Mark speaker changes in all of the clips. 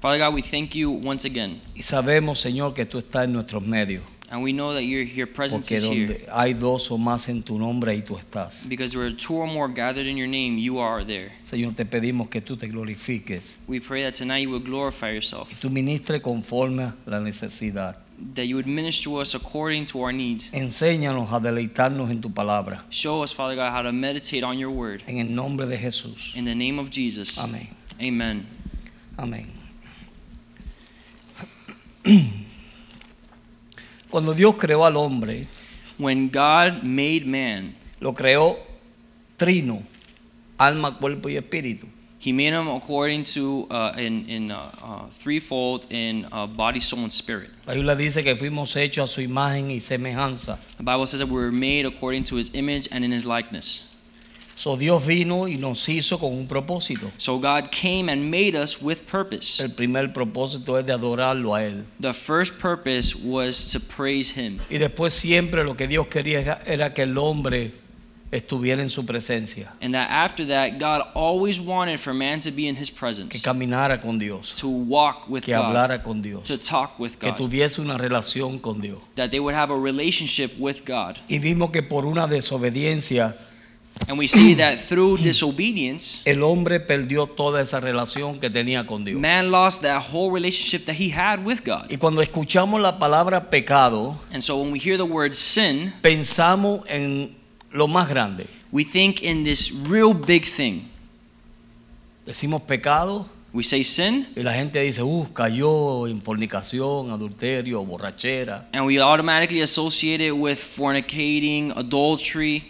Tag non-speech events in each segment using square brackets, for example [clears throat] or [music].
Speaker 1: Father God, we thank you once again.
Speaker 2: y sabemos, Señor, que tú estás en nuestros medios.
Speaker 1: And we know that your, your presence
Speaker 2: Porque
Speaker 1: is here.
Speaker 2: donde hay dos o más en tu nombre, ahí tú estás.
Speaker 1: Because where two or more gathered in your name, you are there.
Speaker 2: Señor, te pedimos que tú te glorifiques
Speaker 1: We pray that tonight you would glorify
Speaker 2: y
Speaker 1: yourself,
Speaker 2: tú ministres conforme a la necesidad.
Speaker 1: that you would minister to us according to our needs.
Speaker 2: Enséñanos a deleitarnos en tu palabra.
Speaker 1: Show us, Father God, how to meditate on your word.
Speaker 2: En el nombre de Jesús.
Speaker 1: In the name of Jesus.
Speaker 2: Amén.
Speaker 1: Amen.
Speaker 2: Amén. [clears throat] Cuando Dios creó al hombre,
Speaker 1: When God made man,
Speaker 2: lo creó trino, alma, cuerpo y espíritu.
Speaker 1: he made him according to uh, in, in uh, uh, threefold in uh, body, soul, and spirit.
Speaker 2: La Biblia dice que fuimos hechos a su imagen y semejanza.
Speaker 1: The Bible says that we were made according to his image and in his likeness.
Speaker 2: So Dios vino y nos hizo con un propósito.
Speaker 1: So God came and made us with purpose.
Speaker 2: El primer propósito es de adorarlo a Él.
Speaker 1: The first purpose was to praise him.
Speaker 2: Y después siempre lo que Dios quería era- era que el hombre estuviera en su presencia,
Speaker 1: And that after that, God always wanted for man to be in his
Speaker 2: que
Speaker 1: presence,
Speaker 2: caminara con Dios,
Speaker 1: to walk with
Speaker 2: que
Speaker 1: God,
Speaker 2: hablara con Dios,
Speaker 1: to talk with
Speaker 2: que
Speaker 1: God,
Speaker 2: tuviese una relación con Dios.
Speaker 1: that they would have a relationship with God.
Speaker 2: Y vimos que por una desobediencia
Speaker 1: And we see
Speaker 2: [clears throat]
Speaker 1: that through disobedience,
Speaker 2: el hombre perdió toda esa relación que tenía con Dios.
Speaker 1: man lost that whole relationship that he had with God.
Speaker 2: Y cuando escuchamos la palabra pecado,
Speaker 1: And so when we hear the word sin,
Speaker 2: pensamos en lo más grande.
Speaker 1: we think in this real big thing.
Speaker 2: Decimos pecado
Speaker 1: We say sin,
Speaker 2: y la gente dice, uh, cayó en fornicación, adulterio, borrachera.
Speaker 1: and we automatically associate it with fornicating, adultery,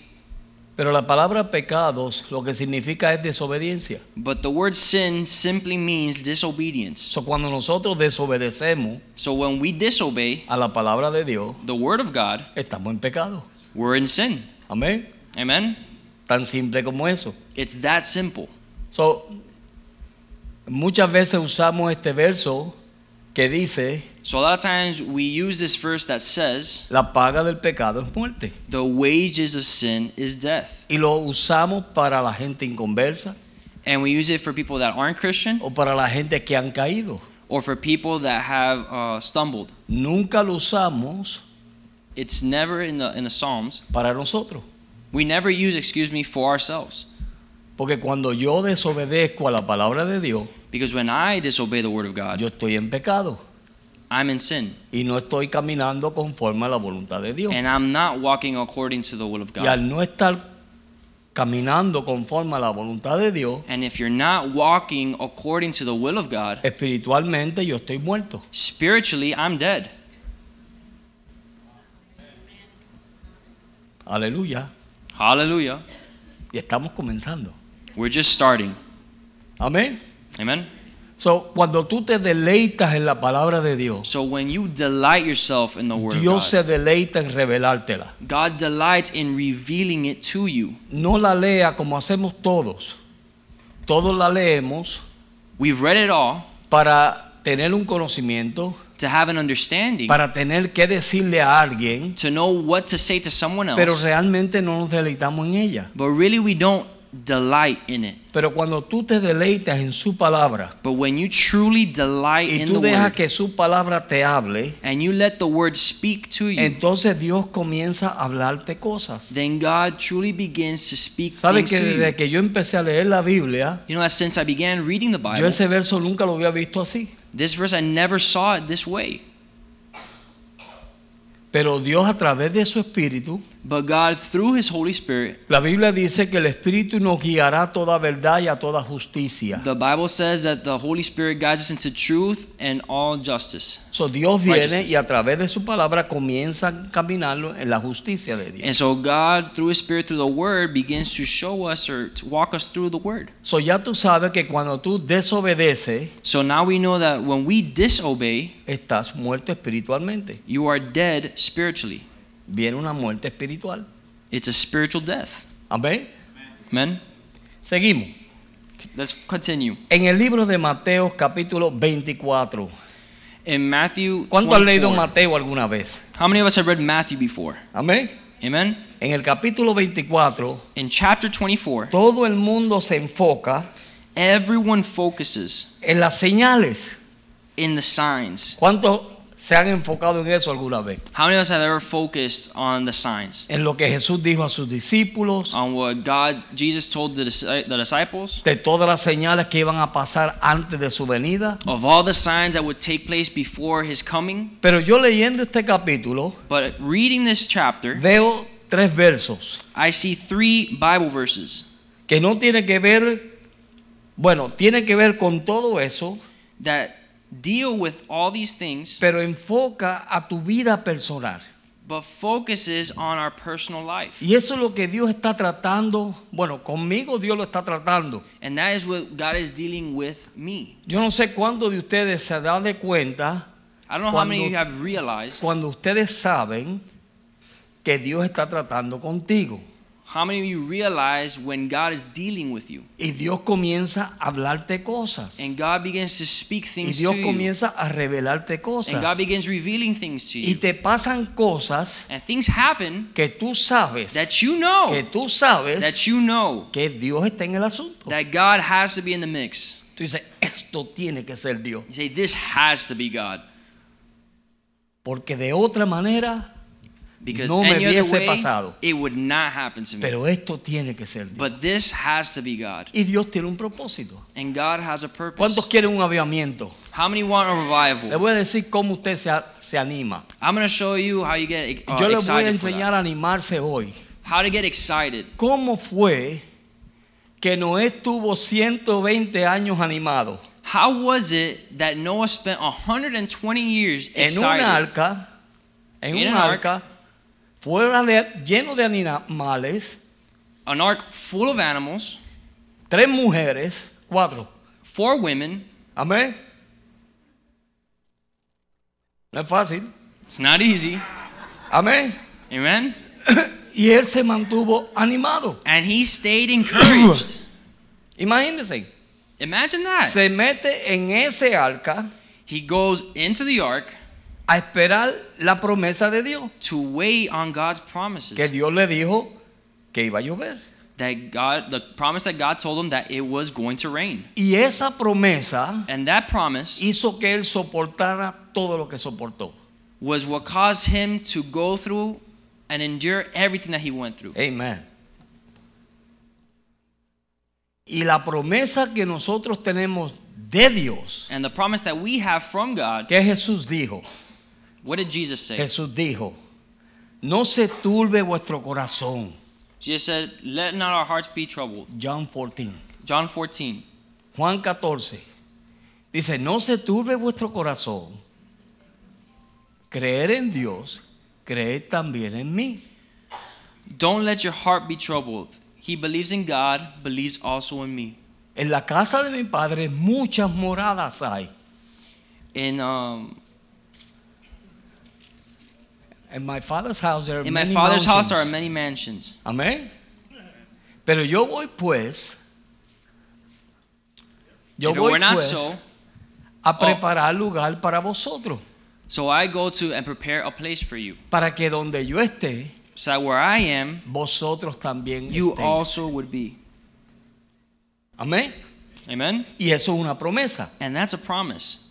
Speaker 2: Pero la palabra pecados lo que significa es desobediencia.
Speaker 1: But the word sin simply means disobedience.
Speaker 2: So, cuando nosotros desobedecemos
Speaker 1: So when we disobey
Speaker 2: a la palabra de Dios,
Speaker 1: the word of God,
Speaker 2: estamos en pecado.
Speaker 1: we're in sin.
Speaker 2: Amén.
Speaker 1: Amen?
Speaker 2: Tan simple como eso.
Speaker 1: It's that simple.
Speaker 2: So, muchas veces usamos este verso que dice,
Speaker 1: So a lot of times we use this verse that says,
Speaker 2: la paga del pecado es muerte.
Speaker 1: the wages of sin is death.
Speaker 2: Y lo usamos para la gente inconversa
Speaker 1: And we use it for people that aren't Christian
Speaker 2: o para la gente que han caído.
Speaker 1: or for people that have uh, stumbled.
Speaker 2: Nunca lo usamos
Speaker 1: It's never in the, in the Psalms.
Speaker 2: para nosotros.
Speaker 1: We never use, excuse me, for ourselves.
Speaker 2: Porque cuando yo desobedezco a la palabra de Dios,
Speaker 1: Because when I disobey the word of God,
Speaker 2: yo estoy en pecado
Speaker 1: I'm in sin.
Speaker 2: y no estoy caminando conforme a la voluntad de Dios.
Speaker 1: And I'm not walking according to the will of
Speaker 2: Y
Speaker 1: God.
Speaker 2: al no estar caminando conforme a la voluntad de Dios,
Speaker 1: And if you're not walking according to the will of God,
Speaker 2: espiritualmente yo estoy muerto.
Speaker 1: spiritually, I'm dead.
Speaker 2: Aleluya.
Speaker 1: Hallelujah.
Speaker 2: Y estamos comenzando.
Speaker 1: We're just starting.
Speaker 2: Amén.
Speaker 1: Amen.
Speaker 2: So, cuando tú te deleitas en la palabra de Dios,
Speaker 1: So when you delight yourself in the word
Speaker 2: Dios
Speaker 1: of
Speaker 2: se deleita en revelártela.
Speaker 1: God, God delights in revealing it to you.
Speaker 2: No la lea como hacemos todos. Todos la leemos
Speaker 1: We've read it all
Speaker 2: para tener un conocimiento,
Speaker 1: to have an understanding,
Speaker 2: para tener que decirle a alguien,
Speaker 1: to know what to say to someone
Speaker 2: pero
Speaker 1: else.
Speaker 2: realmente no nos deleitamos en ella.
Speaker 1: But really, we don't delight in it.
Speaker 2: Pero cuando tú te deleitas en su palabra
Speaker 1: But when you truly delight
Speaker 2: y
Speaker 1: in the
Speaker 2: tú dejas
Speaker 1: word
Speaker 2: que su palabra te hable,
Speaker 1: and you let the word speak to you,
Speaker 2: entonces Dios comienza a hablarte cosas.
Speaker 1: then God truly begins to speak
Speaker 2: ¿Sabes
Speaker 1: things
Speaker 2: que
Speaker 1: to you.
Speaker 2: desde que yo empecé a leer la Biblia,
Speaker 1: You know, that since I began reading the
Speaker 2: yo
Speaker 1: Bible,
Speaker 2: ese verso nunca lo había visto así?
Speaker 1: This verse, I never saw it this way.
Speaker 2: Pero Dios a través de su espíritu
Speaker 1: But God, through His Holy Spirit,
Speaker 2: La Biblia dice que el Espíritu nos guiará a toda verdad y a toda justicia.
Speaker 1: the Bible says that the Holy Spirit guides us into truth and all justice.
Speaker 2: So, Dios viene
Speaker 1: Righteousness.
Speaker 2: y a través de su palabra comienza a caminarlo en la justicia de Dios.
Speaker 1: And so God, through His Spirit, through the Word, begins to show us or to walk us through the Word.
Speaker 2: So, ya tú sabes que cuando tú desobedeces,
Speaker 1: So now we know that when we disobey,
Speaker 2: estás muerto espiritualmente.
Speaker 1: you are dead spiritually.
Speaker 2: Viene una muerte espiritual.
Speaker 1: It's a spiritual death.
Speaker 2: Amén.
Speaker 1: Amen.
Speaker 2: Seguimos.
Speaker 1: Let's continue.
Speaker 2: En el libro de Mateo capítulo 24.
Speaker 1: In Matthew,
Speaker 2: ¿Cuánto han leído
Speaker 1: 24,
Speaker 2: Mateo alguna vez?
Speaker 1: how many of us have read Matthew before?
Speaker 2: Amén.
Speaker 1: Amen.
Speaker 2: En el capítulo 24,
Speaker 1: In chapter 24,
Speaker 2: todo el mundo se enfoca
Speaker 1: everyone focuses
Speaker 2: en las señales.
Speaker 1: in the signs.
Speaker 2: ¿Cuántos se han enfocado en eso alguna vez?
Speaker 1: How many of us have ever focused on the signs?
Speaker 2: En lo que Jesús dijo a sus discípulos,
Speaker 1: On what God, Jesus told the, disci- the disciples
Speaker 2: de todas las señales que iban a pasar antes de su venida.
Speaker 1: of all the signs that would take place before his coming.
Speaker 2: Pero yo leyendo este capítulo,
Speaker 1: But reading this chapter,
Speaker 2: veo tres versos
Speaker 1: I see three Bible verses
Speaker 2: que no tienen que ver, bueno, tienen que ver con todo eso,
Speaker 1: that deal with all these things,
Speaker 2: pero enfoca a tu vida personal.
Speaker 1: but focuses on our personal life.
Speaker 2: Y eso es lo que Dios está tratando, bueno, conmigo Dios lo está tratando.
Speaker 1: And that is what God is dealing with me.
Speaker 2: Yo no sé cuántos de ustedes se dan de cuenta
Speaker 1: I don't know how many
Speaker 2: Cuando-
Speaker 1: of you have realized,
Speaker 2: cuando ustedes saben que Dios está tratando contigo.
Speaker 1: how many of you realize when God is dealing with you
Speaker 2: Y Dios comienza a hablarte cosas.
Speaker 1: and God begins to speak
Speaker 2: Y
Speaker 1: things
Speaker 2: Dios
Speaker 1: to you
Speaker 2: comienza a revelarte
Speaker 1: and God
Speaker 2: cosas.
Speaker 1: begins revealing things to
Speaker 2: Y
Speaker 1: you.
Speaker 2: te pasan cosas
Speaker 1: And things happen
Speaker 2: que tú sabes,
Speaker 1: that you
Speaker 2: que
Speaker 1: know,
Speaker 2: tú sabes
Speaker 1: Oh, that you know
Speaker 2: que Dios está en el asunto.
Speaker 1: that God has to be in the mix.
Speaker 2: Tú dices, esto tiene que ser Dios.
Speaker 1: You say, this has to be God.
Speaker 2: Porque de otra manera,
Speaker 1: Because
Speaker 2: No me
Speaker 1: any other
Speaker 2: hubiese
Speaker 1: way,
Speaker 2: pasado.
Speaker 1: it would not happen to me.
Speaker 2: pero esto tiene que ser Dios.
Speaker 1: Mm. but this has to be God.
Speaker 2: Y Dios tiene un propósito.
Speaker 1: And God has a purpose.
Speaker 2: ¿Cuántos quieren un avivamiento?
Speaker 1: How many want a
Speaker 2: Le
Speaker 1: revival?
Speaker 2: voy a decir cómo usted se, a- se anima.
Speaker 1: I'm going to show you how you get uh,
Speaker 2: Yo le voy a
Speaker 1: excited. for that.
Speaker 2: enseñar a animarse hoy.
Speaker 1: How to get excited.
Speaker 2: ¿Cómo fue que Noé estuvo 120 años animado
Speaker 1: How was it that Noah spent 120 years
Speaker 2: en una
Speaker 1: excited
Speaker 2: arca? En
Speaker 1: In
Speaker 2: un
Speaker 1: an ark.
Speaker 2: arca fuera de, lleno de animales,
Speaker 1: an ark full of animals,
Speaker 2: tres mujeres, cuatro.
Speaker 1: four women?
Speaker 2: Amén. No es fácil.
Speaker 1: It's not easy.
Speaker 2: Amén.
Speaker 1: Amen.
Speaker 2: Y él se mantuvo animado.
Speaker 1: And he stayed encouraged.
Speaker 2: Imagínense,
Speaker 1: Imagine that.
Speaker 2: se mete en ese arca
Speaker 1: He goes into the ark
Speaker 2: a esperar la promesa de Dios.
Speaker 1: to wait on God's
Speaker 2: Que
Speaker 1: promises.
Speaker 2: Dios le dijo que iba a llover.
Speaker 1: That God, the promise that God told him that it was going to rain.
Speaker 2: Y esa promesa
Speaker 1: And that promise
Speaker 2: hizo que él soportara todo lo que soportó.
Speaker 1: was what caused him to go through and endure everything that he went through.
Speaker 2: Amén. Y la promesa que nosotros tenemos de Dios,
Speaker 1: And the promise that we have from God,
Speaker 2: que Jesús dijo,
Speaker 1: what did Jesus say?
Speaker 2: Jesús dijo, no se turbe vuestro corazón,
Speaker 1: Jesus said, Let not our hearts be troubled.
Speaker 2: John 14,
Speaker 1: John 14.
Speaker 2: Juan 14, dice, no se turbe vuestro corazón, creer en Dios, creed también en mí.
Speaker 1: Don't let your heart be troubled. He believes in God, believes also in me.
Speaker 2: En la casa de mi padre muchas moradas hay.
Speaker 1: In um,
Speaker 2: En my father's house there are
Speaker 1: in my
Speaker 2: many
Speaker 1: father's house are
Speaker 2: mountains.
Speaker 1: many mansions.
Speaker 2: Amén. Pero yo voy pues, yo
Speaker 1: if it
Speaker 2: voy
Speaker 1: were not
Speaker 2: pues
Speaker 1: so,
Speaker 2: a
Speaker 1: Oh.
Speaker 2: preparar lugar para vosotros,
Speaker 1: so I go to and prepare a place for you,
Speaker 2: para que donde yo esté,
Speaker 1: so that where I am,
Speaker 2: vosotros también
Speaker 1: you
Speaker 2: estéis.
Speaker 1: also would be.
Speaker 2: Amén.
Speaker 1: Amen.
Speaker 2: Y eso es una promesa.
Speaker 1: And that's a promise.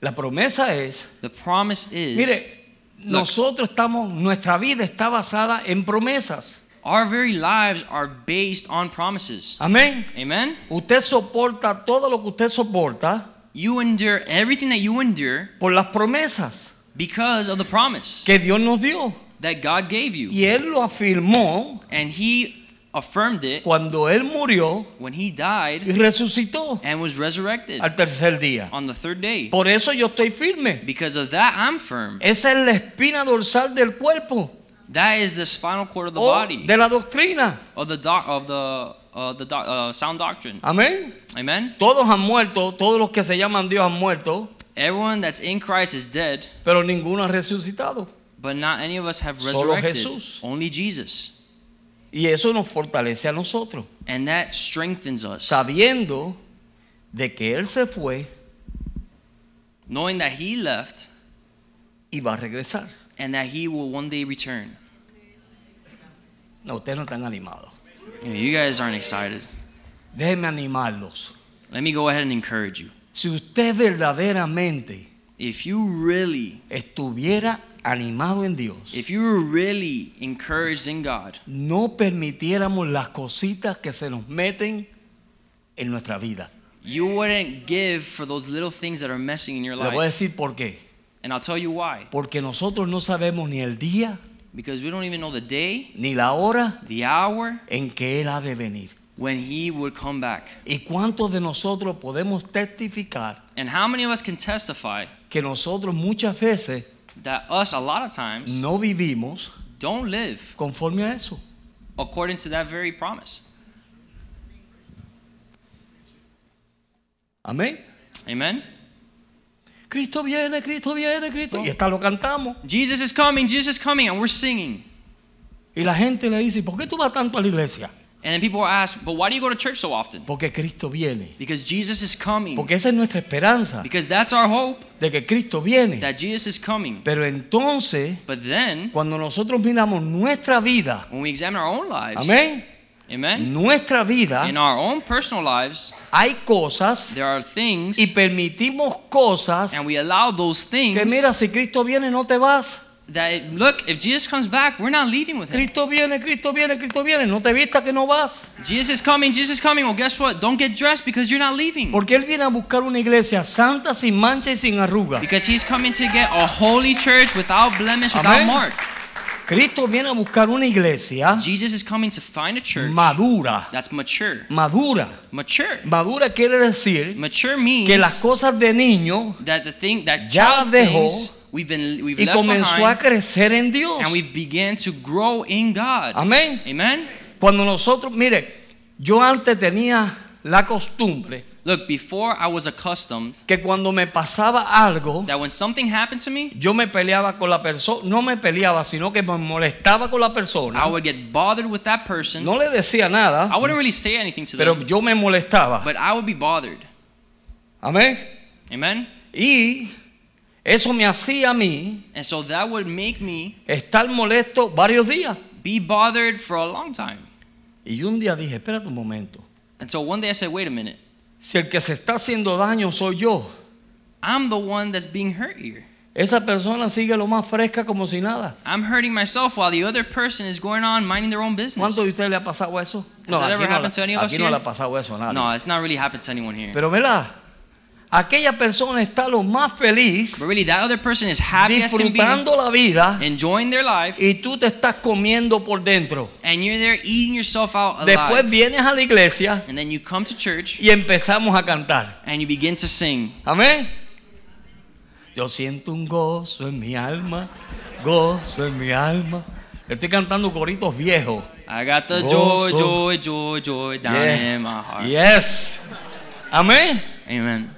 Speaker 2: La promesa es,
Speaker 1: The promise is
Speaker 2: mire, nosotros estamos, nuestra vida está basada en promesas.
Speaker 1: our very lives are based on promises.
Speaker 2: Amén.
Speaker 1: Amen.
Speaker 2: Usted soporta todo lo que usted soporta
Speaker 1: You endure everything that you endure
Speaker 2: por las promesas
Speaker 1: because of the promise
Speaker 2: que Dios nos dio.
Speaker 1: that God gave you.
Speaker 2: Y él lo afirmó
Speaker 1: And he affirmed it
Speaker 2: cuando él murió
Speaker 1: when he
Speaker 2: y
Speaker 1: died
Speaker 2: resucitó
Speaker 1: and was resurrected
Speaker 2: al tercer día.
Speaker 1: on the third day.
Speaker 2: Por eso yo estoy firme.
Speaker 1: Because of that, I'm firm.
Speaker 2: Esa es la espina dorsal del cuerpo
Speaker 1: That is the spinal cord of the
Speaker 2: o
Speaker 1: body
Speaker 2: de la doctrina.
Speaker 1: of the doc, of the uh, the doc, uh, sound doctrine.
Speaker 2: Amén.
Speaker 1: Amen.
Speaker 2: Todos han muerto, todos los que se llaman Dios han muerto,
Speaker 1: Everyone that's in Christ is dead,
Speaker 2: pero ninguno ha resucitado.
Speaker 1: but not any of us have
Speaker 2: Solo
Speaker 1: resurrected.
Speaker 2: Jesús.
Speaker 1: Only Jesus,
Speaker 2: Y eso nos fortalece a nosotros,
Speaker 1: and that strengthens us,
Speaker 2: sabiendo de que Él se fue
Speaker 1: knowing that He left
Speaker 2: y va a regresar.
Speaker 1: and that He will one day return.
Speaker 2: No, ustedes no están animados.
Speaker 1: You, know, you guys aren't excited.
Speaker 2: Déjenme animarlos.
Speaker 1: Let me go ahead and encourage you.
Speaker 2: Si usted verdaderamente
Speaker 1: If you really,
Speaker 2: estuviera animado en Dios,
Speaker 1: if you were really encouraged in God,
Speaker 2: no permitiéramos las cositas que se nos meten en nuestra vida.
Speaker 1: you wouldn't give for those little things that are messing in your
Speaker 2: Le voy a
Speaker 1: life.
Speaker 2: decir por qué.
Speaker 1: And I'll tell you why.
Speaker 2: Porque nosotros no sabemos ni el día
Speaker 1: Because we don't even know the day
Speaker 2: ni la hora
Speaker 1: the hour
Speaker 2: en que Él ha de venir.
Speaker 1: when he would come back.
Speaker 2: ¿Y cuántos de nosotros podemos testificar
Speaker 1: And how many of us can testify
Speaker 2: que nosotros muchas veces
Speaker 1: that us a lot of times
Speaker 2: no vivimos
Speaker 1: don't live
Speaker 2: conforme a eso?
Speaker 1: according to that very promise?
Speaker 2: Amén.
Speaker 1: Amen.
Speaker 2: Cristo viene, Cristo viene, Cristo. Y hasta lo cantamos.
Speaker 1: Jesus is coming, Jesus is coming, and we're singing.
Speaker 2: Y la gente le dice, ¿por qué tú vas tanto a la iglesia?
Speaker 1: And then people will ask, but why do you go to church so often?
Speaker 2: Porque Cristo viene.
Speaker 1: Because Jesus is coming.
Speaker 2: Porque esa es nuestra esperanza,
Speaker 1: Because that's our hope
Speaker 2: de que Cristo viene.
Speaker 1: that Jesus is coming.
Speaker 2: Pero entonces,
Speaker 1: But then,
Speaker 2: cuando nosotros miramos nuestra vida,
Speaker 1: when we examine our own lives,
Speaker 2: amén,
Speaker 1: amen,
Speaker 2: nuestra vida,
Speaker 1: in our own personal lives,
Speaker 2: hay cosas
Speaker 1: there are things,
Speaker 2: y permitimos cosas
Speaker 1: and we allow those
Speaker 2: que
Speaker 1: things
Speaker 2: mira, si Cristo viene no te vas.
Speaker 1: that look, if Jesus comes back, we're not leaving with him.
Speaker 2: Cristo viene, Cristo viene, Cristo viene, no te vistas que no vas.
Speaker 1: Jesus is coming, Jesus is coming. Well, guess what? Don't get dressed because you're not leaving.
Speaker 2: Porque Él viene a buscar una iglesia santa, sin mancha y sin arruga.
Speaker 1: Because he's coming to get a holy church without blemish, without
Speaker 2: Amén.
Speaker 1: mark.
Speaker 2: Cristo viene a buscar una iglesia
Speaker 1: Jesus is coming to find a church
Speaker 2: madura,
Speaker 1: that's mature.
Speaker 2: madura.
Speaker 1: Mature.
Speaker 2: Madura quiere decir
Speaker 1: Mature means
Speaker 2: que las cosas de niño
Speaker 1: that the thing that
Speaker 2: Ya
Speaker 1: child's
Speaker 2: dejó
Speaker 1: things we've been we've
Speaker 2: y
Speaker 1: left
Speaker 2: comenzó a
Speaker 1: behind
Speaker 2: crecer en Dios.
Speaker 1: and we began to grow in God.
Speaker 2: Amén.
Speaker 1: Amen.
Speaker 2: Cuando nosotros, mire, yo antes tenía la costumbre
Speaker 1: Look, before I was accustomed
Speaker 2: que cuando me pasaba algo,
Speaker 1: that when something happened to me,
Speaker 2: yo me peleaba con la persona, no me peleaba, sino que me molestaba con la persona.
Speaker 1: I would get bothered with that person.
Speaker 2: No le decía nada,
Speaker 1: I wouldn't really say anything to
Speaker 2: pero
Speaker 1: them,
Speaker 2: yo me molestaba.
Speaker 1: but I would be bothered.
Speaker 2: Amén.
Speaker 1: Amen.
Speaker 2: Y eso me hacía a mí
Speaker 1: And so that would make me
Speaker 2: estar molesto varios días.
Speaker 1: be bothered for a long time.
Speaker 2: Y yo un día dije, espérate un momento,
Speaker 1: And so one day I said, wait a minute.
Speaker 2: si el que se está haciendo daño soy yo,
Speaker 1: I'm the one that's being hurt here.
Speaker 2: esa persona sigue lo más fresca como si nada.
Speaker 1: I'm hurting myself while the other person is going on minding their own business.
Speaker 2: ¿Cuánto de ustedes le ha pasado eso?
Speaker 1: that
Speaker 2: aquí
Speaker 1: ever
Speaker 2: no,
Speaker 1: happened to any
Speaker 2: le-
Speaker 1: of us
Speaker 2: aquí no
Speaker 1: here?
Speaker 2: le ha pasado eso a nadie.
Speaker 1: No, it's not really happened to anyone here.
Speaker 2: Pero mira, aquella persona está lo más feliz,
Speaker 1: But really, that other person is happy as can be,
Speaker 2: disfrutando la vida,
Speaker 1: enjoying their life,
Speaker 2: y tú te estás comiendo por dentro.
Speaker 1: and you're there eating yourself out
Speaker 2: Después
Speaker 1: alive.
Speaker 2: vienes a la iglesia
Speaker 1: And then you come to church
Speaker 2: y empezamos a cantar.
Speaker 1: and you begin to sing.
Speaker 2: Amén. Yo siento un gozo en mi alma, gozo en mi alma. Estoy cantando coritos viejos.
Speaker 1: I got the
Speaker 2: Gozo.
Speaker 1: joy, joy, joy, joy down
Speaker 2: Yeah.
Speaker 1: in my heart.
Speaker 2: Yes. Amén.
Speaker 1: Amen.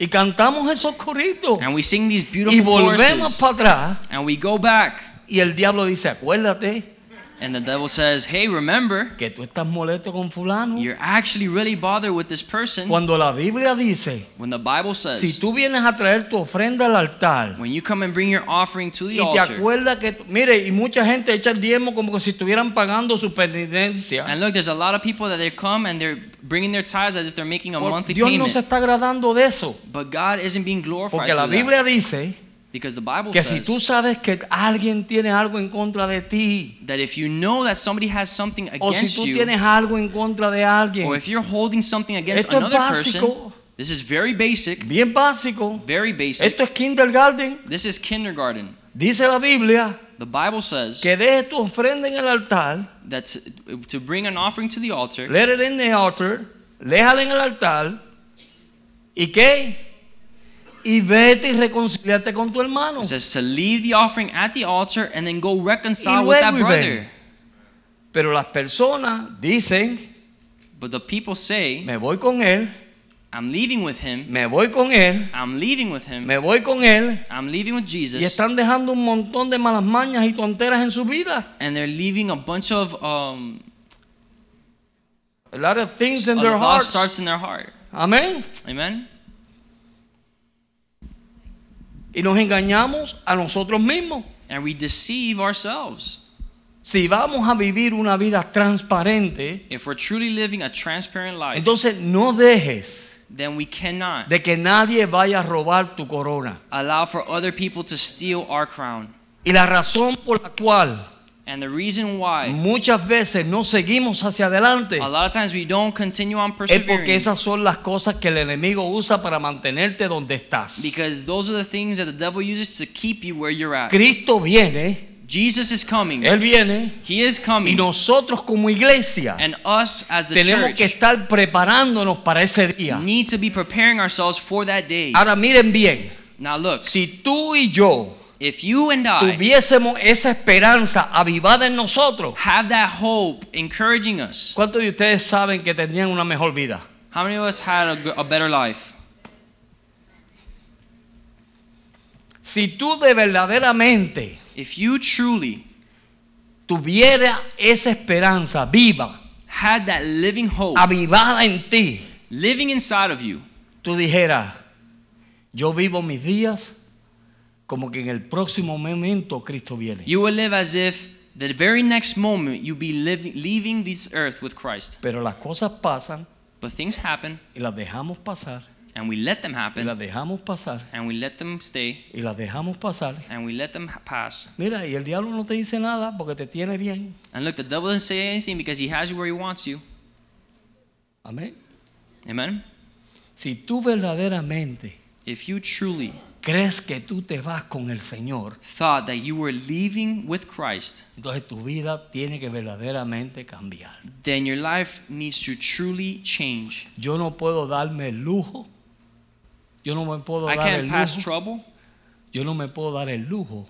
Speaker 2: Y cantamos esos coritos.
Speaker 1: And we sing these
Speaker 2: Y
Speaker 1: beautiful
Speaker 2: volvemos
Speaker 1: choruses.
Speaker 2: para atrás.
Speaker 1: And we go back,
Speaker 2: Y el diablo dice, acuérdate
Speaker 1: and the devil says, Hey, remember,
Speaker 2: que tú estás molesto con fulano.
Speaker 1: you're actually really bothered with this person.
Speaker 2: Cuando la Biblia dice,
Speaker 1: When the Bible
Speaker 2: si
Speaker 1: says,
Speaker 2: tú vienes a traer tu ofrenda al altar
Speaker 1: When you come and bring your offering to the
Speaker 2: y te
Speaker 1: altar,
Speaker 2: acuerdas que, tú- mire, y mucha gente echa el diezmo como que si estuvieran pagando su penitencia.
Speaker 1: and look, there's a lot of people that they come and they're bringing their tithes as if they're making a
Speaker 2: Por-
Speaker 1: monthly
Speaker 2: Dios no
Speaker 1: payment.
Speaker 2: se está agradando de eso.
Speaker 1: But God isn't being glorified
Speaker 2: Porque la
Speaker 1: through
Speaker 2: Biblia
Speaker 1: that.
Speaker 2: dice
Speaker 1: Because the Bible
Speaker 2: que si tú
Speaker 1: says
Speaker 2: sabes que alguien tiene algo en contra de ti,
Speaker 1: that if you know that somebody has something
Speaker 2: o si
Speaker 1: against
Speaker 2: tú
Speaker 1: you,
Speaker 2: tienes algo en contra de
Speaker 1: or
Speaker 2: alguien,
Speaker 1: if you're holding something against
Speaker 2: Esto es
Speaker 1: another person,
Speaker 2: básico.
Speaker 1: this is very basic,
Speaker 2: bien básico,
Speaker 1: very basic.
Speaker 2: esto es kindergarten,
Speaker 1: This is kindergarten.
Speaker 2: Dice la Biblia
Speaker 1: The Bible says
Speaker 2: que dejes tu ofrenda en el altar,
Speaker 1: that to, to bring an offering to the altar,
Speaker 2: let it in the altar, déjala en el altar, ¿y qué? Y vete y reconciliarte con tu hermano.
Speaker 1: it says to leave the offering at the altar and then go reconcile
Speaker 2: Y
Speaker 1: with that
Speaker 2: luego y
Speaker 1: brother.
Speaker 2: Pero las personas dicen,
Speaker 1: But the people say,
Speaker 2: me voy con él,
Speaker 1: I'm leaving with him,
Speaker 2: me voy con él,
Speaker 1: I'm leaving with him,
Speaker 2: me voy con él,
Speaker 1: I'm leaving with
Speaker 2: y
Speaker 1: Jesus,
Speaker 2: están dejando un montón de malas mañas y tonteras en su vida.
Speaker 1: and they're leaving a bunch of um,
Speaker 2: A lot of things
Speaker 1: a
Speaker 2: in their
Speaker 1: lot of
Speaker 2: hearts.
Speaker 1: starts in their heart.
Speaker 2: Amén.
Speaker 1: Amen?
Speaker 2: Y nos engañamos a nosotros mismos.
Speaker 1: And we deceive ourselves.
Speaker 2: Si vamos a vivir una vida transparente,
Speaker 1: If we're truly living a transparent life,
Speaker 2: entonces no dejes
Speaker 1: then we cannot
Speaker 2: de que nadie vaya a robar tu corona.
Speaker 1: allow for other people to steal our crown.
Speaker 2: Y la razón por la cual
Speaker 1: And the reason why
Speaker 2: muchas veces no seguimos hacia adelante
Speaker 1: a lot of times we don't continue on
Speaker 2: es
Speaker 1: persevering
Speaker 2: porque esas son las cosas que el enemigo usa para mantenerte donde estás.
Speaker 1: because those are the things that the devil uses to keep you where you're at.
Speaker 2: Cristo viene,
Speaker 1: Jesus is coming.
Speaker 2: Él viene,
Speaker 1: He is
Speaker 2: y
Speaker 1: coming.
Speaker 2: nosotros como iglesia
Speaker 1: And us as the
Speaker 2: tenemos que
Speaker 1: church
Speaker 2: estar preparándonos para ese día.
Speaker 1: need to be preparing ourselves for that day.
Speaker 2: Ahora miren bien,
Speaker 1: Now look,
Speaker 2: si tú y yo
Speaker 1: if you and I
Speaker 2: tuviésemos esa esperanza avivada en nosotros,
Speaker 1: have that hope encouraging us,
Speaker 2: ¿cuántos de ustedes saben que tendrían una mejor vida?
Speaker 1: how many of us had a, g- a better life?
Speaker 2: Si tú de verdaderamente
Speaker 1: If you truly
Speaker 2: tuviera esa esperanza viva,
Speaker 1: had that living hope
Speaker 2: Ah. avivada en ti,
Speaker 1: living inside of you,
Speaker 2: tú dijeras, yo vivo mis días como que en el próximo momento Cristo viene.
Speaker 1: you will live as if the very next moment you be living, leaving this earth with Christ.
Speaker 2: Pero las cosas pasan
Speaker 1: But things happen,
Speaker 2: y las dejamos pasar,
Speaker 1: and we let them
Speaker 2: y las
Speaker 1: happen,
Speaker 2: dejamos pasar,
Speaker 1: and we let them stay,
Speaker 2: y las dejamos pasar.
Speaker 1: and we let them ha- pass.
Speaker 2: Mira, y el diablo no te dice nada porque te tiene bien.
Speaker 1: And look, the devil doesn't say anything because he has you where he wants you.
Speaker 2: Amén.
Speaker 1: Amen?
Speaker 2: Si tú verdaderamente
Speaker 1: If you truly
Speaker 2: crees que tú te vas con el Señor,
Speaker 1: thought that you were leaving with Christ,
Speaker 2: entonces tu vida tiene que verdaderamente cambiar.
Speaker 1: then your life needs to truly change.
Speaker 2: Yo no puedo darme el lujo. Yo no me puedo
Speaker 1: I
Speaker 2: dar el
Speaker 1: can't pass
Speaker 2: lujo.
Speaker 1: trouble.
Speaker 2: Yo no me puedo dar el lujo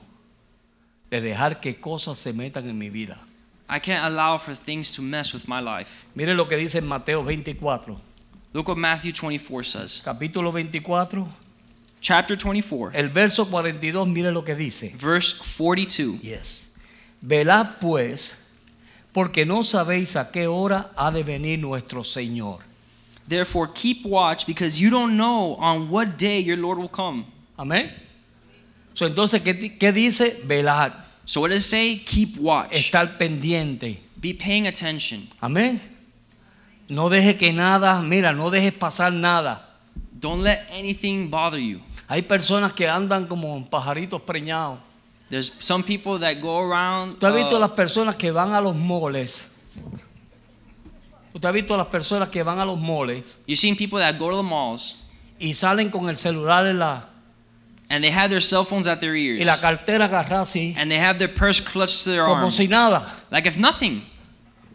Speaker 2: de dejar que cosas se metan en mi vida.
Speaker 1: I can't allow for things to mess with my life.
Speaker 2: Mire lo que dice en Mateo 24,
Speaker 1: Look what Matthew 24 says.
Speaker 2: capítulo 24,
Speaker 1: chapter 24,
Speaker 2: el verso 42, mire lo que dice.
Speaker 1: verse 42.
Speaker 2: Yes. Velad pues, porque no sabéis a qué hora ha de venir nuestro Señor.
Speaker 1: Therefore, keep watch because you don't know on what day your Lord will come.
Speaker 2: Amén. So, entonces, ¿qué, di- qué dice? Velad,
Speaker 1: So, what does it say? Keep watch.
Speaker 2: estar pendiente.
Speaker 1: Be paying attention.
Speaker 2: Amén. No deje que nada, mira, no dejes pasar nada.
Speaker 1: Don't let anything bother you.
Speaker 2: Hay personas que andan como pajaritos preñados.
Speaker 1: There's some people that go around.
Speaker 2: ¿Usted ha visto
Speaker 1: uh,
Speaker 2: las personas que van a los moles? ¿Usted ha visto las personas que van a los moles
Speaker 1: you've seen people that go to the malls
Speaker 2: y salen con el celular en la,
Speaker 1: and they have their cell phones at their
Speaker 2: y
Speaker 1: ears
Speaker 2: la cartera agarrada así?
Speaker 1: and they have their purse clutched to their
Speaker 2: como
Speaker 1: arm
Speaker 2: si nada.
Speaker 1: like if nothing.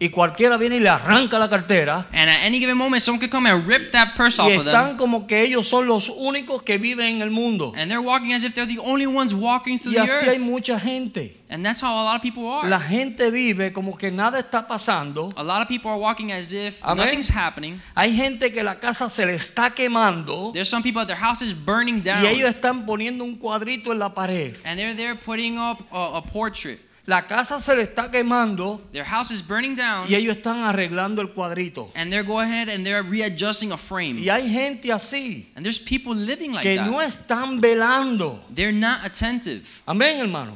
Speaker 2: Y cualquiera viene y le arranca la cartera.
Speaker 1: And at any given moment, someone could come and rip that purse
Speaker 2: Y
Speaker 1: off of
Speaker 2: están
Speaker 1: them.
Speaker 2: como que ellos son los únicos que viven en el mundo.
Speaker 1: And they're walking as if they're the only ones walking through
Speaker 2: Y
Speaker 1: the
Speaker 2: así hay
Speaker 1: earth.
Speaker 2: mucha gente.
Speaker 1: And that's how a lot of people are.
Speaker 2: La gente vive como que nada está pasando.
Speaker 1: A lot of people are walking as if
Speaker 2: Amen.
Speaker 1: nothing's happening.
Speaker 2: Hay gente que la casa se le está quemando
Speaker 1: There's some people at their house is burning down,
Speaker 2: y ellos están poniendo un cuadrito en la pared.
Speaker 1: and they're there putting up a, a portrait.
Speaker 2: La casa se le está quemando
Speaker 1: Their house is burning down,
Speaker 2: y ellos están arreglando el cuadrito.
Speaker 1: and they're go ahead and they're readjusting a frame.
Speaker 2: Y hay gente así
Speaker 1: And there's people living Mm. like
Speaker 2: que
Speaker 1: that.
Speaker 2: no están velando.
Speaker 1: They're not attentive.
Speaker 2: Amén, hermano.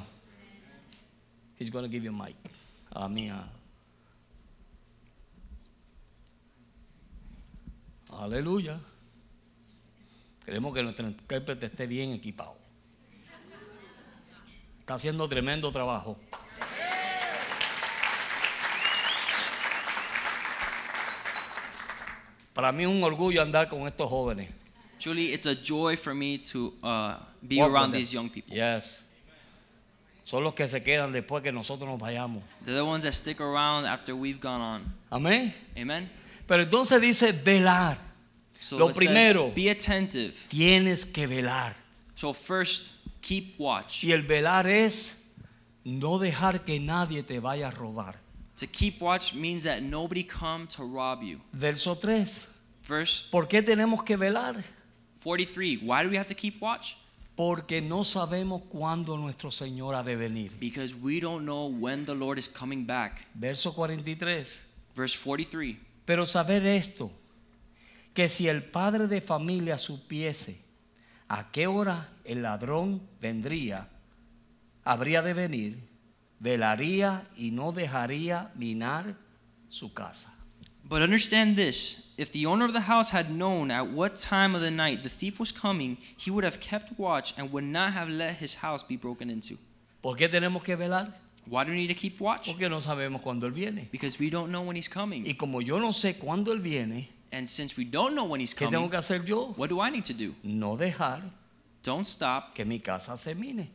Speaker 2: He's gonna give you a mic. Ah, A mí, a- Aleluya. Queremos que nuestro intérprete esté bien equipado. Está haciendo tremendo trabajo. Para mí es un orgullo andar con estos jóvenes.
Speaker 1: Truly, it's a joy for me to uh, be
Speaker 2: Walk with
Speaker 1: around
Speaker 2: them.
Speaker 1: these young people.
Speaker 2: Yes. son los que se quedan después que nosotros nos vayamos.
Speaker 1: They're the ones that stick around after we've gone on.
Speaker 2: Amén.
Speaker 1: Amen?
Speaker 2: Pero entonces dice velar.
Speaker 1: So
Speaker 2: Lo
Speaker 1: it says,
Speaker 2: primero.
Speaker 1: be attentive.
Speaker 2: Tienes que velar.
Speaker 1: So first, keep watch.
Speaker 2: Y el velar es no dejar que nadie te vaya a robar.
Speaker 1: To keep watch means that nobody come to rob you.
Speaker 2: Verso 3.
Speaker 1: Verse
Speaker 2: ¿Por qué tenemos que velar?
Speaker 1: 43. Why do we have to keep watch?
Speaker 2: Porque no sabemos cuándo nuestro Señor ha de venir.
Speaker 1: Because we don't know when the Lord is coming back.
Speaker 2: Verso 43.
Speaker 1: Verse 43.
Speaker 2: Pero saber esto, que si el padre de familia supiese a qué hora el ladrón vendría, habría de venir, velaría y no dejaría minar su casa.
Speaker 1: But understand this if the owner of the house had known at what time of the night the thief was coming, he would have kept watch and would not have let his house be broken into.
Speaker 2: ¿Por qué tenemos que velar?
Speaker 1: Why do we need to keep watch?
Speaker 2: Porque no sabemos cuándo él viene.
Speaker 1: Because we don't know when he's coming.
Speaker 2: Y como yo no sé cuándo él viene,
Speaker 1: And since we don't know when he's
Speaker 2: ¿qué tengo
Speaker 1: coming,
Speaker 2: que hacer yo?
Speaker 1: what do I need to do?
Speaker 2: No dejar
Speaker 1: Don't stop
Speaker 2: que mi casa se mine.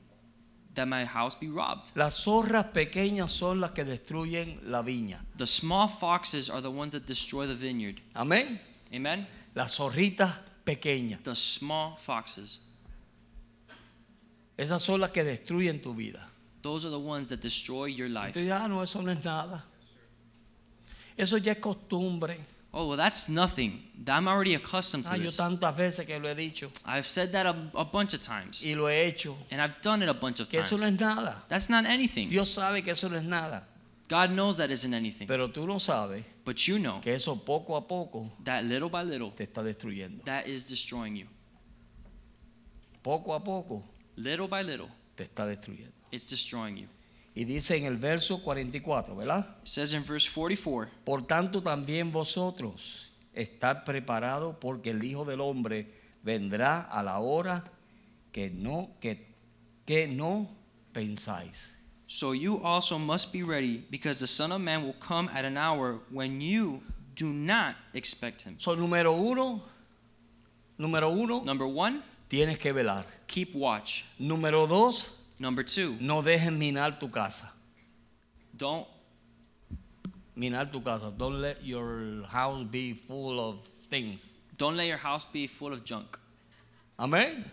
Speaker 1: that my house be robbed.
Speaker 2: Las zorras pequeñas son las que destruyen la viña.
Speaker 1: The small foxes are the ones that destroy the vineyard.
Speaker 2: Amén.
Speaker 1: Amen?
Speaker 2: Las zorritas pequeñas.
Speaker 1: The small foxes.
Speaker 2: Esas son las que destruyen tu vida.
Speaker 1: Those are the ones that destroy your
Speaker 2: Y
Speaker 1: life.
Speaker 2: tú dices, ah, no, eso no es nada. Eso ya es costumbre.
Speaker 1: Oh, well, that's nothing. I'm already accustomed
Speaker 2: Ah,
Speaker 1: to
Speaker 2: yo
Speaker 1: this.
Speaker 2: tantas veces que lo he dicho
Speaker 1: I've said that a, a bunch of times.
Speaker 2: y lo he hecho.
Speaker 1: And I've done it a bunch of
Speaker 2: Que eso no es
Speaker 1: times.
Speaker 2: nada.
Speaker 1: That's not anything.
Speaker 2: Dios sabe que eso no es nada.
Speaker 1: God knows that isn't anything.
Speaker 2: Pero tú no sabes
Speaker 1: But you know
Speaker 2: que eso poco a poco
Speaker 1: that little by little,
Speaker 2: te está destruyendo.
Speaker 1: that is destroying you.
Speaker 2: Poco a poco
Speaker 1: Little by little,
Speaker 2: te está destruyendo.
Speaker 1: it's destroying you.
Speaker 2: Y dice en el verso 44, ¿verdad?
Speaker 1: It says in verse 44
Speaker 2: Por tanto también vosotros estad preparados porque el Hijo del Hombre vendrá a la hora que no, que, que no pensáis.
Speaker 1: So you also must be ready, because the Son of Man will come at an hour when you do not expect him.
Speaker 2: So, número uno, número uno,
Speaker 1: Number one,
Speaker 2: tienes que velar.
Speaker 1: keep watch.
Speaker 2: Número dos,
Speaker 1: Number two,
Speaker 2: no dejes minar tu casa.
Speaker 1: don't
Speaker 2: Minar tu casa. Don't let your house be full of things.
Speaker 1: don't let your house be full of junk.
Speaker 2: Amén.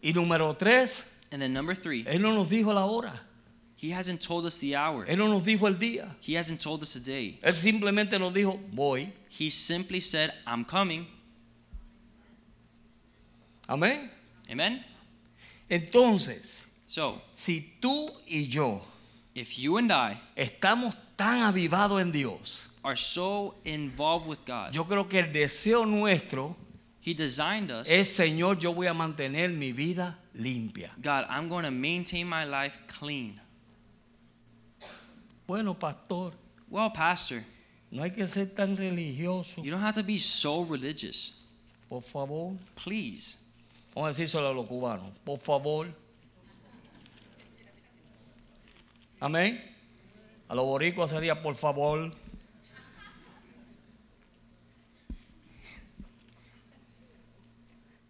Speaker 2: Y número tres,
Speaker 1: And then number three,
Speaker 2: Él no nos dijo la hora.
Speaker 1: he hasn't told us the hour.
Speaker 2: Él no nos dijo el día.
Speaker 1: He hasn't told us the day.
Speaker 2: Él simplemente nos dijo, voy.
Speaker 1: He simply said, "I'm coming."
Speaker 2: Amén.
Speaker 1: Amen.
Speaker 2: Entonces,
Speaker 1: So,
Speaker 2: si tú y yo
Speaker 1: if you and I
Speaker 2: estamos tan avivados en Dios,
Speaker 1: are so involved with God,
Speaker 2: yo creo que el deseo nuestro
Speaker 1: He designed us.
Speaker 2: es, Señor, yo voy a mantener mi vida limpia.
Speaker 1: God, I'm going to maintain my life clean.
Speaker 2: Bueno, pastor,
Speaker 1: Well, Pastor,
Speaker 2: no hay que ser tan religioso.
Speaker 1: You don't have to be so religious.
Speaker 2: Por favor,
Speaker 1: Please.
Speaker 2: vamos a decírselo a los cubanos. Por favor. Amén. A los boricuas sería por favor.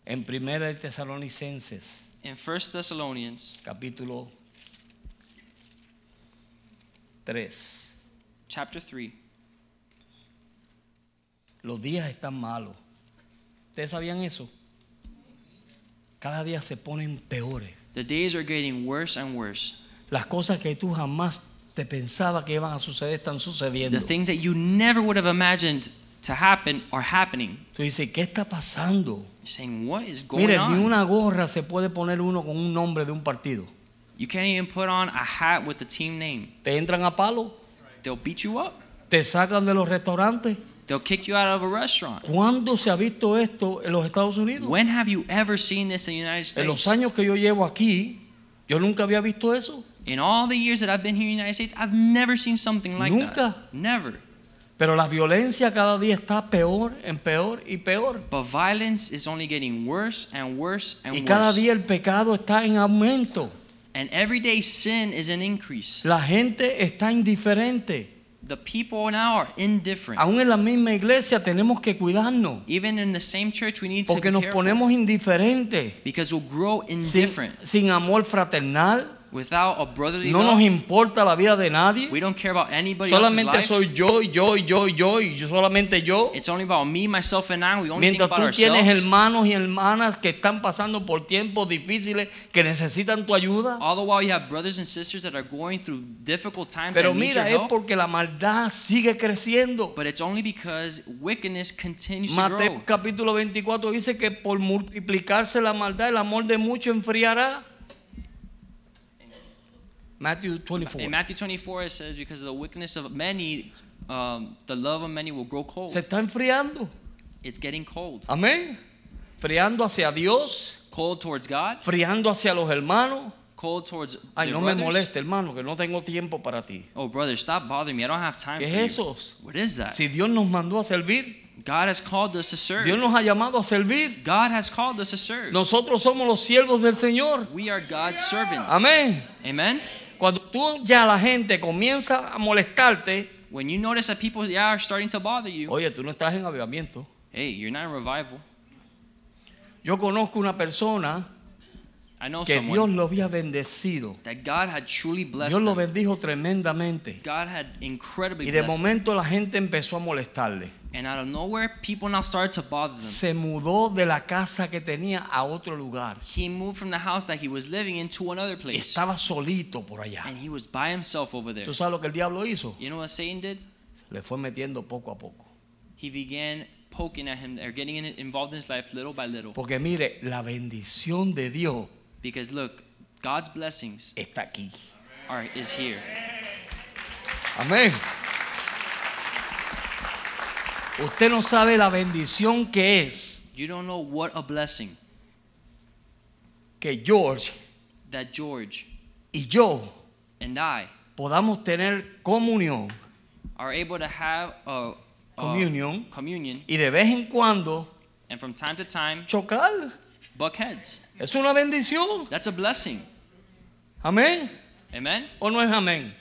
Speaker 2: En primera de Tesalonicenses.
Speaker 1: In 1 Thessalonians
Speaker 2: capítulo 3.
Speaker 1: chapter 3,
Speaker 2: Los días están malos. ¿Ustedes sabían eso? Cada día se ponen peores.
Speaker 1: the days are getting worse and worse.
Speaker 2: Las cosas que tú jamás te pensabas que iban a suceder están sucediendo.
Speaker 1: The things that you never would have imagined to happen are happening.
Speaker 2: Tú dices, ¿qué está pasando?
Speaker 1: You're saying, what is going
Speaker 2: Mire, ni
Speaker 1: on?
Speaker 2: una gorra se puede poner uno con un nombre de un partido.
Speaker 1: You can't even put on a hat with the team name.
Speaker 2: Te entran a palo,
Speaker 1: They'll beat you up.
Speaker 2: te sacan de los restaurantes.
Speaker 1: They'll kick you out of a restaurant.
Speaker 2: ¿Cuándo se ha visto esto en los Estados Unidos?
Speaker 1: When have you ever seen this in the United
Speaker 2: En los
Speaker 1: States?
Speaker 2: años que yo llevo aquí, yo nunca había visto eso.
Speaker 1: In all the years that I've been here in the United States, I've never seen something like
Speaker 2: Nunca.
Speaker 1: that. Never.
Speaker 2: Pero la violencia cada día está peor, en peor y peor.
Speaker 1: But violence is only getting worse and worse and
Speaker 2: Y
Speaker 1: worse.
Speaker 2: cada día el pecado está en aumento.
Speaker 1: And everyday sin is an increase.
Speaker 2: La gente está indiferente.
Speaker 1: The people now are indifferent.
Speaker 2: Aún en la misma iglesia tenemos que cuidarnos.
Speaker 1: Even in the same church, we need to be
Speaker 2: Porque nos
Speaker 1: careful
Speaker 2: ponemos indiferentes.
Speaker 1: because we'll grow
Speaker 2: Sin,
Speaker 1: indifferent
Speaker 2: sin amor fraternal,
Speaker 1: Without a brotherly
Speaker 2: No nos
Speaker 1: love,
Speaker 2: importa la vida de nadie.
Speaker 1: we don't care about anybody else's
Speaker 2: Solamente
Speaker 1: life.
Speaker 2: soy yo, y yo, y yo, y yo, y yo solamente yo.
Speaker 1: It's only about me, myself, and I. We only think
Speaker 2: Mientras
Speaker 1: about
Speaker 2: tú tienes
Speaker 1: ourselves.
Speaker 2: hermanos y hermanas que están pasando por tiempos difíciles, que necesitan tu ayuda.
Speaker 1: All the while, you have brothers and sisters that are going through difficult times
Speaker 2: Pero
Speaker 1: and need your
Speaker 2: mira, es
Speaker 1: help.
Speaker 2: porque la maldad sigue creciendo.
Speaker 1: But it's only because wickedness continues to grow.
Speaker 2: Mateo capítulo 24 dice que por multiplicarse la maldad, el amor de muchos enfriará. Matthew
Speaker 1: In
Speaker 2: 24.
Speaker 1: Matthew 24, it says, because of the wickedness of many, um, the love of many will grow cold.
Speaker 2: Se está enfriando.
Speaker 1: It's getting cold.
Speaker 2: Amén. Friando hacia Dios,
Speaker 1: Cold towards God,
Speaker 2: friando hacia los hermanos.
Speaker 1: cold towards
Speaker 2: Ay,
Speaker 1: their
Speaker 2: no me
Speaker 1: brothers.
Speaker 2: moleste, hermano, que no tengo tiempo para ti.
Speaker 1: Oh, brother, stop bothering me. I don't have time
Speaker 2: ¿Qué
Speaker 1: for
Speaker 2: es
Speaker 1: you.
Speaker 2: eso?
Speaker 1: What is that?
Speaker 2: Si Dios nos mandó a servir,
Speaker 1: God has called us to serve.
Speaker 2: Dios nos ha llamado a servir.
Speaker 1: God has called us to serve.
Speaker 2: Nosotros somos los siervos del Señor.
Speaker 1: We are God's servants.
Speaker 2: Amén.
Speaker 1: Amen.
Speaker 2: Cuando tú ya la gente comienza a molestarte,
Speaker 1: When you notice that people yeah, are starting to bother you,
Speaker 2: oye, tú no estás en avivamiento.
Speaker 1: hey, you're not in revival.
Speaker 2: Yo conozco una persona
Speaker 1: I know
Speaker 2: que
Speaker 1: someone
Speaker 2: Dios lo había bendecido.
Speaker 1: that God had truly blessed
Speaker 2: Dios lo
Speaker 1: them.
Speaker 2: bendijo tremendamente.
Speaker 1: God had incredibly
Speaker 2: Y de
Speaker 1: blessed
Speaker 2: momento la gente empezó a molestarle.
Speaker 1: them. And out of nowhere, people now started to bother them.
Speaker 2: Se mudó de la casa que tenía a otro lugar.
Speaker 1: He moved from the house that he was living in to another place.
Speaker 2: Estaba solito por allá.
Speaker 1: And he was by himself over there.
Speaker 2: ¿Tú sabes lo que el diablo hizo?
Speaker 1: You know what Satan did?
Speaker 2: Le fue metiendo poco a poco.
Speaker 1: He began poking at him or getting in, involved in his life little by little.
Speaker 2: Porque mire, la bendición de Dios
Speaker 1: Because look, God's blessings
Speaker 2: está aquí.
Speaker 1: are is here.
Speaker 2: Amén. Usted no sabe la bendición que es
Speaker 1: You don't know what a blessing
Speaker 2: que George
Speaker 1: that George
Speaker 2: y yo
Speaker 1: and I
Speaker 2: podamos tener comunión
Speaker 1: are able to have a, a
Speaker 2: Communion.
Speaker 1: communion,
Speaker 2: y de vez en cuando
Speaker 1: and from time to time
Speaker 2: chocar.
Speaker 1: buck heads.
Speaker 2: Es una bendición.
Speaker 1: That's a blessing.
Speaker 2: Amén.
Speaker 1: Amen
Speaker 2: ¿O no es amén?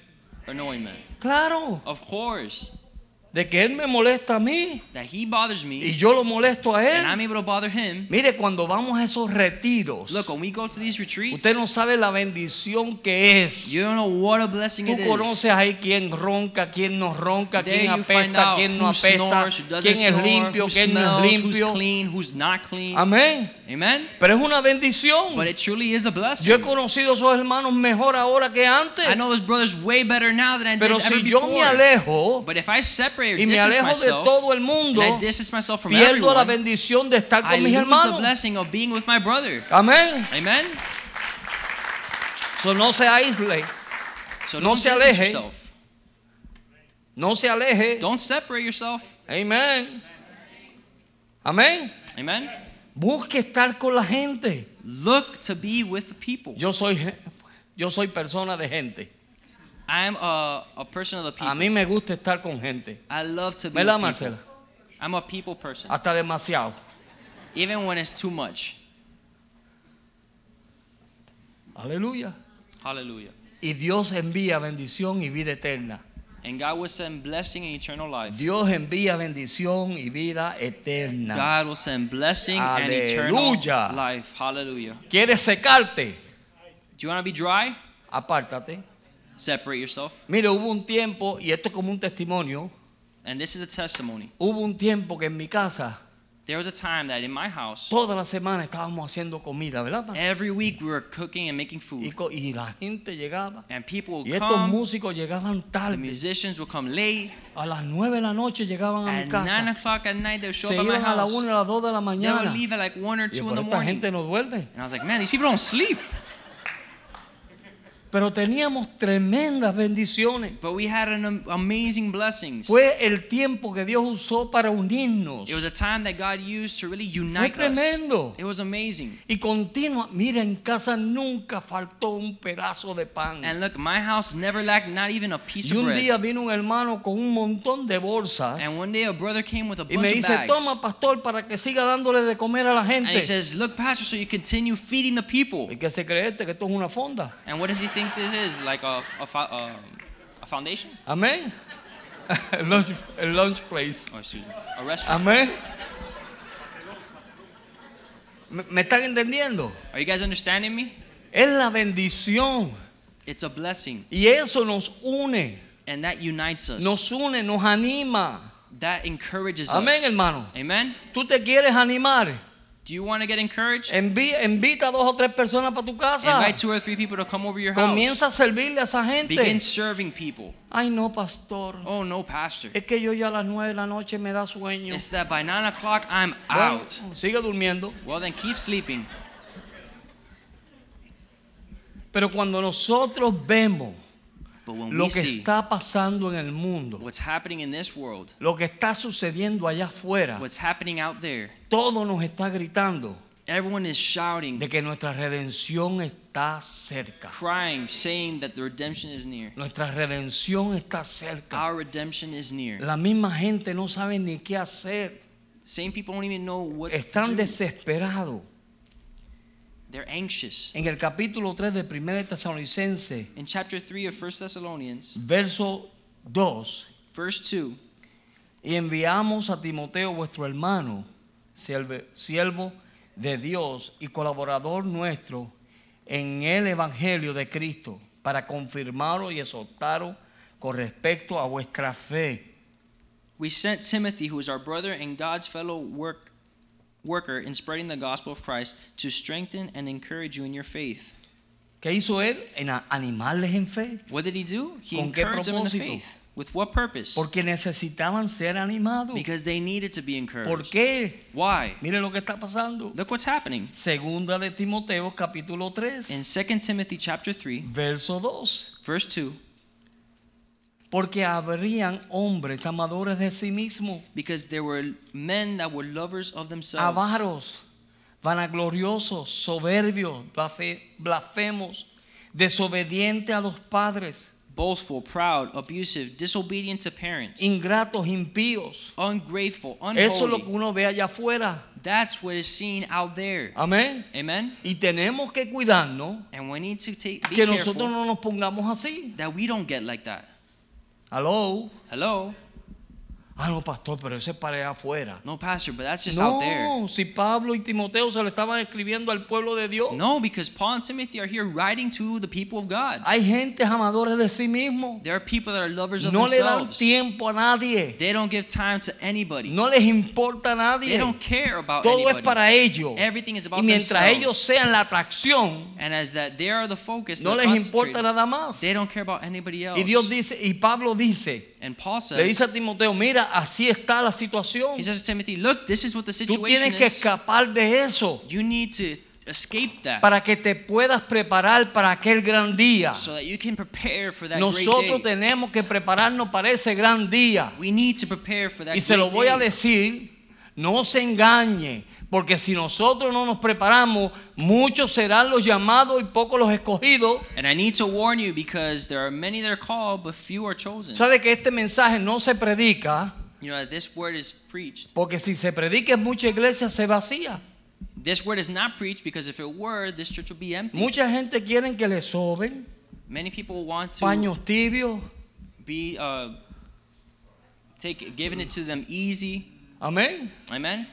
Speaker 1: or no amen?
Speaker 2: Claro.
Speaker 1: Of course,
Speaker 2: De que él me molesta a mí
Speaker 1: that he bothers
Speaker 2: y
Speaker 1: me
Speaker 2: yo lo molesto a
Speaker 1: and I'm
Speaker 2: él.
Speaker 1: able to bother him.
Speaker 2: Mire, cuando vamos a esos retiros,
Speaker 1: Look, when we go to these retreats,
Speaker 2: usted no sabe la bendición que es.
Speaker 1: you don't know what a blessing
Speaker 2: Tú
Speaker 1: it is.
Speaker 2: conoces ahí quién ronca, quién no ronca,
Speaker 1: There
Speaker 2: quién
Speaker 1: you find
Speaker 2: apesta,
Speaker 1: out
Speaker 2: quién no
Speaker 1: who
Speaker 2: apesta,
Speaker 1: snores, who doesn't
Speaker 2: quién es
Speaker 1: snore,
Speaker 2: limpio,
Speaker 1: who
Speaker 2: quién no
Speaker 1: smells,
Speaker 2: es
Speaker 1: who's
Speaker 2: limpio.
Speaker 1: clean, who's not clean.
Speaker 2: Amén.
Speaker 1: Amen.
Speaker 2: Pero es una bendición.
Speaker 1: But it truly is a blessing.
Speaker 2: Yo he conocido a esos hermanos mejor ahora que antes.
Speaker 1: I know those brothers way better now than I
Speaker 2: Pero
Speaker 1: did ever
Speaker 2: si yo me
Speaker 1: before.
Speaker 2: alejo
Speaker 1: but if I separate
Speaker 2: y
Speaker 1: or
Speaker 2: me
Speaker 1: distance
Speaker 2: alejo de
Speaker 1: myself,
Speaker 2: todo el mundo,
Speaker 1: and I distance myself from
Speaker 2: pierdo la
Speaker 1: everyone,
Speaker 2: bendición de estar
Speaker 1: I
Speaker 2: con mis
Speaker 1: lose the
Speaker 2: hermanos.
Speaker 1: blessing of being with my brother.
Speaker 2: Amén.
Speaker 1: Amen.
Speaker 2: So, no se aísle,
Speaker 1: So
Speaker 2: No
Speaker 1: don't
Speaker 2: se
Speaker 1: distance
Speaker 2: aleje.
Speaker 1: yourself.
Speaker 2: no se aleje.
Speaker 1: Don't separate yourself.
Speaker 2: Amén. Amén.
Speaker 1: Amen.
Speaker 2: Busque estar con la gente.
Speaker 1: Look to be with the people.
Speaker 2: Yo soy, gen- yo soy persona de gente.
Speaker 1: I'm a, a person of the
Speaker 2: A
Speaker 1: people.
Speaker 2: mí me gusta estar con gente.
Speaker 1: I love to be
Speaker 2: ¿Verdad,
Speaker 1: with people.
Speaker 2: Marcela?
Speaker 1: I'm a people person,
Speaker 2: Hasta demasiado.
Speaker 1: even when it's too much.
Speaker 2: Aleluya.
Speaker 1: Hallelujah.
Speaker 2: Y Dios envía bendición y vida eterna.
Speaker 1: And God will send blessing and eternal life.
Speaker 2: Dios envía bendición y vida eterna.
Speaker 1: God will send blessing and
Speaker 2: Aleluya.
Speaker 1: eternal life. Hallelujah.
Speaker 2: ¿Quieres secarte?
Speaker 1: Do you want to be dry?
Speaker 2: Apártate.
Speaker 1: Separate yourself.
Speaker 2: Mire, hubo un tiempo, y esto es como un testimonio,
Speaker 1: And this is a testimony.
Speaker 2: hubo un tiempo que en mi casa
Speaker 1: There was a time that in my house,
Speaker 2: toda la semana estábamos haciendo comida, ¿verdad? Mar?
Speaker 1: every week we were cooking and making
Speaker 2: Y,
Speaker 1: food.
Speaker 2: co- y la gente llegaba.
Speaker 1: And people
Speaker 2: Y
Speaker 1: would
Speaker 2: estos
Speaker 1: come,
Speaker 2: músicos llegaban
Speaker 1: the
Speaker 2: tarde.
Speaker 1: musicians would come late.
Speaker 2: A las 9 de la noche llegaban a
Speaker 1: At
Speaker 2: mi
Speaker 1: 9
Speaker 2: casa.
Speaker 1: o'clock at night, they would show
Speaker 2: Oh, Se
Speaker 1: up at my
Speaker 2: iban a la
Speaker 1: house.
Speaker 2: 1 a las 2 de la
Speaker 1: They would
Speaker 2: mañana.
Speaker 1: leave at like 1 or
Speaker 2: Y
Speaker 1: 2 in
Speaker 2: por
Speaker 1: the
Speaker 2: esta
Speaker 1: morning.
Speaker 2: gente no duerme.
Speaker 1: And I was like, man, these people don't sleep.
Speaker 2: Pero teníamos tremendas bendiciones.
Speaker 1: But we had an am- amazing blessings.
Speaker 2: Fue el tiempo que Dios usó para unirnos.
Speaker 1: It was a time that God used to really unite us.
Speaker 2: tremendo.
Speaker 1: It was amazing.
Speaker 2: Y continua, mira, en casa nunca faltó un pedazo de pan.
Speaker 1: And look, my house never lacked not even a piece
Speaker 2: Y
Speaker 1: of
Speaker 2: un
Speaker 1: bread.
Speaker 2: día vino un hermano con un montón de bolsas
Speaker 1: And one day a brother came with a
Speaker 2: y me
Speaker 1: bunch of
Speaker 2: dice,
Speaker 1: bags.
Speaker 2: toma pastor para que siga dándole de comer a la
Speaker 1: And he
Speaker 2: gente.
Speaker 1: says, look, pastor, so you continue feeding the people.
Speaker 2: Y que se cree este que esto es una fonda.
Speaker 1: And what does he think this is? Like a, a, fo- um, a foundation?
Speaker 2: Amén. [laughs] El lunch, el lunch place.
Speaker 1: Or Oh, excuse me, a restaurant?
Speaker 2: Amén. ¿Me- ¿Me están entendiendo?
Speaker 1: Are you guys understanding me?
Speaker 2: Es la bendición
Speaker 1: It's a blessing,
Speaker 2: Y eso nos une,
Speaker 1: and that unites us.
Speaker 2: nos une, nos anima.
Speaker 1: That encourages
Speaker 2: Amén,
Speaker 1: us.
Speaker 2: hermano.
Speaker 1: Amen.
Speaker 2: Tú te quieres animar.
Speaker 1: Do you want to get encouraged?
Speaker 2: Envi- invita a dos o tres personas para tu casa.
Speaker 1: Invite two or three people to come over your house.
Speaker 2: Comienza a servirle a esa gente.
Speaker 1: Begin serving people.
Speaker 2: Ay, no, pastor.
Speaker 1: Oh no, pastor.
Speaker 2: Es que yo ya a las nueve de la noche me da sueño.
Speaker 1: It's that by nine o'clock I'm
Speaker 2: Bueno,
Speaker 1: out.
Speaker 2: sigue durmiendo.
Speaker 1: Well then keep sleeping.
Speaker 2: Pero cuando nosotros vemos
Speaker 1: But when
Speaker 2: lo
Speaker 1: we
Speaker 2: que
Speaker 1: see
Speaker 2: está pasando en el mundo,
Speaker 1: what's happening in this world,
Speaker 2: lo que está sucediendo allá afuera,
Speaker 1: what's happening out there,
Speaker 2: todo nos está gritando
Speaker 1: everyone is shouting,
Speaker 2: de que nuestra redención está cerca.
Speaker 1: crying, saying that the redemption is near.
Speaker 2: Nuestra redención está cerca.
Speaker 1: Our redemption is near.
Speaker 2: La misma gente no sabe ni qué hacer.
Speaker 1: Same people don't even know what to
Speaker 2: Están
Speaker 1: do.
Speaker 2: desesperados.
Speaker 1: They're anxious.
Speaker 2: En el capítulo 3 de 1 de Tesalonicense,
Speaker 1: In chapter 3 of 1 Thessalonians,
Speaker 2: verso 2,
Speaker 1: verse 2,
Speaker 2: y enviamos a Timoteo, vuestro hermano, sierve- siervo de Dios y colaborador nuestro en el Evangelio de Cristo, para confirmaros y exhortaros con respecto a vuestra fe.
Speaker 1: we sent Timothy, who is our brother and God's fellow work, worker in spreading the gospel of Christ, to strengthen and encourage you in your faith.
Speaker 2: ¿Qué hizo él? En a- animarles en fe,
Speaker 1: What did he do? He
Speaker 2: ¿Con qué
Speaker 1: encouraged them in the
Speaker 2: propósito?
Speaker 1: faith. With what purpose?
Speaker 2: porque necesitaban ser animados.
Speaker 1: Because they needed to be
Speaker 2: ¿Por
Speaker 1: encouraged.
Speaker 2: qué?
Speaker 1: Why?
Speaker 2: Mire lo que está pasando.
Speaker 1: Look what's happening.
Speaker 2: Segunda de Timoteo, capítulo 3,
Speaker 1: In 2 Timothy chapter 3,
Speaker 2: verso 2.
Speaker 1: verse 2,
Speaker 2: Porque habrían hombres amadores de sí mismos,
Speaker 1: because there were men that were lovers of themselves,
Speaker 2: avaros, vanagloriosos, soberbios, blafe- blasfemos, desobedientes a los padres,
Speaker 1: boastful, proud, abusive, disobedient to parents,
Speaker 2: ingratos, impíos.
Speaker 1: ungrateful,
Speaker 2: Eso es lo que
Speaker 1: unholy.
Speaker 2: uno ve allá afuera.
Speaker 1: That's what is seen out there.
Speaker 2: Ah. Amén.
Speaker 1: Amen.
Speaker 2: Y tenemos que cuidarnos
Speaker 1: And we need to take be
Speaker 2: que nosotros
Speaker 1: careful
Speaker 2: no nos pongamos así.
Speaker 1: that we don't get like that.
Speaker 2: Hello.
Speaker 1: Hello,
Speaker 2: Ah, no, pastor, pero ese es para allá afuera.
Speaker 1: no pastor, but that's just out there.
Speaker 2: No, si Pablo y Timoteo se lo estaban escribiendo al pueblo de Dios.
Speaker 1: No, because Paul and Timothy are here writing to the people of God.
Speaker 2: Hay gentes amadores de sí mismos.
Speaker 1: There are people that are lovers of
Speaker 2: No le dan
Speaker 1: themselves.
Speaker 2: tiempo a nadie.
Speaker 1: They don't give time to anybody.
Speaker 2: No les importa a nadie.
Speaker 1: They don't care about
Speaker 2: Todo
Speaker 1: anybody.
Speaker 2: es para ellos.
Speaker 1: Everything is about
Speaker 2: Y mientras
Speaker 1: themselves.
Speaker 2: ellos sean la atracción,
Speaker 1: And as that they are the focus,
Speaker 2: no
Speaker 1: they're
Speaker 2: les importa
Speaker 1: concentrated.
Speaker 2: nada más.
Speaker 1: They don't care about anybody else.
Speaker 2: Y Dios dice, y Pablo dice,
Speaker 1: and Paul says,
Speaker 2: le dice a Timoteo, mira, así está la situación.
Speaker 1: he says to Timothy, look, this is what the
Speaker 2: Tú tienes
Speaker 1: situation
Speaker 2: que
Speaker 1: is.
Speaker 2: escapar de eso
Speaker 1: You need to escape that
Speaker 2: para que te puedas preparar para aquel gran día.
Speaker 1: so that you can prepare for that
Speaker 2: Nosotros
Speaker 1: great day.
Speaker 2: tenemos que prepararnos para ese gran día.
Speaker 1: We need to prepare for that
Speaker 2: Y se lo
Speaker 1: great
Speaker 2: voy a
Speaker 1: day.
Speaker 2: decir, no se engañe, porque si nosotros no nos preparamos, muchos serán los llamados y pocos los escogidos.
Speaker 1: And I need to warn you because there are many that are called, but few are chosen.
Speaker 2: Sabe que este mensaje no se predica,
Speaker 1: You know, this word is preached.
Speaker 2: porque si se predica en mucha iglesia se vacía.
Speaker 1: This word is not preached because if it were, this church would be empty.
Speaker 2: Mucha gente quieren que le soben
Speaker 1: Many people want to
Speaker 2: paños tibios,
Speaker 1: be uh, take giving it to them easy.
Speaker 2: amén,
Speaker 1: Amen.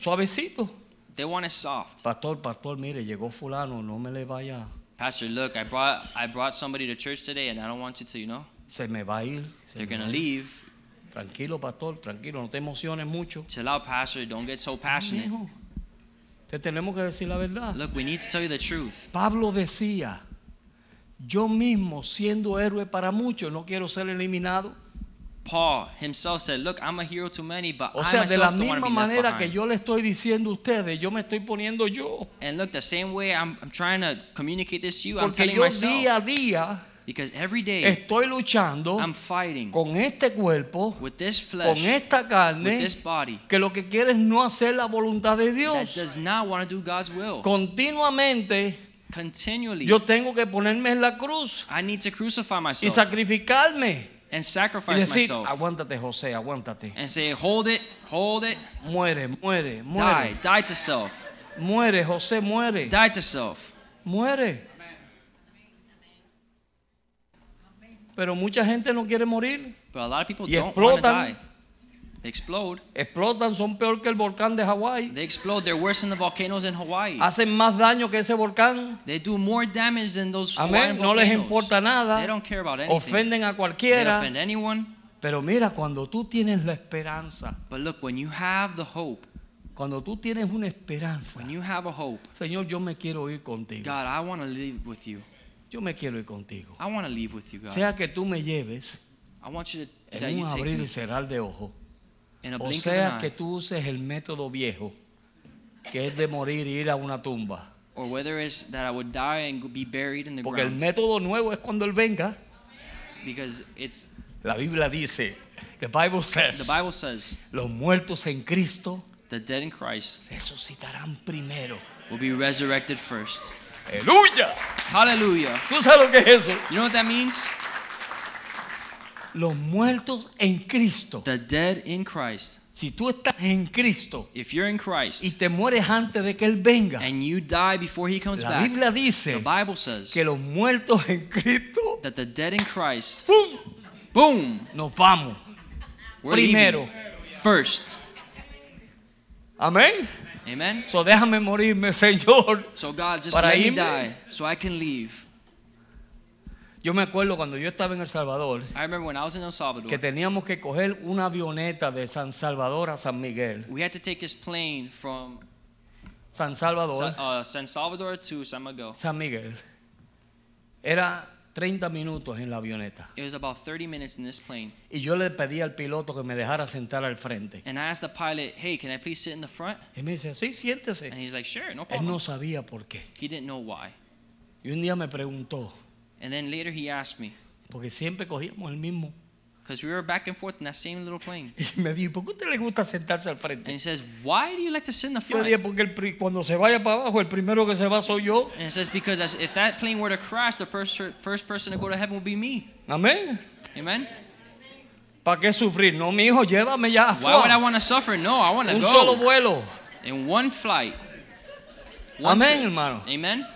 Speaker 2: suavecito.
Speaker 1: They want it soft.
Speaker 2: Pastor, pastor, mire, llegó fulano, no me le vaya,
Speaker 1: Pastor, look, I brought I brought somebody to church today, and I don't want you to, you know,
Speaker 2: se me va a ir. se me
Speaker 1: they're
Speaker 2: va
Speaker 1: gonna
Speaker 2: a ir.
Speaker 1: leave.
Speaker 2: Tranquilo, pastor, tranquilo, no te emociones mucho.
Speaker 1: Chill out, Pastor. Don't get so passionate.
Speaker 2: Hijo, te tenemos que decir la verdad.
Speaker 1: Look, we need to tell you the truth.
Speaker 2: Pablo decía, yo mismo siendo héroe para muchos, no quiero ser eliminado.
Speaker 1: Paul himself said, "Look, I'm a hero to many, but
Speaker 2: O
Speaker 1: I
Speaker 2: sea, de la
Speaker 1: myself don't want to
Speaker 2: misma
Speaker 1: be left
Speaker 2: manera que
Speaker 1: behind."
Speaker 2: yo le estoy diciendo a ustedes, yo me estoy poniendo yo.
Speaker 1: And look, the same way I'm, I'm trying to communicate this to you, I'm
Speaker 2: Porque
Speaker 1: telling
Speaker 2: yo
Speaker 1: myself
Speaker 2: día a día
Speaker 1: because every day
Speaker 2: estoy luchando
Speaker 1: I'm fighting
Speaker 2: con este cuerpo,
Speaker 1: with this
Speaker 2: con
Speaker 1: flesh,
Speaker 2: esta
Speaker 1: with
Speaker 2: carne,
Speaker 1: this body
Speaker 2: que lo que quiere es no hacer la voluntad de
Speaker 1: that
Speaker 2: Dios.
Speaker 1: does not want to do God's will.
Speaker 2: Continuamente
Speaker 1: Continually,
Speaker 2: yo tengo que ponerme en la cruz
Speaker 1: I need to crucify
Speaker 2: y
Speaker 1: myself
Speaker 2: sacrificarme.
Speaker 1: and
Speaker 2: Y
Speaker 1: sacrifice
Speaker 2: decir,
Speaker 1: myself
Speaker 2: aguántate José, aguántate.
Speaker 1: and say, "Hold it, hold it,
Speaker 2: Muere, muere,
Speaker 1: die,
Speaker 2: muere.
Speaker 1: die to self,
Speaker 2: Muere, José, muere.
Speaker 1: die to self."
Speaker 2: Muere. Pero mucha gente no quiere morir
Speaker 1: But a lot of people
Speaker 2: y
Speaker 1: don't want to
Speaker 2: explotan.
Speaker 1: die. They explode.
Speaker 2: Explotan, son peor que el volcán de Hawái.
Speaker 1: They explode. They're worse than the volcanoes in Hawaii.
Speaker 2: Hacen más daño que ese volcán.
Speaker 1: They do more damage than those
Speaker 2: Amén.
Speaker 1: Hawaiian
Speaker 2: No les
Speaker 1: volcanoes.
Speaker 2: importa nada.
Speaker 1: They don't care about anything.
Speaker 2: Ofenden a
Speaker 1: They
Speaker 2: cualquiera.
Speaker 1: offend anyone.
Speaker 2: Pero mira, cuando tú tienes la esperanza,
Speaker 1: But look, when you have the hope,
Speaker 2: cuando tú tienes una esperanza,
Speaker 1: when you have a hope,
Speaker 2: Señor, yo me quiero ir contigo.
Speaker 1: God, I want to live with you.
Speaker 2: Yo me quiero ir contigo.
Speaker 1: I want to live with you, God.
Speaker 2: Sea que tú me lleves
Speaker 1: I want you to that
Speaker 2: en
Speaker 1: you
Speaker 2: un
Speaker 1: take
Speaker 2: abrir
Speaker 1: me
Speaker 2: y cerrar de ojos.
Speaker 1: in a
Speaker 2: O
Speaker 1: blink of an
Speaker 2: sea que
Speaker 1: eye,
Speaker 2: tú uses el método viejo, que es de morir y ir a una tumba.
Speaker 1: or whether it's that I would die and go- be buried in the
Speaker 2: Porque el
Speaker 1: ground,
Speaker 2: método nuevo es cuando Él venga.
Speaker 1: because it's
Speaker 2: La Biblia dice, the Bible
Speaker 1: the
Speaker 2: says,
Speaker 1: Bible says
Speaker 2: los muertos en Cristo
Speaker 1: the dead in Christ
Speaker 2: resucitarán primero.
Speaker 1: will be resurrected first.
Speaker 2: ¡Aleluya!
Speaker 1: Hallelujah.
Speaker 2: ¿Tú sabes lo que es eso?
Speaker 1: You know what that means?
Speaker 2: Los muertos en Cristo.
Speaker 1: The dead in Christ.
Speaker 2: Si tú estás en Cristo
Speaker 1: If you're in
Speaker 2: y
Speaker 1: Christ
Speaker 2: te mueres antes de que Él venga,
Speaker 1: and you die before he comes
Speaker 2: la
Speaker 1: back,
Speaker 2: Biblia
Speaker 1: the
Speaker 2: dice
Speaker 1: Bible says
Speaker 2: que los muertos en Cristo
Speaker 1: that the dead in Christ,
Speaker 2: ¡pum!
Speaker 1: boom,
Speaker 2: nos vamos.
Speaker 1: we're leaving.
Speaker 2: Primero.
Speaker 1: First.
Speaker 2: Amén.
Speaker 1: Amen?
Speaker 2: So déjame morirme, [laughs] Señor.
Speaker 1: So God, just
Speaker 2: Para
Speaker 1: let me
Speaker 2: irme.
Speaker 1: die so I can leave.
Speaker 2: Yo me acuerdo cuando yo estaba en El Salvador
Speaker 1: I remember when I was in El Salvador,
Speaker 2: que teníamos que coger una avioneta de San Salvador a San Miguel.
Speaker 1: we had to take this plane from
Speaker 2: San
Speaker 1: Sa-
Speaker 2: Salvador,
Speaker 1: uh, San Salvador to San Miguel.
Speaker 2: San Miguel. Era 30 minutos en la avioneta.
Speaker 1: It was about 30 minutes in this plane.
Speaker 2: Y yo le pedí al piloto que me dejara sentar al frente.
Speaker 1: And I asked the pilot, hey, can I please sit in the front?
Speaker 2: Y me dice, sí, siéntese.
Speaker 1: And he's like, sure, no
Speaker 2: Él
Speaker 1: problem.
Speaker 2: no sabía por qué.
Speaker 1: He didn't know why.
Speaker 2: Y un día me preguntó,
Speaker 1: And then later he asked me,
Speaker 2: porque siempre cogíamos el mismo. [laughs]
Speaker 1: because we were back and forth in that same little plane.
Speaker 2: Y me dijo, ¿por qué a usted le gusta sentarse al
Speaker 1: And
Speaker 2: frente?
Speaker 1: he says, why do you like to sit in the
Speaker 2: Yo
Speaker 1: front?
Speaker 2: le dije, porque el pri- cuando se vaya para abajo, el primero que se va soy yo.
Speaker 1: And it says, because as, if that plane were to crash, the first, first person to go to heaven will be me.
Speaker 2: Amén.
Speaker 1: Amen?
Speaker 2: ¿Para qué sufrir? No, mi hijo, llévame ya.
Speaker 1: Why would I
Speaker 2: Fua.
Speaker 1: want to suffer? No, I want to
Speaker 2: Un solo
Speaker 1: go
Speaker 2: vuelo.
Speaker 1: in one flight.
Speaker 2: Amén,
Speaker 1: trip.
Speaker 2: hermano.
Speaker 1: Amen?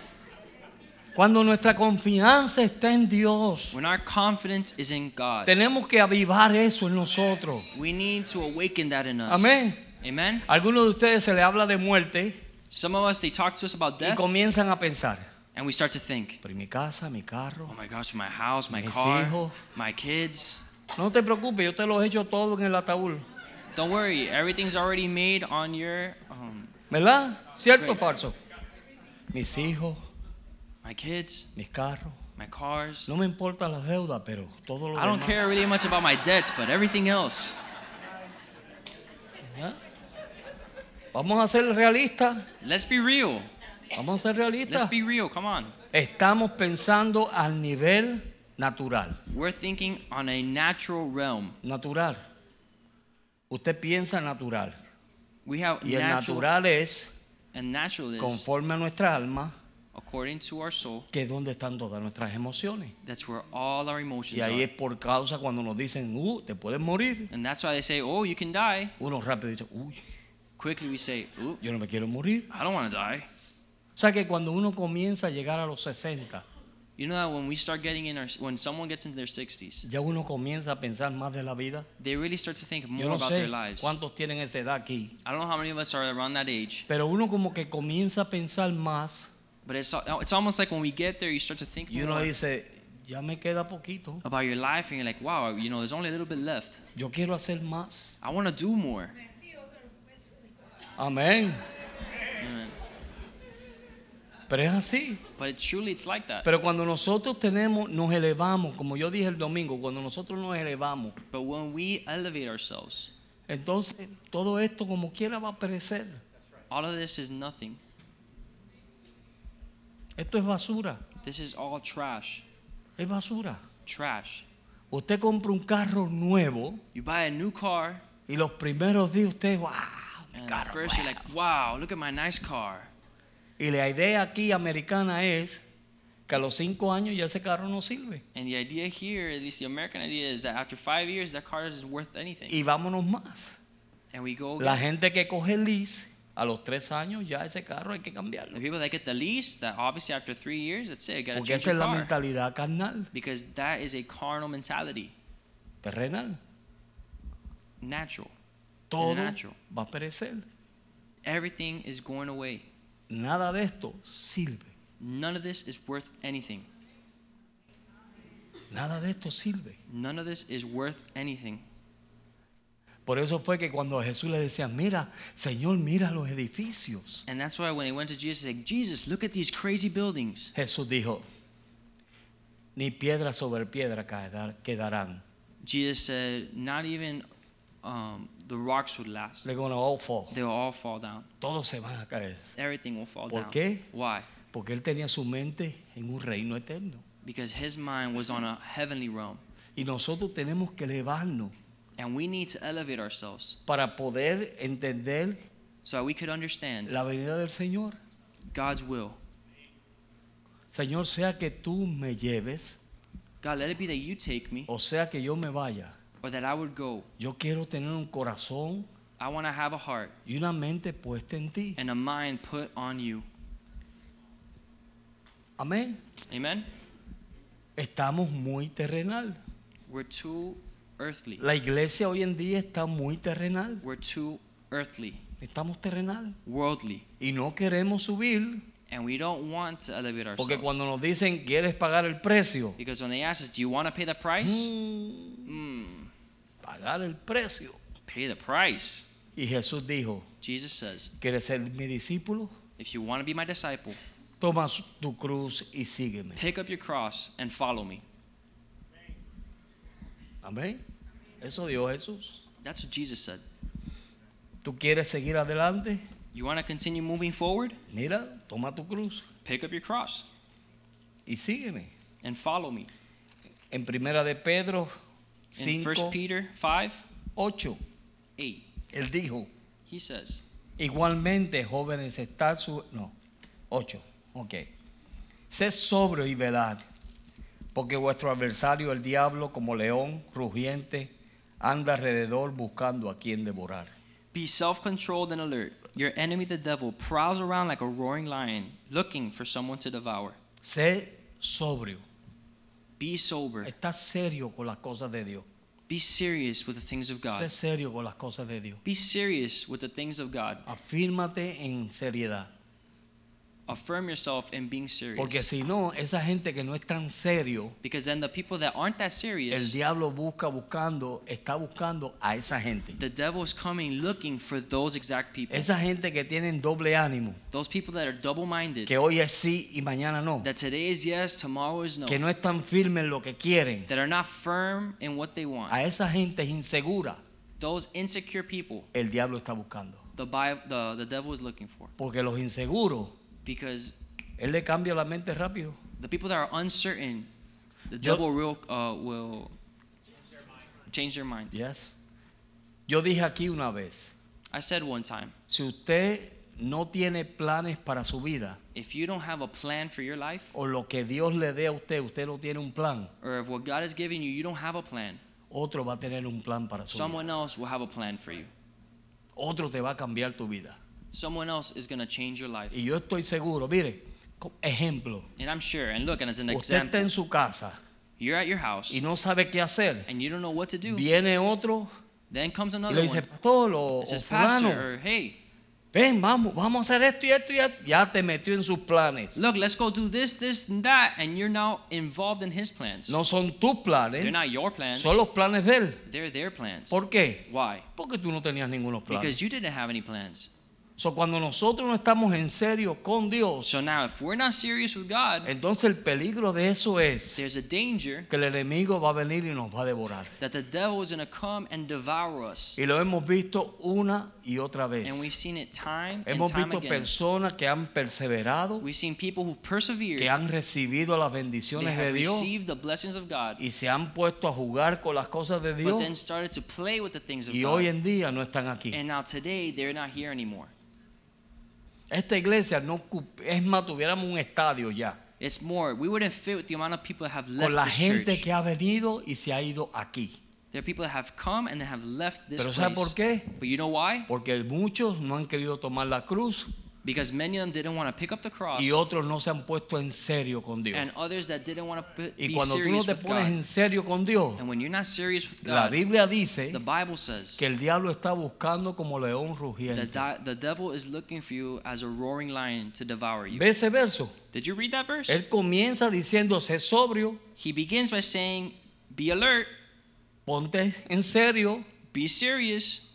Speaker 2: Cuando nuestra confianza está en Dios,
Speaker 1: When our confidence is in God,
Speaker 2: tenemos que avivar eso en nosotros.
Speaker 1: we need to awaken that in us.
Speaker 2: Amén.
Speaker 1: Amen?
Speaker 2: Algunos de ustedes se les habla de muerte
Speaker 1: Some of us, they talk to us about
Speaker 2: y
Speaker 1: death,
Speaker 2: comienzan a pensar,
Speaker 1: and we start to think,
Speaker 2: pero ¿y mi casa, mi carro.
Speaker 1: oh my gosh, my house, my
Speaker 2: Mis
Speaker 1: car,
Speaker 2: hijos.
Speaker 1: my kids.
Speaker 2: No te preocupes, yo te los echo todo en el ataúd.
Speaker 1: Don't worry, everything's already made on your, um,
Speaker 2: ¿Verdad? ¿Cierto o
Speaker 1: Great.
Speaker 2: falso? Mis hijos,
Speaker 1: my kids,
Speaker 2: mis carros.
Speaker 1: my cars.
Speaker 2: No me importa las deudas, pero todo lo
Speaker 1: I don't
Speaker 2: demás.
Speaker 1: care really much about my debts, but everything else.
Speaker 2: ¿ya? Vamos a ser realistas.
Speaker 1: Let's be real.
Speaker 2: Vamos a ser
Speaker 1: Let's
Speaker 2: realistas.
Speaker 1: be real. Come on.
Speaker 2: Estamos pensando al nivel natural.
Speaker 1: We're thinking on a natural realm.
Speaker 2: Natural. Usted piensa natural.
Speaker 1: We have
Speaker 2: Y el
Speaker 1: natural
Speaker 2: natural es,
Speaker 1: and natural is
Speaker 2: conforme a nuestra alma,
Speaker 1: according to our soul.
Speaker 2: que es donde están todas nuestras emociones.
Speaker 1: That's where all our
Speaker 2: Y
Speaker 1: emotions
Speaker 2: ahí es
Speaker 1: are.
Speaker 2: por causa cuando nos dicen, uh, te puedes morir.
Speaker 1: And that's why they say, "Oh, you can die."
Speaker 2: Uno rápido dice, uy,
Speaker 1: Quickly we say, "Ooh,
Speaker 2: yo no me quiero morir.
Speaker 1: I don't want to die."
Speaker 2: O sea que cuando uno comienza a llegar a los 60,
Speaker 1: You know that when we start getting in our when someone gets into their 60s,
Speaker 2: ya uno comienza a pensar más de la vida.
Speaker 1: they really start to think
Speaker 2: Yo
Speaker 1: more
Speaker 2: no
Speaker 1: about their
Speaker 2: sé
Speaker 1: lives.
Speaker 2: cuántos tienen esa edad aquí,
Speaker 1: I don't know how many of us are around that age,
Speaker 2: pero uno como que comienza a pensar más
Speaker 1: but it's al- it's almost like when we get there, you start to think
Speaker 2: y uno
Speaker 1: more
Speaker 2: dice, ya me queda poquito,
Speaker 1: about your life, and you're like, "Wow, you know, there's only a little bit left.
Speaker 2: yo quiero hacer más.
Speaker 1: I want to do more."
Speaker 2: Amén. Pero es así.
Speaker 1: But it, truly, it's like that.
Speaker 2: Pero cuando nosotros tenemos, nos elevamos, como yo dije el domingo, cuando nosotros nos elevamos,
Speaker 1: But when we elevate ourselves,
Speaker 2: entonces todo esto como quiera va a perecer.
Speaker 1: all of this is nothing.
Speaker 2: Esto es basura,
Speaker 1: This is all trash.
Speaker 2: es basura.
Speaker 1: Trash.
Speaker 2: Usted compra un carro nuevo
Speaker 1: You buy a new car,
Speaker 2: y los primeros días usted, wow, mi
Speaker 1: and
Speaker 2: carro
Speaker 1: at first you're
Speaker 2: nuevo".
Speaker 1: Ah, like, wow, look at my nice car.
Speaker 2: Y la idea aquí americana es que a los cinco años ya ese carro no sirve.
Speaker 1: And the idea here, at least the American idea, is that after five years, that car isn't worth anything.
Speaker 2: Y vámonos más.
Speaker 1: And we go,
Speaker 2: La
Speaker 1: get-
Speaker 2: gente que coge lease, a los tres años ya ese carro hay que cambiarlo.
Speaker 1: the people that get the lease, that obviously after three years, that's it, gotta
Speaker 2: Porque
Speaker 1: change
Speaker 2: esa es
Speaker 1: your
Speaker 2: la
Speaker 1: car.
Speaker 2: mentalidad carnal,
Speaker 1: because that is a carnal mentality,
Speaker 2: terrenal.
Speaker 1: natural.
Speaker 2: Todo
Speaker 1: natural.
Speaker 2: va a perecer.
Speaker 1: Everything is going away.
Speaker 2: Nada de esto sirve.
Speaker 1: None of this is worth anything.
Speaker 2: Nada de esto sirve.
Speaker 1: None of this is worth anything.
Speaker 2: Por eso fue que cuando a Jesús le decía, mira, Señor, mira los edificios.
Speaker 1: And that's why when they went to Jesus, they said, Jesus, look at these crazy buildings.
Speaker 2: Jesús dijo, ni piedra sobre piedra caedar- quedarán.
Speaker 1: Jesus said, not even um, the rocks would last.
Speaker 2: They're gonna all fall.
Speaker 1: They will all fall down.
Speaker 2: oh, Todos se van a caer.
Speaker 1: Everything will fall
Speaker 2: ¿Por
Speaker 1: down.
Speaker 2: qué?
Speaker 1: Why?
Speaker 2: Porque él tenía su mente en un reino eterno.
Speaker 1: Because his mind was on a heavenly realm.
Speaker 2: Y nosotros tenemos que elevarnos
Speaker 1: And we need to elevate ourselves
Speaker 2: para poder entender
Speaker 1: so that we could understand
Speaker 2: la venida del Señor.
Speaker 1: God's will.
Speaker 2: Señor, sea que tú me lleves
Speaker 1: God, let it be that you take me
Speaker 2: o sea que yo me vaya.
Speaker 1: or that I would go.
Speaker 2: Yo quiero tener un corazón
Speaker 1: I want to have a heart
Speaker 2: y una mente puesta en ti.
Speaker 1: and a mind put on you.
Speaker 2: Amén.
Speaker 1: Amen?
Speaker 2: Estamos muy terrenal.
Speaker 1: We're too earthly.
Speaker 2: La iglesia hoy en día está muy terrenal.
Speaker 1: We're too earthly,
Speaker 2: Estamos terrenal.
Speaker 1: worldly,
Speaker 2: Y no queremos subir.
Speaker 1: and we don't want to elevate
Speaker 2: Porque
Speaker 1: ourselves.
Speaker 2: cuando nos dicen, ¿quieres pagar el precio?
Speaker 1: Because when they ask us, do you want to pay the price?
Speaker 2: Hmm. Pagar el precio.
Speaker 1: Pay the price.
Speaker 2: Y Jesús dijo,
Speaker 1: Jesus says,
Speaker 2: ¿quieres ser mi discípulo?
Speaker 1: if you want to be my disciple,
Speaker 2: Toma su- tu cruz y sígueme.
Speaker 1: pick up your cross and follow me.
Speaker 2: Amén. Eso dijo Jesús.
Speaker 1: That's what Jesus said.
Speaker 2: ¿Tú quieres seguir adelante?
Speaker 1: You want to continue moving forward?
Speaker 2: Mira, toma tu cruz
Speaker 1: Pick up your cross
Speaker 2: y sígueme.
Speaker 1: and follow me.
Speaker 2: En primera de Pedro
Speaker 1: In 1
Speaker 2: 5,
Speaker 1: Peter 5
Speaker 2: 8,
Speaker 1: 8,
Speaker 2: él dijo,
Speaker 1: he says,
Speaker 2: Igualmente, jóvenes, estar su... No, ocho, ok. Sed sobrio y velad, porque vuestro adversario, el diablo, como león rugiente, anda alrededor buscando a quien devorar.
Speaker 1: Be self controlled and alert. Your enemy, the devil, prowls around like a roaring lion, looking for someone to devour.
Speaker 2: Sé sobrio,
Speaker 1: Be sober.
Speaker 2: está serio con las cosas de Dios.
Speaker 1: Be serious with the things of
Speaker 2: Sé
Speaker 1: God.
Speaker 2: serio con las cosas de Dios.
Speaker 1: Be serious with the things of God.
Speaker 2: Afírmate en seriedad,
Speaker 1: Affirm yourself in being
Speaker 2: porque
Speaker 1: serious.
Speaker 2: si no, esa gente que no es tan serio,
Speaker 1: Because then the people that aren't that
Speaker 2: el
Speaker 1: serious,
Speaker 2: diablo busca buscando, está buscando a esa gente.
Speaker 1: the devil is coming looking for those exact people.
Speaker 2: Esa gente que tienen doble ánimo,
Speaker 1: Those people that are double minded.
Speaker 2: que hoy es sí y mañana no,
Speaker 1: That today is yes, tomorrow is no.
Speaker 2: que no están firmes en lo que quieren.
Speaker 1: That are not firm in what they want.
Speaker 2: A esa gente insegura,
Speaker 1: Those insecure people,
Speaker 2: el diablo está buscando.
Speaker 1: the, Bi- the, the devil is looking for.
Speaker 2: Porque los inseguros,
Speaker 1: Because
Speaker 2: él le cambia la mente rápido.
Speaker 1: the people that are uncertain, the
Speaker 2: Yo-
Speaker 1: devil will, uh, will change their mind.
Speaker 2: Yes. Yo dije aquí una vez,
Speaker 1: I said one time
Speaker 2: si usted no tiene planes para su vida,
Speaker 1: if you don't have a plan for your life,
Speaker 2: o lo que Dios le dé a usted, usted no tiene un plan,
Speaker 1: or if what God has given you, you don't have a plan,
Speaker 2: otro va a tener un plan para su vida.
Speaker 1: someone else will have a plan for you.
Speaker 2: Otro te va a cambiar tu vida.
Speaker 1: Someone else is going to change your life.
Speaker 2: Y yo estoy seguro, mire, co- ejemplo,
Speaker 1: And I'm sure, and look, and as an
Speaker 2: usted está
Speaker 1: example,
Speaker 2: en su casa
Speaker 1: you're at your house
Speaker 2: y no sabe qué hacer.
Speaker 1: and you don't know what to do.
Speaker 2: Viene otro
Speaker 1: Then comes
Speaker 2: y
Speaker 1: another
Speaker 2: le
Speaker 1: one.
Speaker 2: dice, pastor o, o
Speaker 1: It says,
Speaker 2: fulano,
Speaker 1: Pastor, or hey,
Speaker 2: ven, vamos, vamos a hacer esto y esto y esto. Ya te metió en sus planes.
Speaker 1: look, let's go do this, this, and that. And you're now involved in his plans.
Speaker 2: No eh. son tus
Speaker 1: They're
Speaker 2: planes,
Speaker 1: not your plans,
Speaker 2: son los planes de él.
Speaker 1: they're their plans.
Speaker 2: ¿Por qué?
Speaker 1: Why?
Speaker 2: Porque tú no tenías ninguno planes.
Speaker 1: Because you didn't have any plans.
Speaker 2: So, cuando nosotros no estamos en serio con Dios,
Speaker 1: So now, if we're not serious with God,
Speaker 2: entonces el peligro de eso es
Speaker 1: there's a danger
Speaker 2: que el enemigo va a venir y nos va a devorar.
Speaker 1: that the devil is going to come and devour us.
Speaker 2: Y lo hemos visto una y otra vez.
Speaker 1: And we've seen it time and
Speaker 2: Hemos
Speaker 1: time
Speaker 2: visto
Speaker 1: again.
Speaker 2: personas que han perseverado,
Speaker 1: We've seen people who've
Speaker 2: que
Speaker 1: persevered.
Speaker 2: han recibido las
Speaker 1: They
Speaker 2: bendiciones de
Speaker 1: have
Speaker 2: Dios.
Speaker 1: received the blessings of God,
Speaker 2: y se han puesto a jugar con las cosas de
Speaker 1: but then
Speaker 2: Dios
Speaker 1: started to play with the things of
Speaker 2: y hoy
Speaker 1: God.
Speaker 2: en día no están aquí.
Speaker 1: And now today, they're not here anymore.
Speaker 2: Esta iglesia no ocup- es más tuviéramos un estadio ya
Speaker 1: It's more, we wouldn't fit with the amount of people that have left
Speaker 2: con la
Speaker 1: this
Speaker 2: gente
Speaker 1: church.
Speaker 2: que ha venido y se ha ido aquí.
Speaker 1: There are people that have come and they have left this
Speaker 2: Pero ¿sabe por
Speaker 1: place.
Speaker 2: qué?
Speaker 1: But you know why?
Speaker 2: Porque muchos no han querido tomar la cruz
Speaker 1: because many of them didn't want to pick up the cross,
Speaker 2: y otros no se han puesto en serio con Dios.
Speaker 1: and others that didn't want to put,
Speaker 2: Y
Speaker 1: be
Speaker 2: cuando tú no
Speaker 1: serious
Speaker 2: te
Speaker 1: with
Speaker 2: pones
Speaker 1: God.
Speaker 2: en serio con Dios,
Speaker 1: And when you're not serious with
Speaker 2: la
Speaker 1: God,
Speaker 2: Biblia dice
Speaker 1: the Bible says
Speaker 2: que el diablo está buscando como león
Speaker 1: that
Speaker 2: rugiente.
Speaker 1: di- the devil is looking for you as a roaring lion to devour you.
Speaker 2: Ve ese verso.
Speaker 1: Did you read that verse?
Speaker 2: Él comienza diciendo, sé sobrio,
Speaker 1: He begins by saying, "Be alert,
Speaker 2: ponte en serio,
Speaker 1: be serious,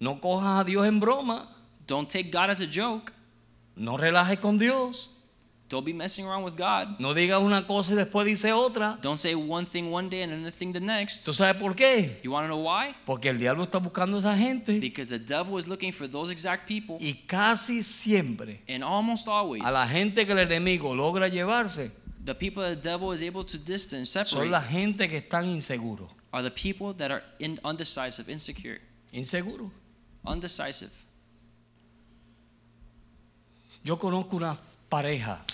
Speaker 2: no cojas a Dios en broma,
Speaker 1: don't take God as a joke,
Speaker 2: no relajes con Dios,
Speaker 1: don't be messing around with God,
Speaker 2: no digas una cosa y después dice otra.
Speaker 1: don't say one thing one day and another thing the next."
Speaker 2: ¿Tú sabes por qué?
Speaker 1: You want to know why?
Speaker 2: Porque el diablo está buscando a esa gente
Speaker 1: Because the devil is looking for those exact people,
Speaker 2: y casi siempre
Speaker 1: and almost always,
Speaker 2: a la gente que el enemigo logra llevarse
Speaker 1: the people that the devil is able to distance,
Speaker 2: son
Speaker 1: separate,
Speaker 2: la gente que están inseguros.
Speaker 1: are the people that are in, undecisive, insecure,
Speaker 2: Inseguros.
Speaker 1: undecisive.
Speaker 2: Yo conozco una pareja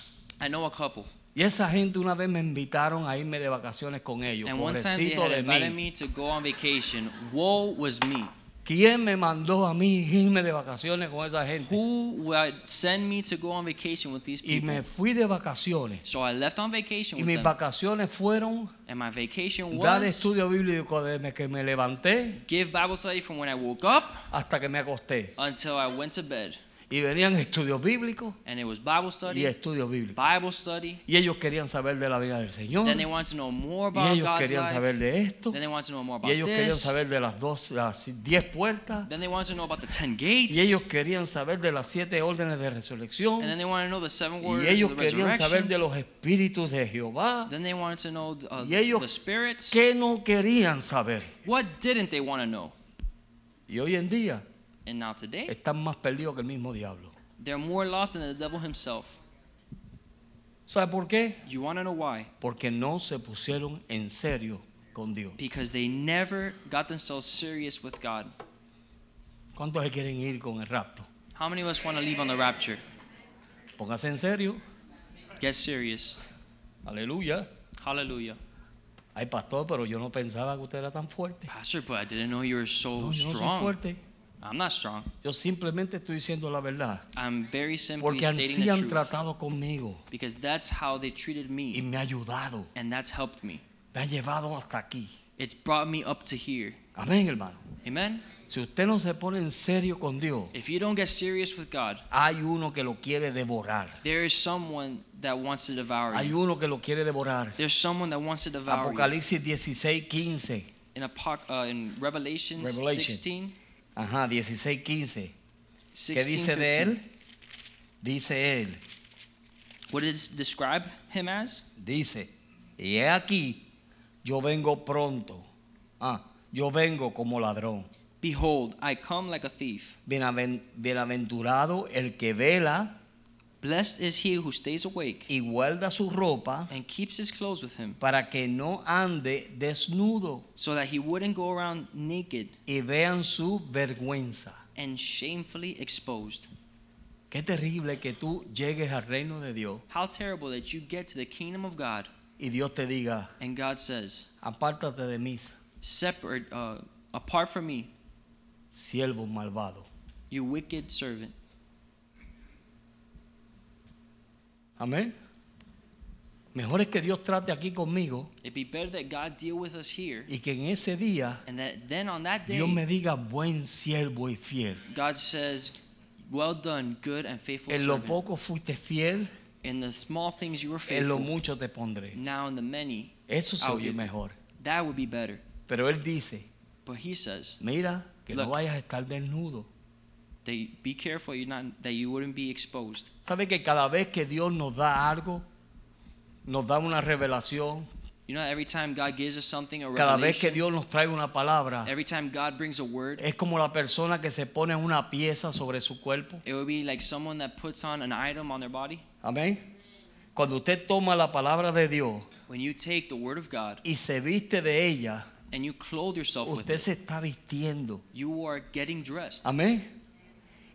Speaker 1: I know a couple.
Speaker 2: y esa gente una vez me invitaron a irme de vacaciones con ellos.
Speaker 1: And one time they
Speaker 2: Pobrecito
Speaker 1: had
Speaker 2: de
Speaker 1: invited
Speaker 2: mí.
Speaker 1: me to go on vacation. Woe was me.
Speaker 2: ¿Quién me mandó a mí [laughs] irme de vacaciones con esa gente?
Speaker 1: Who would send me to go on vacation with these
Speaker 2: Y
Speaker 1: people?
Speaker 2: me fui de vacaciones.
Speaker 1: So I left on vacation
Speaker 2: Y
Speaker 1: with
Speaker 2: mis
Speaker 1: them.
Speaker 2: vacaciones fueron
Speaker 1: And my vacation
Speaker 2: dar
Speaker 1: was
Speaker 2: estudio bíblico desde que me levanté
Speaker 1: give Bible study from when I woke up
Speaker 2: hasta que me acosté.
Speaker 1: until I went to bed.
Speaker 2: Y venían estudios bíblicos
Speaker 1: And it was Bible
Speaker 2: y
Speaker 1: study,
Speaker 2: estudios bíblicos.
Speaker 1: Bible study.
Speaker 2: Y ellos querían saber de la vida del Señor.
Speaker 1: Then they wanted to know more
Speaker 2: Y
Speaker 1: about
Speaker 2: ellos
Speaker 1: God's
Speaker 2: querían saber
Speaker 1: life.
Speaker 2: de esto.
Speaker 1: Then they wanted to know more about
Speaker 2: Y ellos querían
Speaker 1: this.
Speaker 2: saber de las dos, las diez puertas.
Speaker 1: Then they wanted to know about the ten gates.
Speaker 2: Y ellos querían saber de las siete órdenes de resurrección.
Speaker 1: And then they wanted to know the seven
Speaker 2: Y
Speaker 1: words
Speaker 2: ellos
Speaker 1: of the
Speaker 2: querían saber
Speaker 1: resurrection.
Speaker 2: de los espíritus de Jehová.
Speaker 1: Then they wanted to know uh,
Speaker 2: Y ellos-
Speaker 1: the spirits.
Speaker 2: ¿Qué no querían saber?
Speaker 1: What didn't they want to know?
Speaker 2: Y hoy en día
Speaker 1: And now today,
Speaker 2: están más perdidos que el mismo diablo.
Speaker 1: they're more lost than the devil himself.
Speaker 2: ¿Sabe por qué?
Speaker 1: You want to know why?
Speaker 2: Porque no se pusieron en serio con Dios.
Speaker 1: Because they never got themselves serious with God.
Speaker 2: ¿Cuántos se quieren ir con el rapto?
Speaker 1: How many of us want to leave on the rapture?
Speaker 2: Póngase en serio.
Speaker 1: Get serious.
Speaker 2: Aleluya.
Speaker 1: Hallelujah.
Speaker 2: Ay, pastor, pero yo no pensaba que usted era tan fuerte.
Speaker 1: Pastor, but I didn't know you were so
Speaker 2: No, yo no soy
Speaker 1: strong.
Speaker 2: fuerte.
Speaker 1: I'm not strong.
Speaker 2: Yo simplemente estoy diciendo la verdad.
Speaker 1: I'm very simply
Speaker 2: Porque
Speaker 1: stating
Speaker 2: así
Speaker 1: the
Speaker 2: han
Speaker 1: truth.
Speaker 2: tratado conmigo
Speaker 1: Because that's how they treated
Speaker 2: y
Speaker 1: me,
Speaker 2: me ha ayudado,
Speaker 1: and that's helped me.
Speaker 2: me ha llevado hasta aquí.
Speaker 1: It's brought me up to here.
Speaker 2: Amén, hermano.
Speaker 1: Amen?
Speaker 2: Si usted no se pone en serio con Dios,
Speaker 1: If you don't get serious with God,
Speaker 2: hay uno que lo quiere devorar.
Speaker 1: there is someone that wants to devour
Speaker 2: Hay
Speaker 1: you.
Speaker 2: uno que lo quiere devorar.
Speaker 1: There's someone that wants to devour you.
Speaker 2: Apocalipsis 16, 15.
Speaker 1: in Apoc- uh, in Revelation,
Speaker 2: Revelation.
Speaker 1: 16,
Speaker 2: Ajá, 16, 15. ¿Qué
Speaker 1: 16,
Speaker 2: dice de
Speaker 1: 15.
Speaker 2: él? Dice él,
Speaker 1: What does it describe him as?
Speaker 2: dice, y he aquí, yo vengo pronto. Ah, yo vengo como ladrón.
Speaker 1: Behold, I come like a thief.
Speaker 2: Bienaven- Bienaventurado el que vela
Speaker 1: Blessed is he who stays awake
Speaker 2: y guarda su ropa
Speaker 1: and keeps his clothes with him,
Speaker 2: para que no ande desnudo
Speaker 1: so that he wouldn't go around naked
Speaker 2: y vean su vergüenza.
Speaker 1: and shamefully exposed.
Speaker 2: Qué terrible que tú llegues al reino de Dios
Speaker 1: How terrible that you get to the kingdom of God
Speaker 2: y Dios te diga,
Speaker 1: and God says,
Speaker 2: apártate de mí,
Speaker 1: separate, uh, apart from me,
Speaker 2: siervo malvado.
Speaker 1: you wicked servant.
Speaker 2: Amén. Mejor es que Dios trate aquí conmigo
Speaker 1: It'd be better that God deal with us here,
Speaker 2: y que en ese día
Speaker 1: and that then on that day,
Speaker 2: Dios me diga buen siervo y fiel.
Speaker 1: God says, "Well done, good and faithful
Speaker 2: En lo
Speaker 1: servant.
Speaker 2: poco fuiste fiel,
Speaker 1: In the small things you were
Speaker 2: en lo
Speaker 1: faithful,
Speaker 2: mucho te pondré.
Speaker 1: now in the many,
Speaker 2: Eso se
Speaker 1: I'll
Speaker 2: oye
Speaker 1: give you.
Speaker 2: mejor.
Speaker 1: that would be better."
Speaker 2: Pero Él dice,
Speaker 1: But He says,
Speaker 2: mira, que no
Speaker 1: Look.
Speaker 2: vayas a estar desnudo.
Speaker 1: "They be careful, you not that you wouldn't be exposed."
Speaker 2: ¿Sabe que cada vez que Dios nos da algo, nos da una revelación?
Speaker 1: You know, every time God gives us something, a
Speaker 2: Cada vez que
Speaker 1: revelation,
Speaker 2: Dios nos trae una palabra,
Speaker 1: every time God brings a word,
Speaker 2: es como la persona que se pone una pieza sobre su cuerpo.
Speaker 1: it would be like someone that puts on an item on their body.
Speaker 2: Amén. Cuando usted toma la palabra de Dios
Speaker 1: When you take the word of God
Speaker 2: y se viste de ella,
Speaker 1: and you clothe yourself with
Speaker 2: usted
Speaker 1: it,
Speaker 2: se está vistiendo.
Speaker 1: you are getting dressed.
Speaker 2: Amén.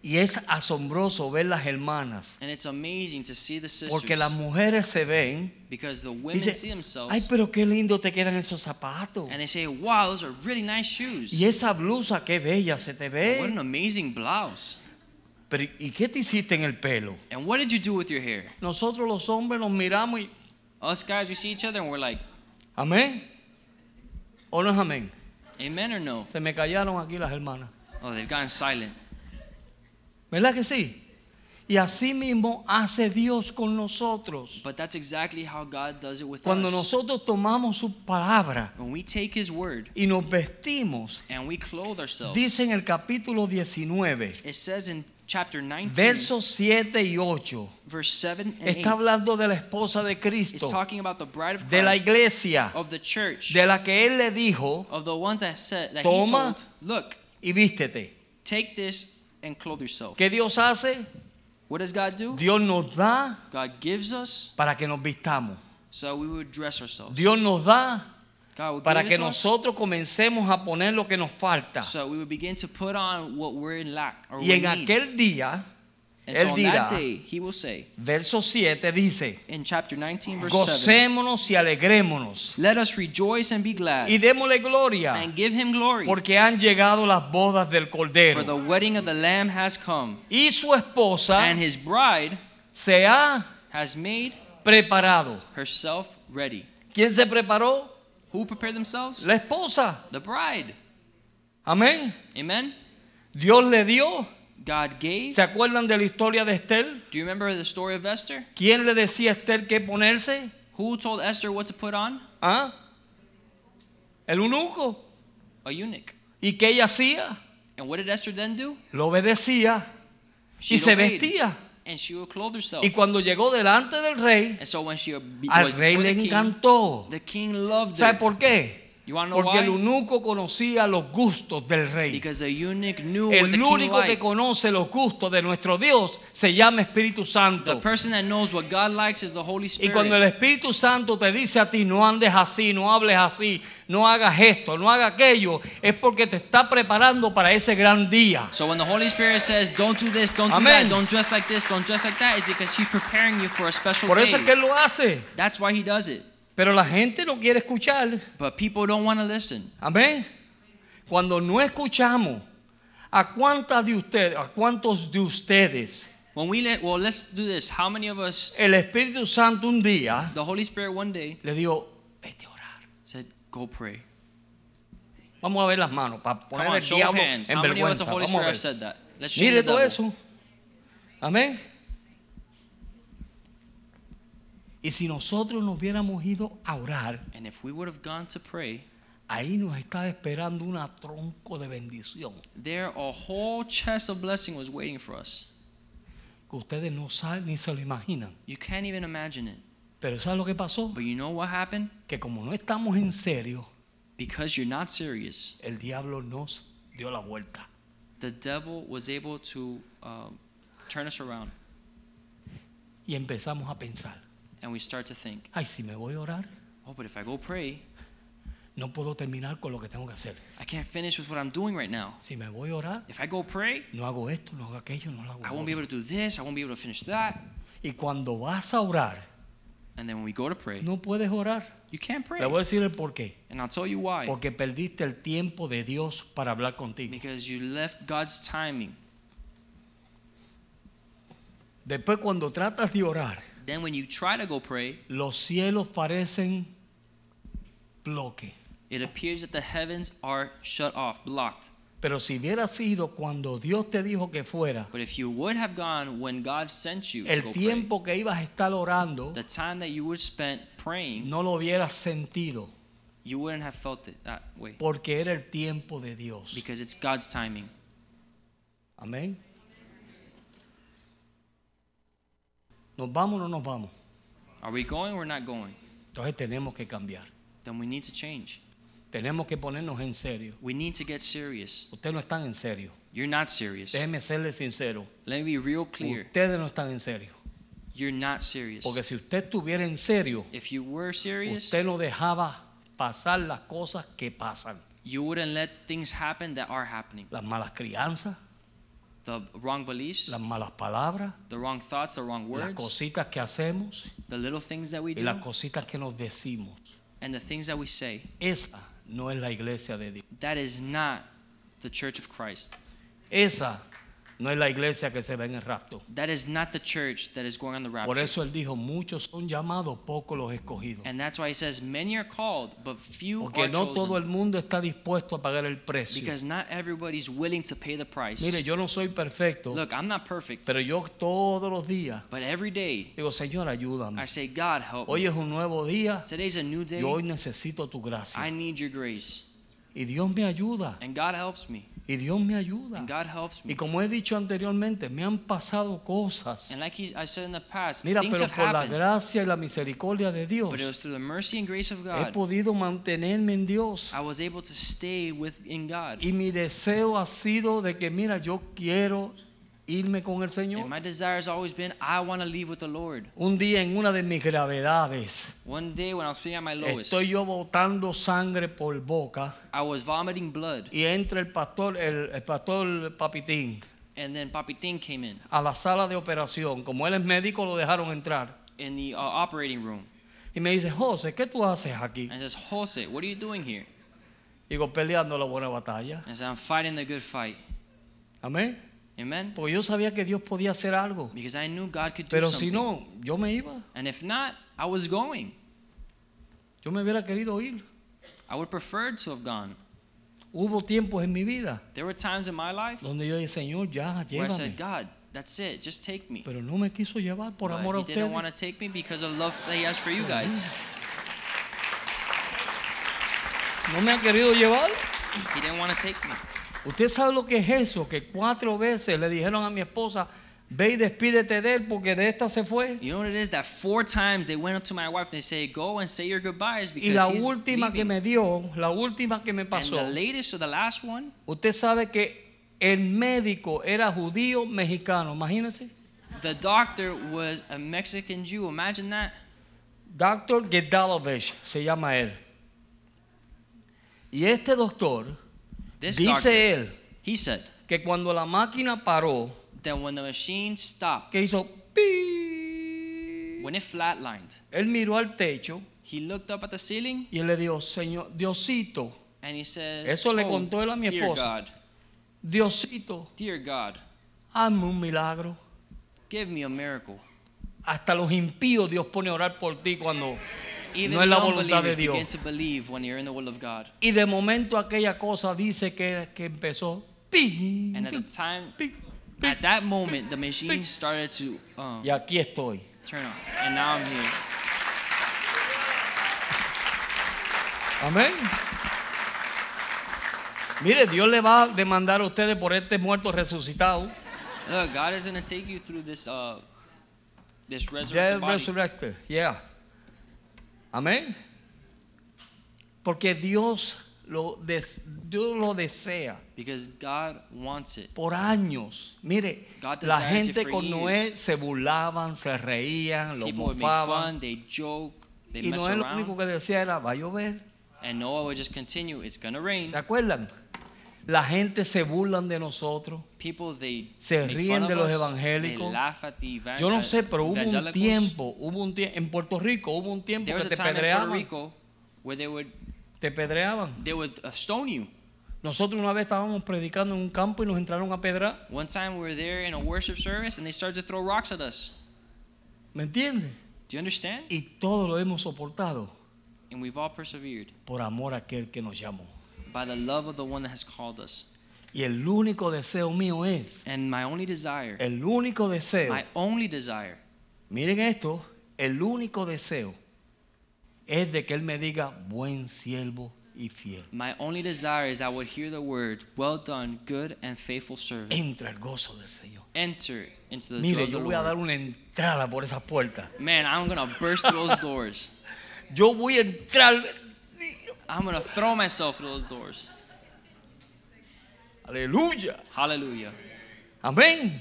Speaker 2: Y es asombroso ver las hermanas,
Speaker 1: And it's amazing to see the
Speaker 2: porque las
Speaker 1: sisters
Speaker 2: mujeres se ven.
Speaker 1: because the
Speaker 2: y
Speaker 1: women see
Speaker 2: Dicen, ay,
Speaker 1: themselves
Speaker 2: pero qué lindo te quedan esos zapatos.
Speaker 1: and they say, "Wow, those are really nice shoes."
Speaker 2: Y esa blusa, qué bella se te
Speaker 1: What an
Speaker 2: ve.
Speaker 1: amazing blouse.
Speaker 2: Pero ¿y qué te hiciste en el pelo?
Speaker 1: And what did you do with your hair?
Speaker 2: Nosotros los hombres nos miramos y
Speaker 1: Us guys, we see each other and we're like,
Speaker 2: amén. ¿O no es amén?
Speaker 1: amen or no?
Speaker 2: Se me callaron aquí las hermanas.
Speaker 1: Oh, they've gotten silent.
Speaker 2: ¿Verdad que sí? Y así mismo hace Dios con nosotros.
Speaker 1: But that's exactly how God does it with
Speaker 2: Cuando
Speaker 1: us.
Speaker 2: nosotros tomamos su palabra
Speaker 1: when we take His word
Speaker 2: y nos vestimos,
Speaker 1: and we clothe ourselves,
Speaker 2: dice en el capítulo 19,
Speaker 1: it says in chapter 19,
Speaker 2: versos 7 y 8,
Speaker 1: verse 7 and 8,
Speaker 2: está hablando de la esposa de
Speaker 1: it's
Speaker 2: Cristo,
Speaker 1: talking about the bride of Christ, Oh,
Speaker 2: de la iglesia,
Speaker 1: of the church,
Speaker 2: de la que Él le dijo,
Speaker 1: of the ones that said, that He
Speaker 2: Toma.
Speaker 1: told, look,
Speaker 2: y vístete.
Speaker 1: take this and clothe yourself.
Speaker 2: ¿Qué Dios hace?
Speaker 1: What does God do?
Speaker 2: Dios nos da
Speaker 1: God gives us
Speaker 2: para que nos vistamos.
Speaker 1: so we would dress ourselves.
Speaker 2: Dios nos da
Speaker 1: God will
Speaker 2: para
Speaker 1: give it
Speaker 2: que
Speaker 1: to us,
Speaker 2: nosotros comencemos a poner lo que nos falta.
Speaker 1: So we would begin to put on what we're in lack or
Speaker 2: Y
Speaker 1: we
Speaker 2: en
Speaker 1: need.
Speaker 2: aquel día,
Speaker 1: and so
Speaker 2: él
Speaker 1: on
Speaker 2: dirá,
Speaker 1: that day, he will say
Speaker 2: verso 7 dice,
Speaker 1: in chapter 19, verse 7,
Speaker 2: gocémonos y alegrémonos
Speaker 1: Let us rejoice and be glad
Speaker 2: y démosle gloria
Speaker 1: and give him glory,
Speaker 2: porque han llegado las bodas del
Speaker 1: for the
Speaker 2: Cordero.
Speaker 1: wedding of the Lamb has come,
Speaker 2: Y su esposa
Speaker 1: and his bride
Speaker 2: se ha
Speaker 1: has made
Speaker 2: preparado.
Speaker 1: herself ready.
Speaker 2: ¿Quién se preparó?
Speaker 1: Who prepared themselves?
Speaker 2: La esposa.
Speaker 1: the bride.
Speaker 2: Amén.
Speaker 1: Amen.
Speaker 2: Dios le dio.
Speaker 1: God gave.
Speaker 2: ¿Se acuerdan de la historia de Esther?
Speaker 1: Do you remember the story of Esther?
Speaker 2: ¿Quién le decía a Esther qué ponerse?
Speaker 1: Who told Esther what to put on?
Speaker 2: ¿Ah? El eunuco.
Speaker 1: A eunuch.
Speaker 2: ¿Y qué ella hacía?
Speaker 1: And what did Esther then do?
Speaker 2: Lo obedecía
Speaker 1: She
Speaker 2: y se
Speaker 1: obeyed,
Speaker 2: vestía.
Speaker 1: And she would clothe herself.
Speaker 2: Y cuando llegó delante del rey,
Speaker 1: And so when she obe-
Speaker 2: al
Speaker 1: was
Speaker 2: rey
Speaker 1: with
Speaker 2: le
Speaker 1: the king,
Speaker 2: encantó.
Speaker 1: the king loved
Speaker 2: ¿Sabe
Speaker 1: her.
Speaker 2: por qué?
Speaker 1: You want to know
Speaker 2: Porque el
Speaker 1: why?
Speaker 2: eunuco conocía los gustos del rey.
Speaker 1: Because the eunuch knew what the
Speaker 2: El
Speaker 1: este king
Speaker 2: único que
Speaker 1: liked.
Speaker 2: conoce los gustos de nuestro Dios se llama Espíritu
Speaker 1: The
Speaker 2: Santo.
Speaker 1: person that knows what God likes is the Holy
Speaker 2: Y
Speaker 1: Spirit.
Speaker 2: cuando el Espíritu Santo te dice a ti, no andes así, no hables así, no hagas esto, no hagas aquello, es porque te está preparando para ese gran día.
Speaker 1: So when the Holy Spirit says, "Don't do this, don't do
Speaker 2: Amén.
Speaker 1: that, don't dress like this, don't dress like that," is because He's preparing you for a special
Speaker 2: Por
Speaker 1: day.
Speaker 2: eso es que Él lo hace.
Speaker 1: That's why He does it.
Speaker 2: Pero la gente no quiere escuchar.
Speaker 1: But people don't want to listen.
Speaker 2: Amén. Cuando no escuchamos, ¿a cuántas de ustedes, a cuántos de ustedes,
Speaker 1: When we let, well, let's do this. How many of us,
Speaker 2: el Espíritu Santo un día
Speaker 1: the Holy Spirit, one day
Speaker 2: le dijo, vete a orar?
Speaker 1: said, "Go pray."
Speaker 2: Vamos a ver las manos para
Speaker 1: Come
Speaker 2: poner
Speaker 1: on,
Speaker 2: el
Speaker 1: show of
Speaker 2: diablo
Speaker 1: hands.
Speaker 2: en
Speaker 1: How many of us
Speaker 2: vergüenza.
Speaker 1: the Holy
Speaker 2: Vamos a
Speaker 1: Spirit
Speaker 2: ver.
Speaker 1: have said that? Let's show
Speaker 2: Mire
Speaker 1: the
Speaker 2: todo
Speaker 1: devil.
Speaker 2: eso. Amén. Y si nosotros nos hubiéramos ido a orar,
Speaker 1: And if we would have gone to pray,
Speaker 2: ahí nos estaba esperando una tronco de bendición
Speaker 1: there a whole chest of blessing was waiting for us.
Speaker 2: que ustedes no saben ni se lo imaginan.
Speaker 1: You can't even imagine it.
Speaker 2: Pero ¿sabes lo que pasó?
Speaker 1: But you know what happened?
Speaker 2: Que como no estamos en serio,
Speaker 1: Because you're not serious,
Speaker 2: el diablo nos dio la vuelta.
Speaker 1: the devil was able to um, turn us around,
Speaker 2: Y empezamos a pensar,
Speaker 1: and we start to think,
Speaker 2: ay, si me voy a orar,
Speaker 1: "Oh, but if I go pray,
Speaker 2: no puedo terminar con lo que tengo que hacer.
Speaker 1: I can't finish with what I'm doing right now.
Speaker 2: Si me voy a orar,
Speaker 1: If I go pray,
Speaker 2: no hago esto, no hago aquello, no lo hago.
Speaker 1: I
Speaker 2: lo
Speaker 1: won't be
Speaker 2: otro".
Speaker 1: able to do this. I won't be able to finish that."
Speaker 2: Y cuando vas a orar,
Speaker 1: And then when we go to pray,
Speaker 2: no puedes orar.
Speaker 1: you can't pray.
Speaker 2: Le voy a decir el por qué.
Speaker 1: And I'll tell you why.
Speaker 2: Porque perdiste el tiempo de Dios para hablar contigo.
Speaker 1: Because you left God's timing.
Speaker 2: Después cuando tratas de orar,
Speaker 1: Then when you try to go pray,
Speaker 2: los cielos parecen bloque.
Speaker 1: it appears that the heavens are shut off, blocked.
Speaker 2: Pero si hubiera sido cuando Dios te dijo que fuera,
Speaker 1: But if you would have gone when God sent you to
Speaker 2: el
Speaker 1: go
Speaker 2: tiempo que ibas a estar orando,
Speaker 1: pray, the time that you would spent praying,
Speaker 2: no lo hubieras sentido,
Speaker 1: you wouldn't have felt it that way
Speaker 2: porque era el tiempo de Dios.
Speaker 1: because it's God's timing.
Speaker 2: Amén. ¿Nos vamos o no nos vamos?
Speaker 1: Are we going or not going?
Speaker 2: Entonces tenemos que cambiar.
Speaker 1: Then we need to change.
Speaker 2: Tenemos que ponernos en serio.
Speaker 1: We need to get serious.
Speaker 2: Ustedes no están en serio.
Speaker 1: You're not serious.
Speaker 2: Déjenme serles sincero.
Speaker 1: Let me be real clear.
Speaker 2: Ustedes no están en serio.
Speaker 1: You're not serious.
Speaker 2: Porque si usted estuviera en serio,
Speaker 1: If you were serious,
Speaker 2: usted no dejaba pasar las cosas que pasan.
Speaker 1: you wouldn't let things happen that are happening.
Speaker 2: Las malas crianzas,
Speaker 1: The wrong beliefs,
Speaker 2: las malas palabras,
Speaker 1: the wrong thoughts, the wrong
Speaker 2: las
Speaker 1: words,
Speaker 2: cositas que hacemos
Speaker 1: the little things that we
Speaker 2: y
Speaker 1: do,
Speaker 2: las cositas que nos decimos.
Speaker 1: and the things that we say.
Speaker 2: Esa no es la iglesia de Dios.
Speaker 1: That is not the church of Christ.
Speaker 2: Esa No es la iglesia que se ve en el rapto.
Speaker 1: That is not the church that is going on the
Speaker 2: Por
Speaker 1: rapture.
Speaker 2: eso él dijo, muchos son llamados, pocos los escogidos.
Speaker 1: And that's why he says, many are called, but few
Speaker 2: Porque
Speaker 1: are
Speaker 2: no
Speaker 1: chosen.
Speaker 2: todo el mundo está dispuesto a pagar el precio.
Speaker 1: because not everybody's willing to pay the price.
Speaker 2: Mire, yo no soy perfecto,
Speaker 1: Look, I'm not perfect,
Speaker 2: pero yo todos los días
Speaker 1: but every day
Speaker 2: digo, Señor,
Speaker 1: I "Oh,
Speaker 2: ayúdame.
Speaker 1: say, God help
Speaker 2: Hoy
Speaker 1: me.
Speaker 2: es un nuevo día
Speaker 1: Today's a new day.
Speaker 2: y hoy necesito tu
Speaker 1: I
Speaker 2: gracia.
Speaker 1: need your grace.
Speaker 2: Y Dios me ayuda,
Speaker 1: And God helps me.
Speaker 2: y Dios me ayuda.
Speaker 1: And God helps
Speaker 2: Y
Speaker 1: me.
Speaker 2: como he dicho anteriormente, me han pasado cosas.
Speaker 1: And like he, I said in the past,
Speaker 2: Mira,
Speaker 1: things
Speaker 2: pero
Speaker 1: have
Speaker 2: por la
Speaker 1: happened,
Speaker 2: gracia y la misericordia de Dios
Speaker 1: but it was through the mercy and grace of
Speaker 2: he
Speaker 1: God,
Speaker 2: podido mantenerme en Dios.
Speaker 1: I was able to stay with in God.
Speaker 2: Y mi deseo ha sido de que, mira, yo quiero irme con el
Speaker 1: And
Speaker 2: Señor.
Speaker 1: my desire has always been, I want to leave with the Lord.
Speaker 2: Un día en una de mis gravedades,
Speaker 1: One day when I was feeling at my lowest,
Speaker 2: estoy yo botando sangre por boca
Speaker 1: I was vomiting blood,
Speaker 2: y entra el pastor, el, el pastor Papitín
Speaker 1: and then Papi Ting came in
Speaker 2: a la sala de operación. Como él es médico, lo dejaron entrar.
Speaker 1: in the uh, operating room
Speaker 2: Y me dice, José, ¿qué tú haces aquí?
Speaker 1: and says, Jose, what are you doing here?
Speaker 2: Digo, peleando la buena batalla.
Speaker 1: And I said, I'm fighting the good fight.
Speaker 2: Amén.
Speaker 1: Amen?
Speaker 2: Porque yo sabía que Dios podía hacer algo.
Speaker 1: Because I knew God could do
Speaker 2: Pero
Speaker 1: something.
Speaker 2: si no, yo me iba.
Speaker 1: and if not, I was going.
Speaker 2: Yo me hubiera querido ir.
Speaker 1: I would prefer to have gone.
Speaker 2: Hubo tiempos en mi vida
Speaker 1: There were times in my life
Speaker 2: donde yo dije, Señor, ya,
Speaker 1: where I said,
Speaker 2: llévame.
Speaker 1: God, that's it, just take me.
Speaker 2: Pero no me quiso llevar por
Speaker 1: But
Speaker 2: amor a
Speaker 1: he didn't want
Speaker 2: ustedes.
Speaker 1: to take me because of love that he has for you guys.
Speaker 2: No me ha querido llevar.
Speaker 1: He didn't want to take me.
Speaker 2: Usted sabe lo que es eso, que cuatro veces le dijeron a mi esposa, ve y despídete de él porque de esta se fue.
Speaker 1: You know what it is? That four times they went up to my wife and they say, Go and say your goodbyes
Speaker 2: Y
Speaker 1: because
Speaker 2: la
Speaker 1: he's
Speaker 2: última que
Speaker 1: leaving."
Speaker 2: me dio, la última que me
Speaker 1: And
Speaker 2: pasó,
Speaker 1: the latest or the last one,
Speaker 2: usted sabe que el médico era judío mexicano, imagínense.
Speaker 1: the doctor was a Mexican Jew. Imagine that.
Speaker 2: Doctor Gedalovich se llama él. Y este doctor
Speaker 1: This
Speaker 2: dice
Speaker 1: doctor,
Speaker 2: él
Speaker 1: he said
Speaker 2: que cuando la máquina paró,
Speaker 1: that when the machine stopped,
Speaker 2: que hizo pi,
Speaker 1: when it flatlined,
Speaker 2: él miró al techo
Speaker 1: he looked up at the ceiling
Speaker 2: y él le dijo, Señor, Diosito,
Speaker 1: and he says,
Speaker 2: Eso le
Speaker 1: "Oh,
Speaker 2: contó él a mi
Speaker 1: dear
Speaker 2: esposa.
Speaker 1: God,
Speaker 2: Diosito,
Speaker 1: dear God,
Speaker 2: hazme un milagro.
Speaker 1: give me a miracle.
Speaker 2: Hasta los impíos Dios pone a orar por ti cuando
Speaker 1: Even
Speaker 2: no es
Speaker 1: the
Speaker 2: la voluntad de
Speaker 1: unbelievers begin
Speaker 2: Dios.
Speaker 1: to believe when you're in the will of God.
Speaker 2: Y de momento aquella cosa dice que, que empezó pi,
Speaker 1: And at
Speaker 2: pi,
Speaker 1: the time,
Speaker 2: pi, pi.
Speaker 1: at that moment, the machine started to um,
Speaker 2: Y aquí estoy.
Speaker 1: turn on. And now I'm here.
Speaker 2: Amén. Mire, Dios le va a demandar a ustedes por este muerto resucitado.
Speaker 1: Look, God is gonna take you through this uh this
Speaker 2: Dead
Speaker 1: resurrected body.
Speaker 2: resurrected. Yeah. Amén. Porque Dios lo, des- Dios lo desea
Speaker 1: because God wants it.
Speaker 2: por años. Mire,
Speaker 1: God
Speaker 2: la
Speaker 1: desires it
Speaker 2: gente
Speaker 1: for
Speaker 2: con Noé
Speaker 1: years.
Speaker 2: se burlaban, se reían, lo
Speaker 1: People would make
Speaker 2: mofaban.
Speaker 1: fun, they joke, they
Speaker 2: Y
Speaker 1: mess
Speaker 2: Noé lo
Speaker 1: around,
Speaker 2: único que decía era, va a llover.
Speaker 1: and Noah would just continue. It's gonna rain.
Speaker 2: ¿Se acuerdan? La gente se burlan de nosotros.
Speaker 1: People they
Speaker 2: Se
Speaker 1: make
Speaker 2: ríen
Speaker 1: fun
Speaker 2: de
Speaker 1: of
Speaker 2: los
Speaker 1: us,
Speaker 2: evangélicos.
Speaker 1: They laugh at the evan-
Speaker 2: Yo no
Speaker 1: uh,
Speaker 2: sé, pero hubo un
Speaker 1: evangelicals.
Speaker 2: tiempo, hubo un tiempo, en Puerto Rico hubo un tiempo
Speaker 1: There
Speaker 2: que
Speaker 1: was a
Speaker 2: te
Speaker 1: time in Puerto
Speaker 2: pedreaban,
Speaker 1: Rico where they would
Speaker 2: te pedreaban.
Speaker 1: they would uh, stone you.
Speaker 2: Nosotros una vez estábamos predicando en un campo y nos entraron a pedrar,
Speaker 1: One time we were there in a worship service and they started to throw rocks at us.
Speaker 2: ¿me entiendes?
Speaker 1: Do you understand?
Speaker 2: Y todo lo hemos soportado
Speaker 1: And we've all persevered
Speaker 2: por amor a aquel que nos llamó.
Speaker 1: by the love of the one that has called us.
Speaker 2: Y el único deseo mío es,
Speaker 1: And my only desire,
Speaker 2: el único deseo,
Speaker 1: my only desire,
Speaker 2: miren esto, el único deseo es de que él me diga buen siervo y fiel.
Speaker 1: my only desire is that I would hear the words, "Well done, good and faithful servant."
Speaker 2: Entra el gozo del Señor.
Speaker 1: Enter into the joy
Speaker 2: Mire,
Speaker 1: of the
Speaker 2: yo voy a
Speaker 1: Lord.
Speaker 2: dar una entrada por esas puertas.
Speaker 1: Man, I'm gonna burst through those doors.
Speaker 2: Yo voy a entrar.
Speaker 1: I'm gonna throw myself through those doors.
Speaker 2: Aleluya.
Speaker 1: Hallelujah.
Speaker 2: Amén.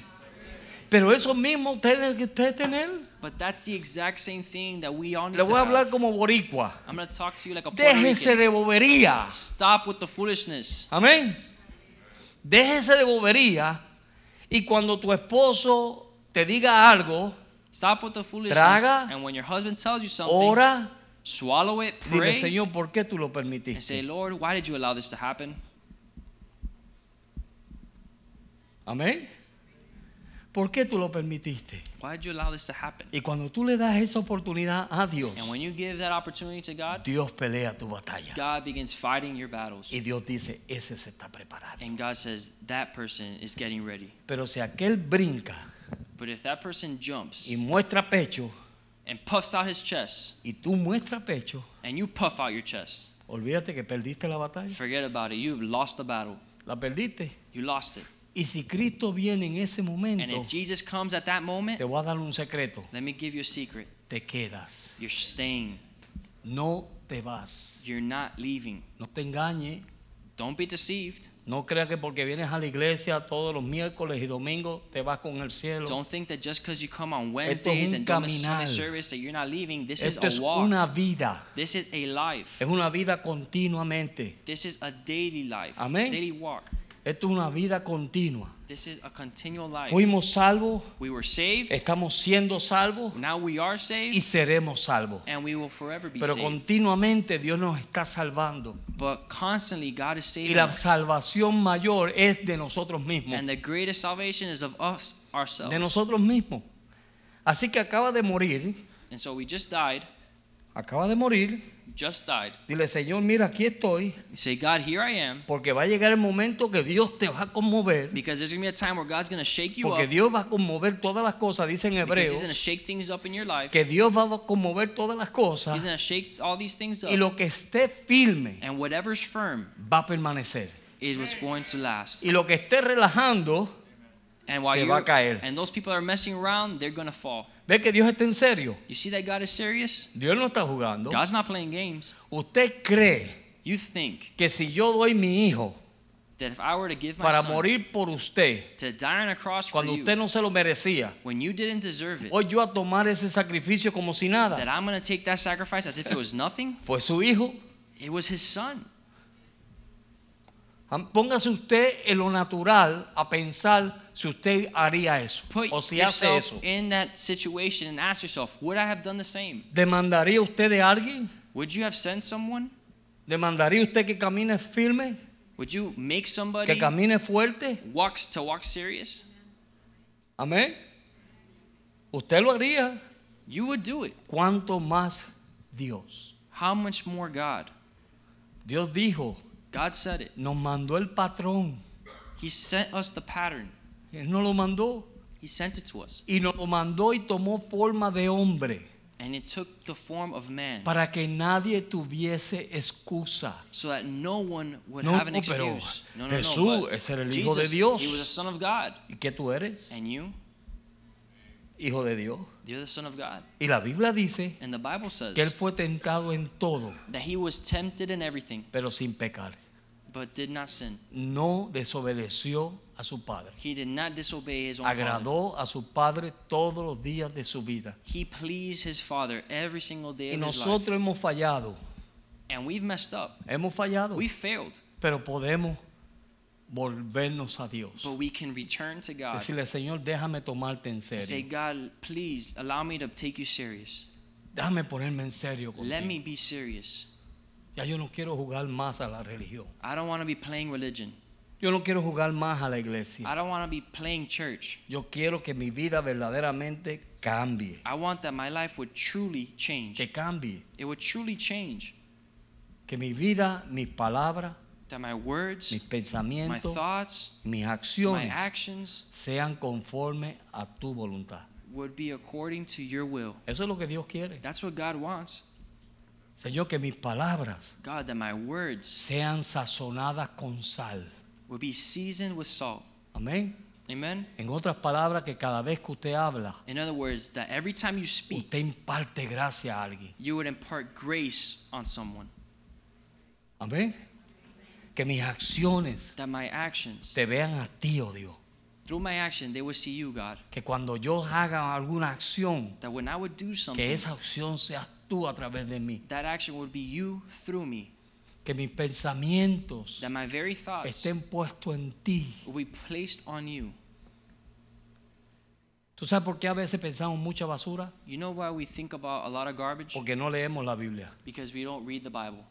Speaker 2: Pero eso mismo tiene que usted tener.
Speaker 1: But that's the exact same thing that we all need
Speaker 2: Le
Speaker 1: to
Speaker 2: voy a hablar
Speaker 1: have.
Speaker 2: como boricua.
Speaker 1: I'm gonna talk to you like a Puerto
Speaker 2: Déjese
Speaker 1: Rican.
Speaker 2: de bobería.
Speaker 1: Stop with the foolishness.
Speaker 2: Amén. Déjese de bobería. Y cuando tu esposo te diga algo,
Speaker 1: Stop with the foolishness.
Speaker 2: Traga.
Speaker 1: and when your husband tells you something,
Speaker 2: ora.
Speaker 1: swallow it,
Speaker 2: Dile,
Speaker 1: pray,
Speaker 2: Señor, ¿por qué tú lo
Speaker 1: and say,
Speaker 2: permitiste?
Speaker 1: "Lord, why did you allow this to happen?"
Speaker 2: Amén. ¿Por qué tú lo permitiste?
Speaker 1: Why did you allow this to happen?
Speaker 2: Y cuando tú le das esa oportunidad a Dios,
Speaker 1: And when you give that opportunity to God,
Speaker 2: Dios pelea tu batalla.
Speaker 1: God begins fighting your battles.
Speaker 2: Y Dios dice, ese se está preparando.
Speaker 1: And God says, that person is getting ready.
Speaker 2: Pero si aquel brinca
Speaker 1: But if that person jumps
Speaker 2: y muestra pecho,
Speaker 1: and puffs out his chest,
Speaker 2: y tú muestras pecho,
Speaker 1: and you puff out your chest,
Speaker 2: olvídate que perdiste la batalla.
Speaker 1: forget about it. You've lost the battle.
Speaker 2: La perdiste.
Speaker 1: You lost it.
Speaker 2: Y si Cristo viene en ese
Speaker 1: And
Speaker 2: momento,
Speaker 1: if Jesus comes at that moment,
Speaker 2: te voy a dar un secreto.
Speaker 1: let me give you a secret.
Speaker 2: Te quedas.
Speaker 1: You're staying.
Speaker 2: No te vas.
Speaker 1: You're not leaving.
Speaker 2: No te engañes.
Speaker 1: Don't be deceived.
Speaker 2: No creas que porque vienes a la iglesia todos los miércoles y domingos te vas con el cielo.
Speaker 1: Don't think that just because you come on
Speaker 2: es
Speaker 1: Wednesdays
Speaker 2: un
Speaker 1: and don't miss a Sunday
Speaker 2: caminar.
Speaker 1: service that you're not leaving. This is
Speaker 2: Esto es
Speaker 1: a walk.
Speaker 2: una vida.
Speaker 1: This is a life.
Speaker 2: Es una vida continuamente.
Speaker 1: This is a daily life.
Speaker 2: Amén.
Speaker 1: Daily walk.
Speaker 2: Esto es una vida continua.
Speaker 1: This is a continual life.
Speaker 2: Fuimos salvos,
Speaker 1: We were saved.
Speaker 2: estamos siendo salvos
Speaker 1: Now we are
Speaker 2: y
Speaker 1: saved.
Speaker 2: seremos salvos.
Speaker 1: And we will forever be
Speaker 2: Pero
Speaker 1: saved.
Speaker 2: continuamente Dios nos está salvando.
Speaker 1: But constantly God is
Speaker 2: Y
Speaker 1: saving
Speaker 2: la
Speaker 1: us.
Speaker 2: salvación mayor es de nosotros mismos.
Speaker 1: And the greatest salvation is of us
Speaker 2: De
Speaker 1: ourselves.
Speaker 2: nosotros mismos. Así que acaba de morir.
Speaker 1: And so we just died.
Speaker 2: Acaba de morir.
Speaker 1: Just died.
Speaker 2: Dile, Señor, mira, aquí estoy.
Speaker 1: You say, God, here I am.
Speaker 2: Porque va a llegar el momento que Dios te va a conmover.
Speaker 1: Because there's going to be a time where God's going to shake you
Speaker 2: Porque
Speaker 1: up.
Speaker 2: Dios va a conmover todas las cosas. Dice en
Speaker 1: Because He's going to
Speaker 2: Hebreos
Speaker 1: shake things up in your life.
Speaker 2: que
Speaker 1: He's
Speaker 2: Dios va a conmover todas las
Speaker 1: going
Speaker 2: cosas.
Speaker 1: to shake all these things
Speaker 2: Y
Speaker 1: up.
Speaker 2: lo que esté firme
Speaker 1: And whatever's firm
Speaker 2: va a permanecer.
Speaker 1: is what's going to last.
Speaker 2: Y lo que esté relajando,
Speaker 1: And while
Speaker 2: Se va a
Speaker 1: you're,
Speaker 2: caer.
Speaker 1: and those people that are messing around, they're going to fall.
Speaker 2: ve que Dios está en serio.
Speaker 1: You see that God is serious?
Speaker 2: Dios no está jugando.
Speaker 1: God's not playing games.
Speaker 2: ¿Usted cree
Speaker 1: You think
Speaker 2: que si yo doy mi hijo
Speaker 1: that if I were to give my
Speaker 2: para
Speaker 1: son
Speaker 2: morir por usted,
Speaker 1: to die on a cross for
Speaker 2: cuando
Speaker 1: you,
Speaker 2: usted no se lo merecía,
Speaker 1: when you didn't deserve it,
Speaker 2: hoy yo a tomar ese sacrificio como si nada?
Speaker 1: that I'm going to take that sacrifice as if it was nothing?
Speaker 2: Fue su hijo.
Speaker 1: It was his son.
Speaker 2: Am- Póngase usted en lo natural a pensar si usted haría eso
Speaker 1: Put
Speaker 2: o si hace
Speaker 1: yourself
Speaker 2: eso.
Speaker 1: in that situation and ask yourself, would I have done the same?
Speaker 2: ¿Demandaría usted de alguien?
Speaker 1: Would you have sent someone?
Speaker 2: ¿Demandaría usted que camine firme?
Speaker 1: Would you make
Speaker 2: ¿Que
Speaker 1: somebody
Speaker 2: camine fuerte?
Speaker 1: walks to walk serious?
Speaker 2: Amén. Usted lo haría.
Speaker 1: You would do it.
Speaker 2: ¿Cuánto más Dios?
Speaker 1: How much more God?
Speaker 2: Dios dijo,
Speaker 1: God said it.
Speaker 2: nos mandó el patrón.
Speaker 1: He sent us the pattern.
Speaker 2: Él nos lo mandó.
Speaker 1: He sent it to us.
Speaker 2: Y nos lo mandó y tomó forma de hombre
Speaker 1: And it took the form of man
Speaker 2: para que nadie tuviese excusa.
Speaker 1: so that no one would
Speaker 2: No,
Speaker 1: have an
Speaker 2: no, pero
Speaker 1: excuse.
Speaker 2: Jesús,
Speaker 1: but
Speaker 2: ese era el Hijo de Dios.
Speaker 1: He was a son of God.
Speaker 2: ¿Y qué tú eres?
Speaker 1: And you,
Speaker 2: Hijo de Dios.
Speaker 1: you're the son of God.
Speaker 2: Y la Biblia dice
Speaker 1: And the Bible says
Speaker 2: que Él fue tentado en todo,
Speaker 1: that he was tempted in everything,
Speaker 2: pero sin pecar.
Speaker 1: but did not sin.
Speaker 2: No desobedeció a su padre.
Speaker 1: He did not disobey his own father.
Speaker 2: Agradó a su padre todos los días de su vida.
Speaker 1: He pleased his father every single
Speaker 2: Y
Speaker 1: day of his life.
Speaker 2: nosotros hemos fallado.
Speaker 1: And we've messed up.
Speaker 2: Hemos fallado.
Speaker 1: We failed.
Speaker 2: Pero podemos volvernos a Dios.
Speaker 1: But we can return to God.
Speaker 2: Decirle, Señor, déjame tomarte en
Speaker 1: and Say,
Speaker 2: serio.
Speaker 1: God, please allow me to take you serious.
Speaker 2: Déjame ponerme en serio
Speaker 1: Let
Speaker 2: contigo.
Speaker 1: me be serious.
Speaker 2: Ya yo no quiero jugar más a la religión.
Speaker 1: I don't want to be playing religion.
Speaker 2: Yo no quiero jugar más a la iglesia.
Speaker 1: I don't want to be playing church.
Speaker 2: Yo quiero que mi vida verdaderamente cambie.
Speaker 1: I want that my life would truly change.
Speaker 2: Que cambie.
Speaker 1: It would truly change.
Speaker 2: Que mi vida, mis palabras,
Speaker 1: That my words,
Speaker 2: mis
Speaker 1: my
Speaker 2: pensamientos,
Speaker 1: thoughts,
Speaker 2: mis
Speaker 1: my
Speaker 2: acciones
Speaker 1: actions
Speaker 2: sean conforme a tu voluntad.
Speaker 1: would be according to your will.
Speaker 2: Eso es lo que Dios quiere.
Speaker 1: That's what God wants.
Speaker 2: Señor, que mis palabras
Speaker 1: God, that my words
Speaker 2: sean sazonadas con sal.
Speaker 1: would be seasoned with salt.
Speaker 2: Amén.
Speaker 1: Amen.
Speaker 2: En otras palabras, que cada vez que usted habla,
Speaker 1: In other words, that every time you speak,
Speaker 2: usted imparte gracia a alguien.
Speaker 1: you would impart grace on someone.
Speaker 2: Amén. Que mis acciones
Speaker 1: That my actions,
Speaker 2: te vean a ti, oh Dios.
Speaker 1: through my action, they would see you, God.
Speaker 2: Que cuando yo haga alguna acción,
Speaker 1: That when I would do
Speaker 2: que
Speaker 1: something,
Speaker 2: esa acción seas tú a través de mí.
Speaker 1: that action would be you through me.
Speaker 2: Que mis pensamientos
Speaker 1: That my very thoughts
Speaker 2: estén puestos en ti.
Speaker 1: will be placed on you.
Speaker 2: ¿Tú sabes por qué a veces pensamos mucha basura?
Speaker 1: You know why we think about a lot of garbage?
Speaker 2: Porque no leemos la Biblia.
Speaker 1: Because we don't read the Bible.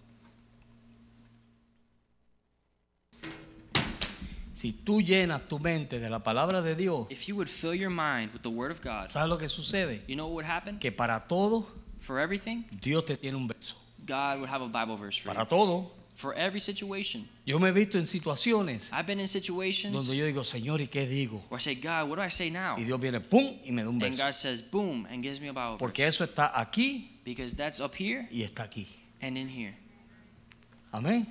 Speaker 2: Si tú llenas tu mente de la palabra de Dios,
Speaker 1: If you would fill your mind with the Word of God,
Speaker 2: ¿sabes lo que sucede?
Speaker 1: you know what would happen?
Speaker 2: Que para todo
Speaker 1: For everything,
Speaker 2: Dios te tiene un verso.
Speaker 1: God would have a Bible verse for you.
Speaker 2: Para todo.
Speaker 1: For every situation.
Speaker 2: Yo me he visto en situaciones
Speaker 1: I've been in situations
Speaker 2: donde yo digo, Señor, ¿y qué digo?
Speaker 1: where I say, God, what do I say now?
Speaker 2: Y Dios viene, ¡pum! y me da un
Speaker 1: And
Speaker 2: verso.
Speaker 1: God says, boom, and gives me a Bible
Speaker 2: Porque
Speaker 1: verse.
Speaker 2: eso está aquí
Speaker 1: Because that's up here
Speaker 2: y está aquí.
Speaker 1: and in here.
Speaker 2: Amén.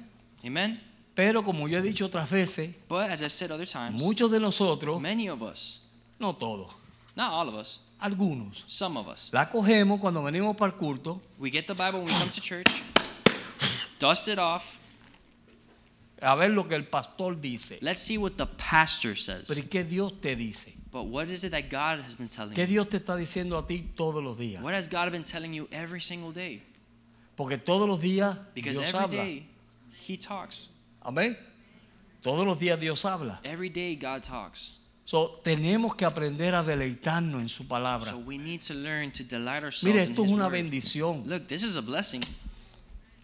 Speaker 1: Amen?
Speaker 2: Pero como yo he dicho otras veces,
Speaker 1: But as I've said other times,
Speaker 2: muchos de nosotros,
Speaker 1: many of us,
Speaker 2: no todos,
Speaker 1: not all of us,
Speaker 2: algunos,
Speaker 1: some of us,
Speaker 2: la cogemos cuando venimos para el culto,
Speaker 1: we get the Bible when we come to church, dust it off,
Speaker 2: a ver lo que el pastor dice.
Speaker 1: let's see what the pastor
Speaker 2: Pero
Speaker 1: says.
Speaker 2: ¿y qué Dios te dice?
Speaker 1: But what is it that God has been telling
Speaker 2: ¿Qué
Speaker 1: you?
Speaker 2: Dios te está diciendo a ti todos los días?
Speaker 1: What has God been telling you every single day?
Speaker 2: Porque todos los días
Speaker 1: Because
Speaker 2: Dios
Speaker 1: every
Speaker 2: habla.
Speaker 1: day He talks.
Speaker 2: Amén. Todos los días Dios habla.
Speaker 1: Every day God talks.
Speaker 2: So, tenemos que aprender a deleitarnos en su palabra.
Speaker 1: So we need to learn to delight ourselves
Speaker 2: Mire,
Speaker 1: in
Speaker 2: esto es
Speaker 1: His
Speaker 2: una
Speaker 1: word.
Speaker 2: bendición.
Speaker 1: Look, this is a blessing.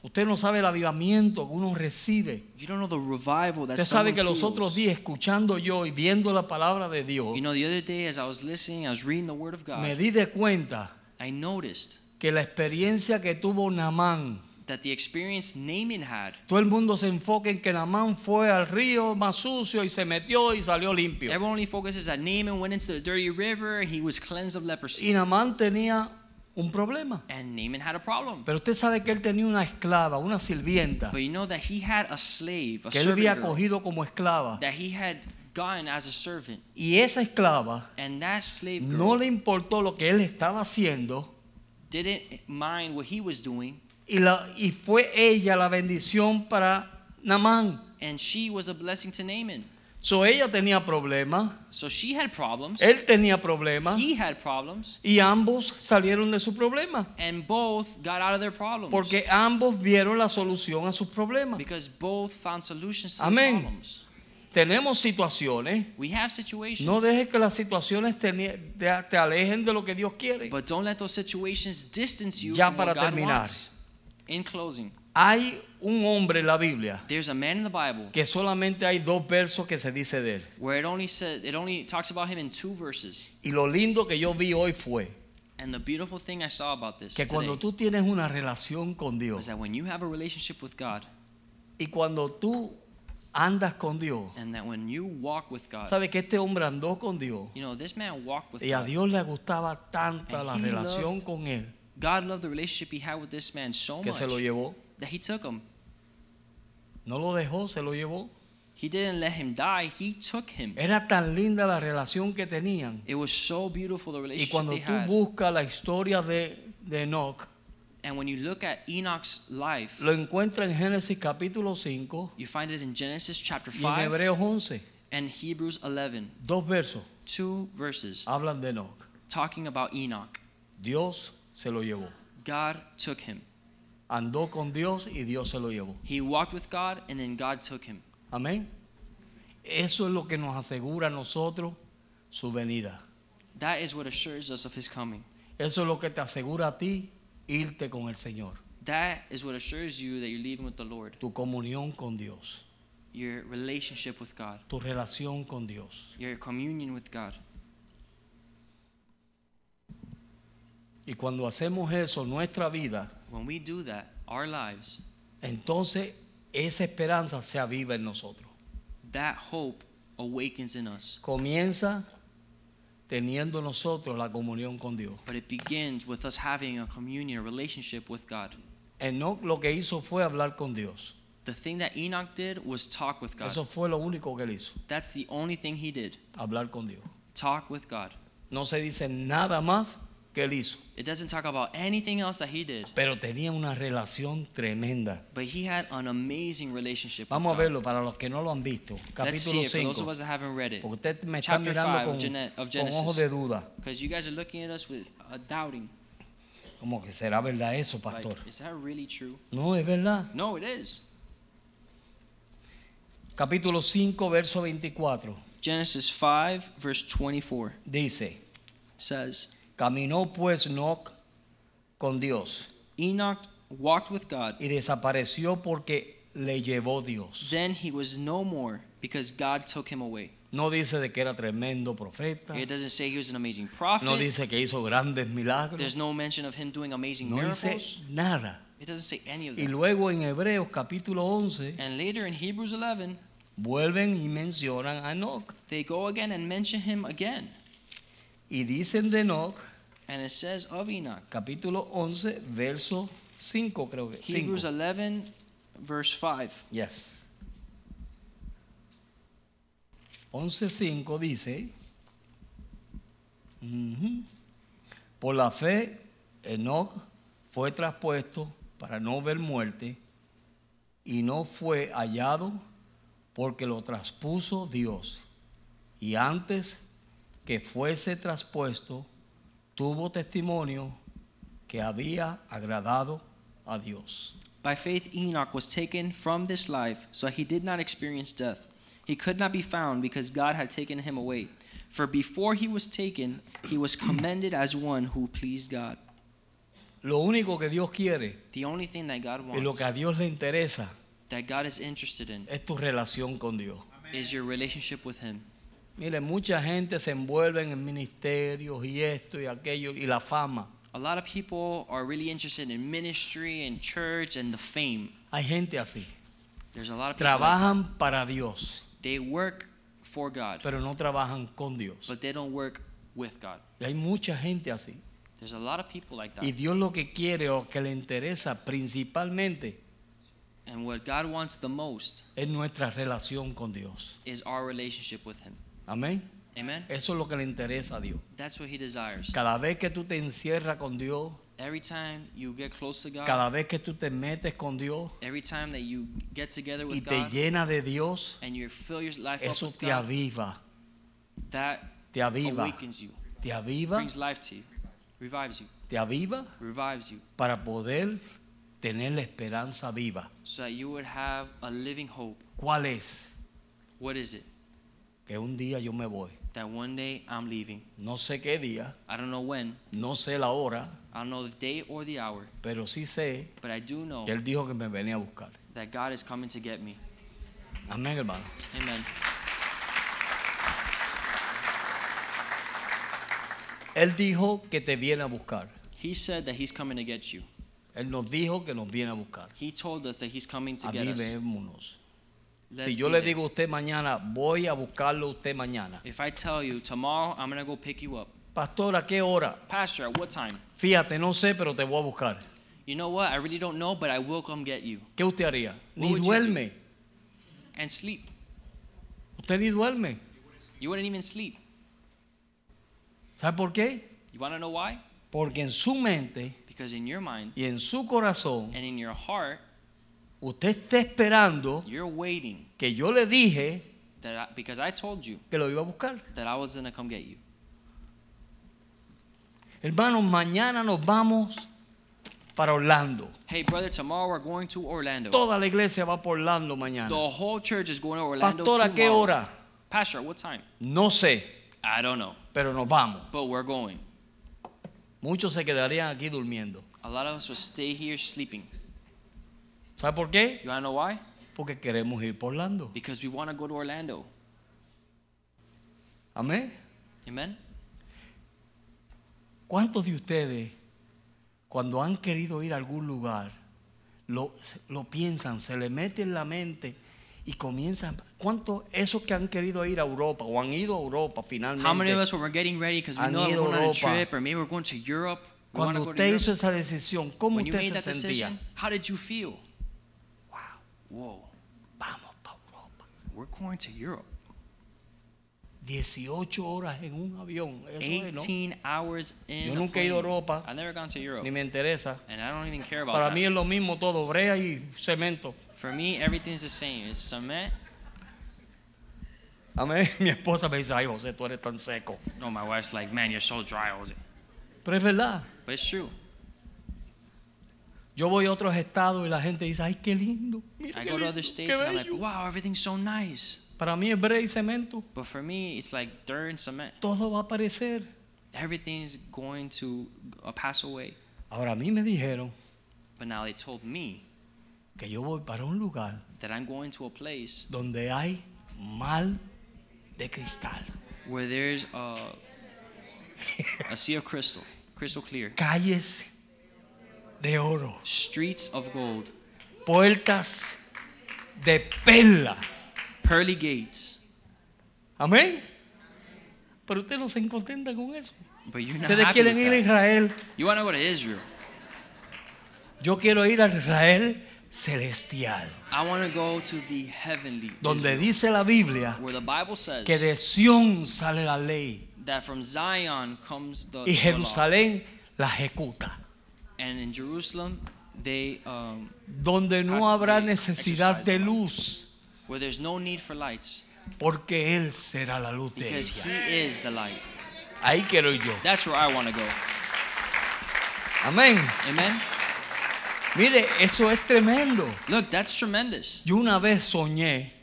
Speaker 2: Usted no sabe el avivamiento que uno recibe.
Speaker 1: You don't know the revival that
Speaker 2: Usted sabe
Speaker 1: someone
Speaker 2: que los
Speaker 1: feels.
Speaker 2: otros días, escuchando yo y viendo la palabra de Dios,
Speaker 1: You know, the other day as I was listening, I was reading the Word of God.
Speaker 2: me di de cuenta
Speaker 1: I noticed
Speaker 2: que la experiencia que tuvo Namán,
Speaker 1: that the experience Naaman had,
Speaker 2: todo el mundo se enfoca en que Namán fue al río más sucio y se metió y salió limpio.
Speaker 1: everyone only focuses that Naaman went into the dirty river, he was cleansed of
Speaker 2: Y
Speaker 1: leprosy.
Speaker 2: Namán tenía un problema.
Speaker 1: And Naaman had a problem.
Speaker 2: Pero usted sabe que él tenía una esclava, una sirvienta,
Speaker 1: But you know that he had a slave, a
Speaker 2: que él había
Speaker 1: servant girl,
Speaker 2: cogido como esclava.
Speaker 1: that he had gotten as a servant.
Speaker 2: Y esa esclava
Speaker 1: And that slave girl
Speaker 2: no le importó lo que él estaba haciendo
Speaker 1: didn't mind what he was doing,
Speaker 2: y, la, y fue ella la bendición para Namán.
Speaker 1: and she was a blessing to Naaman.
Speaker 2: So ella tenía problemas,
Speaker 1: So she had problems.
Speaker 2: él tenía problemas
Speaker 1: He had problems.
Speaker 2: y ambos salieron de su problema
Speaker 1: And both got out of their problems.
Speaker 2: porque ambos vieron la solución a sus problemas.
Speaker 1: because both found solutions to
Speaker 2: Amén.
Speaker 1: their problems.
Speaker 2: Tenemos situaciones,
Speaker 1: We have situations.
Speaker 2: no dejes que las situaciones te, nie- te- te alejen de lo que Dios quiere.
Speaker 1: But don't let those situations distance you
Speaker 2: Ya
Speaker 1: from what
Speaker 2: para
Speaker 1: God
Speaker 2: terminar.
Speaker 1: wants. In closing,
Speaker 2: Hay un hombre en la Biblia
Speaker 1: there's a man in the Bible
Speaker 2: que solamente hay dos versos que se dice de él.
Speaker 1: where it only said it only talks about him in two verses.
Speaker 2: Y lo lindo que yo vi hoy fue
Speaker 1: And the beautiful thing I saw about this
Speaker 2: que cuando
Speaker 1: today
Speaker 2: tú tienes una relación con
Speaker 1: was
Speaker 2: Dios
Speaker 1: that when you have a relationship with God
Speaker 2: y cuando tú andas con Dios,
Speaker 1: and that when you walk with God,
Speaker 2: sabes que este hombre andó con Dios
Speaker 1: you know, this man walked with
Speaker 2: y a
Speaker 1: God.
Speaker 2: Dios le gustaba tanta
Speaker 1: And
Speaker 2: la
Speaker 1: he
Speaker 2: relación
Speaker 1: loved
Speaker 2: con él
Speaker 1: God loved the relationship he had with this man so
Speaker 2: que
Speaker 1: much
Speaker 2: se lo llevó.
Speaker 1: that he took him.
Speaker 2: No lo dejó, se lo llevó.
Speaker 1: He didn't let him die, he took him.
Speaker 2: Era tan linda la relación que tenían.
Speaker 1: It was so beautiful the
Speaker 2: Y
Speaker 1: relationship
Speaker 2: cuando
Speaker 1: they
Speaker 2: tú
Speaker 1: had.
Speaker 2: buscas la historia de, de Enoch,
Speaker 1: And when you look at Enoch's life,
Speaker 2: lo encuentras en Génesis capítulo 5
Speaker 1: you find it in Genesis chapter
Speaker 2: y en
Speaker 1: 5
Speaker 2: Hebreos 11.
Speaker 1: and Hebrews 11,
Speaker 2: Dos versos
Speaker 1: two verses
Speaker 2: hablan de Enoch.
Speaker 1: talking about Enoch.
Speaker 2: Dios se lo llevó.
Speaker 1: God took him.
Speaker 2: Andó con Dios y Dios se lo llevó.
Speaker 1: He walked with God and then God took him.
Speaker 2: Amén. Eso es lo que nos asegura a nosotros su venida.
Speaker 1: That is what assures us of his coming.
Speaker 2: Eso es lo que te asegura a ti irte con el Señor,
Speaker 1: That is what assures you that you're leaving with the Lord,
Speaker 2: tu comunión con Dios,
Speaker 1: your relationship with God,
Speaker 2: tu relación con Dios.
Speaker 1: your communion with God.
Speaker 2: Y cuando hacemos eso, nuestra vida,
Speaker 1: When we do that, our lives,
Speaker 2: entonces esa esperanza se aviva en nosotros.
Speaker 1: that hope awakens in us.
Speaker 2: Comienza teniendo nosotros la comunión con Dios.
Speaker 1: But it begins with us having a communion, a relationship with God.
Speaker 2: Enoch lo que hizo fue hablar con Dios.
Speaker 1: The thing that Enoch did was talk with God.
Speaker 2: Eso fue lo único que él hizo,
Speaker 1: That's the only thing he did.
Speaker 2: hablar con Dios.
Speaker 1: Talk with God.
Speaker 2: No se dice nada más que él hizo.
Speaker 1: It doesn't talk about anything else that he did,
Speaker 2: Pero tenía una relación tremenda.
Speaker 1: but he had an amazing relationship
Speaker 2: Vamos a
Speaker 1: with God.
Speaker 2: verlo para los que no lo han visto.
Speaker 1: Let's
Speaker 2: Capítulo
Speaker 1: see it for those of
Speaker 2: 5.
Speaker 1: us that haven't read it.
Speaker 2: Porque usted me está
Speaker 1: Chapter
Speaker 2: mirando
Speaker 1: five of
Speaker 2: con,
Speaker 1: Gene- of
Speaker 2: con ojos
Speaker 1: Genesis.
Speaker 2: de duda.
Speaker 1: Because you guys are looking at us with uh, doubting.
Speaker 2: Como que será verdad eso,
Speaker 1: Like,
Speaker 2: pastor.
Speaker 1: is that really true?
Speaker 2: No, es verdad.
Speaker 1: No, it is.
Speaker 2: Capítulo 5, verso 24.
Speaker 1: Genesis 5, verse 24
Speaker 2: Dice,
Speaker 1: says,
Speaker 2: caminó pues Enoch con Dios
Speaker 1: Enoch walked with God
Speaker 2: y desapareció porque le llevó Dios.
Speaker 1: Then he was no more because God took him away.
Speaker 2: No dice de que era tremendo profeta.
Speaker 1: It doesn't say he was an amazing prophet.
Speaker 2: No dice que hizo grandes milagros.
Speaker 1: There's no mention of him doing amazing
Speaker 2: No dice
Speaker 1: miracles.
Speaker 2: nada.
Speaker 1: It doesn't say any of
Speaker 2: Y
Speaker 1: that.
Speaker 2: luego en Hebreos capítulo 11
Speaker 1: And later in Hebrews 11,
Speaker 2: vuelven y mencionan a Enoch.
Speaker 1: they go again and mention him again.
Speaker 2: Y dicen de Enoch,
Speaker 1: And it says of Enoch,
Speaker 2: capítulo 11, verso 5 creo que. cinco.
Speaker 1: Hebrews 11, verse 5.
Speaker 2: Yes. 11.5 dice, ujú, por la fe, Enoch fue traspuesto para no ver muerte y no fue hallado porque lo traspuso Dios. Y antes que fuese traspuesto, tuvo testimonio que había agradado a Dios.
Speaker 1: By faith, Enoch was taken from this life, so he did not experience death. He could not be found because God had taken him away. For before he was taken, he was commended as one who pleased God.
Speaker 2: Lo único que Dios quiere
Speaker 1: The only thing that God
Speaker 2: Y lo
Speaker 1: wants,
Speaker 2: que a Dios le interesa
Speaker 1: that God is interested in,
Speaker 2: es tu relación con Dios.
Speaker 1: is your relationship with Him.
Speaker 2: Mire, mucha gente se envuelve en ministerios y esto y aquello y la fama.
Speaker 1: A lot of people are really interested in ministry and church and the fame.
Speaker 2: Hay gente así.
Speaker 1: There's a lot of people. like-
Speaker 2: Trabajan para Dios,
Speaker 1: they work for God,
Speaker 2: pero no trabajan con Dios.
Speaker 1: but they don't work with God.
Speaker 2: Y hay mucha gente así.
Speaker 1: There's a lot of people like
Speaker 2: Y
Speaker 1: that.
Speaker 2: Dios lo que quiere o que le interesa principalmente
Speaker 1: And what God wants the most
Speaker 2: es nuestra relación con Dios.
Speaker 1: is our relationship with Him.
Speaker 2: Amén.
Speaker 1: Amen?
Speaker 2: Eso es lo que le interesa a Dios.
Speaker 1: That's what He desires.
Speaker 2: Cada vez que tú te encierras con Dios,
Speaker 1: Every time you get close to God,
Speaker 2: cada vez que tú te metes con Dios
Speaker 1: every time that you get together
Speaker 2: y
Speaker 1: with
Speaker 2: te
Speaker 1: God
Speaker 2: llenas de Dios,
Speaker 1: and you fill your life up
Speaker 2: Eso
Speaker 1: with
Speaker 2: te
Speaker 1: God,
Speaker 2: aviva,
Speaker 1: that
Speaker 2: te aviva,
Speaker 1: awakens you,
Speaker 2: te aviva,
Speaker 1: brings life to you, revives you,
Speaker 2: te aviva
Speaker 1: revives you,
Speaker 2: para poder tener la esperanza viva.
Speaker 1: so that you would have a living hope.
Speaker 2: ¿Cuál es?
Speaker 1: What is it?
Speaker 2: Que un día yo me voy.
Speaker 1: That one day I'm leaving.
Speaker 2: No sé qué día,
Speaker 1: I don't know when,
Speaker 2: no sé la hora,
Speaker 1: I don't know the day or the hour,
Speaker 2: pero sí sé
Speaker 1: but I do know
Speaker 2: que Él dijo que me venía a buscar.
Speaker 1: that God is coming to get me.
Speaker 2: Amén, hermano.
Speaker 1: Amen.
Speaker 2: Él dijo que te viene a buscar.
Speaker 1: He said that He's coming to get you.
Speaker 2: Él nos dijo que nos viene a buscar.
Speaker 1: He told us that He's coming to get us.
Speaker 2: Avivémonos.
Speaker 1: Let's
Speaker 2: Si yo
Speaker 1: be
Speaker 2: le
Speaker 1: there.
Speaker 2: digo a usted mañana, voy a buscarlo a usted mañana.
Speaker 1: if I tell you tomorrow I'm gonna go pick you up,
Speaker 2: Pastor, ¿a qué hora?
Speaker 1: Pastor, at what time?
Speaker 2: Fíjate, no sé, pero te voy a buscar.
Speaker 1: You know what? I really don't know, but I will come get you
Speaker 2: ¿Qué usted haría? Ni
Speaker 1: would you do?
Speaker 2: duerme.
Speaker 1: and sleep.
Speaker 2: Usted ni duerme.
Speaker 1: You wouldn't even sleep.
Speaker 2: ¿Sabe por qué?
Speaker 1: You wanna know why?
Speaker 2: Porque en su mente
Speaker 1: Because in your mind
Speaker 2: y en su corazón
Speaker 1: and in your heart,
Speaker 2: usted está esperando
Speaker 1: you're waiting
Speaker 2: que yo le dije
Speaker 1: that I, because I told you
Speaker 2: que lo iba a buscar.
Speaker 1: that I was gonna come get you.
Speaker 2: Hermanos, mañana nos vamos para Orlando.
Speaker 1: Hey, brother, tomorrow we're going to Orlando.
Speaker 2: Toda la iglesia va por Orlando mañana.
Speaker 1: The whole church is going to Orlando
Speaker 2: Pastor, ¿a qué
Speaker 1: tomorrow.
Speaker 2: hora?
Speaker 1: Pastor, at what time?
Speaker 2: No sé,
Speaker 1: I don't know,
Speaker 2: pero nos vamos.
Speaker 1: but we're going.
Speaker 2: Muchos se quedarían aquí durmiendo.
Speaker 1: A lot of us will stay here sleeping.
Speaker 2: ¿Sabe por qué?
Speaker 1: You wanna know why?
Speaker 2: Porque queremos ir por Orlando.
Speaker 1: Because we wanna go to Orlando.
Speaker 2: Amén.
Speaker 1: Amen?
Speaker 2: ¿Cuántos de ustedes, cuando han querido ir a algún lugar, lo, lo piensan, se le mete en la mente y comienzan? ¿Cuántos esos que han querido ir a Europa o han ido a Europa finalmente?
Speaker 1: How many of us when we're getting ready because we
Speaker 2: Han
Speaker 1: know that
Speaker 2: ido
Speaker 1: we're going on a
Speaker 2: Europa.
Speaker 1: trip or maybe we're going to Europe? We want
Speaker 2: cuando
Speaker 1: to go to
Speaker 2: usted hizo
Speaker 1: Europe.
Speaker 2: esa decisión, ¿cómo
Speaker 1: When you
Speaker 2: usted se
Speaker 1: made that decision,
Speaker 2: sentía?
Speaker 1: how did you feel?
Speaker 2: Wow,
Speaker 1: Whoa,
Speaker 2: vamos para Europa.
Speaker 1: we're going to Europe.
Speaker 2: 18 horas en un avión. Eso es, ¿no?
Speaker 1: 18 hours in
Speaker 2: Yo
Speaker 1: a
Speaker 2: nunca he ido a
Speaker 1: plane.
Speaker 2: Europa.
Speaker 1: I've never gone to
Speaker 2: Ni
Speaker 1: Europe,
Speaker 2: me interesa.
Speaker 1: and I don't even care about
Speaker 2: Para
Speaker 1: that.
Speaker 2: mí es lo mismo todo, brea y cemento.
Speaker 1: For me, everything's the same. It's cement.
Speaker 2: Amén. [laughs] Mi esposa me dice, ay José, tú eres tan seco.
Speaker 1: No, my wife's like, man, you're so dry, Jose.
Speaker 2: Pero es verdad.
Speaker 1: But it's true.
Speaker 2: Yo voy a otros estados y la gente dice, ay, qué lindo. Mira
Speaker 1: I
Speaker 2: qué
Speaker 1: go to
Speaker 2: lindo,
Speaker 1: other
Speaker 2: qué
Speaker 1: states and I'm
Speaker 2: bello".
Speaker 1: like, wow, everything's so nice.
Speaker 2: Para mí es break y cemento.
Speaker 1: But for me, it's like dirt and cement.
Speaker 2: Todo va a aparecer.
Speaker 1: Everything's going to uh, pass away.
Speaker 2: Ahora a mí me dijeron
Speaker 1: But now they told me
Speaker 2: que yo voy para un lugar
Speaker 1: that I'm going to a place
Speaker 2: donde hay mal de cristal,
Speaker 1: where there's a, a sea of crystal, crystal clear,
Speaker 2: calles de oro,
Speaker 1: streets of gold,
Speaker 2: puertas de perla.
Speaker 1: pearly gates.
Speaker 2: Amén. Pero usted no se contenta con eso.
Speaker 1: But you're not
Speaker 2: Ustedes
Speaker 1: happy
Speaker 2: quieren
Speaker 1: with
Speaker 2: ir a
Speaker 1: that.
Speaker 2: Israel.
Speaker 1: You want to go to Israel.
Speaker 2: Yo quiero ir a Israel celestial,
Speaker 1: I want to go to the heavenly,
Speaker 2: donde
Speaker 1: Israel,
Speaker 2: dice la Biblia
Speaker 1: where the Bible says
Speaker 2: que de Sión sale la ley
Speaker 1: that from Zion comes the,
Speaker 2: y
Speaker 1: the law.
Speaker 2: Jerusalén la ejecuta,
Speaker 1: and in Jerusalem they um,
Speaker 2: donde no
Speaker 1: Has
Speaker 2: habrá
Speaker 1: to
Speaker 2: necesidad
Speaker 1: exercise
Speaker 2: de
Speaker 1: the law.
Speaker 2: luz,
Speaker 1: where there's no need for lights
Speaker 2: porque Él será la luz de
Speaker 1: because
Speaker 2: ella.
Speaker 1: He is the light.
Speaker 2: Ahí quiero ir yo.
Speaker 1: That's where I want to go.
Speaker 2: Amén.
Speaker 1: Amen.
Speaker 2: Mire, eso es tremendo.
Speaker 1: Look, that's tremendous.
Speaker 2: Yo una vez soñé,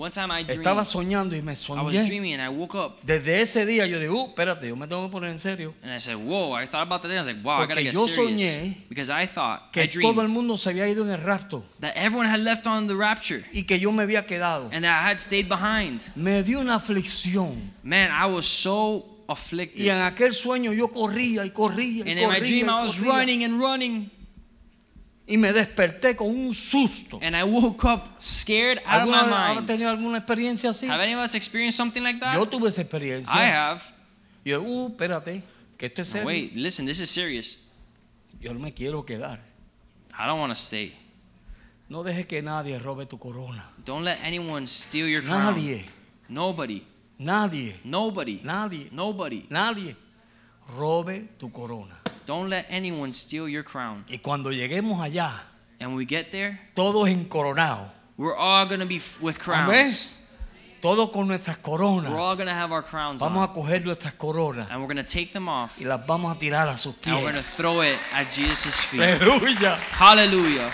Speaker 1: One time I dreamed.
Speaker 2: estaba soñando y me
Speaker 1: I was
Speaker 2: soñé.
Speaker 1: dreaming and I woke up
Speaker 2: Desde ese día yo digo, uh, espérate, yo me tengo que poner en serio.
Speaker 1: and I said, "Whoa!" I thought about that. I was like, "Wow, I gotta
Speaker 2: Porque
Speaker 1: get
Speaker 2: yo
Speaker 1: serious."
Speaker 2: soñé
Speaker 1: because I thought I
Speaker 2: Que todo el
Speaker 1: dreamed
Speaker 2: mundo se había ido en el rapto
Speaker 1: that everyone had left on the rapture
Speaker 2: y que yo me había quedado.
Speaker 1: and that I had stayed behind.
Speaker 2: Me dio una aflicción.
Speaker 1: Man, I was so afflicted.
Speaker 2: Y en aquel sueño yo corría y corría y
Speaker 1: And in my
Speaker 2: corría, y,
Speaker 1: dream, I was
Speaker 2: corría.
Speaker 1: running and running,
Speaker 2: Y me desperté con un susto.
Speaker 1: and I woke up scared out of
Speaker 2: ¿Alguna
Speaker 1: my
Speaker 2: vez ha
Speaker 1: mind.
Speaker 2: tenido alguna experiencia así?
Speaker 1: Have any of us experienced something like that?
Speaker 2: Yo tuve esa
Speaker 1: I
Speaker 2: experiencia.
Speaker 1: have.
Speaker 2: Y yo, uh, espérate, que esto es
Speaker 1: Now,
Speaker 2: serio.
Speaker 1: wait, listen, this is serious.
Speaker 2: Yo no me quiero quedar.
Speaker 1: I don't want to stay.
Speaker 2: No dejes que nadie robe tu corona.
Speaker 1: Don't let anyone steal your crown.
Speaker 2: Nadie,
Speaker 1: Nobody,
Speaker 2: nadie,
Speaker 1: nobody,
Speaker 2: nadie,
Speaker 1: nobody.
Speaker 2: nadie robe tu corona.
Speaker 1: Don't let anyone steal your crown.
Speaker 2: Y cuando lleguemos allá,
Speaker 1: And when we get there,
Speaker 2: todos encoronados,
Speaker 1: we're all going to be f- with
Speaker 2: Amén.
Speaker 1: crowns.
Speaker 2: todos con nuestras coronas,
Speaker 1: We're all going to have our crowns
Speaker 2: vamos
Speaker 1: on.
Speaker 2: a coger nuestras coronas
Speaker 1: And we're going to take them off.
Speaker 2: y las vamos a tirar a sus
Speaker 1: And we're going to
Speaker 2: pies.
Speaker 1: throw it at Jesus' feet.
Speaker 2: Aleluya.
Speaker 1: Hallelujah.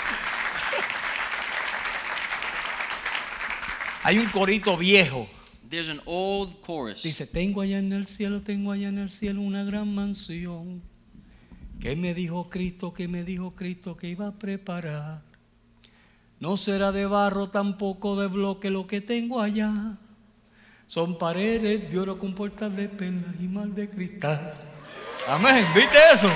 Speaker 2: Hay un corito viejo.
Speaker 1: There's an old chorus.
Speaker 2: Dice, tengo allá en el cielo, tengo allá en el cielo una gran mansión. que me dijo Cristo? que me dijo Cristo que iba a preparar? No será de barro, tampoco de bloque lo que tengo allá. Son paredes de oro con puertas de perlas y mal de cristal. Amén, ¿viste eso?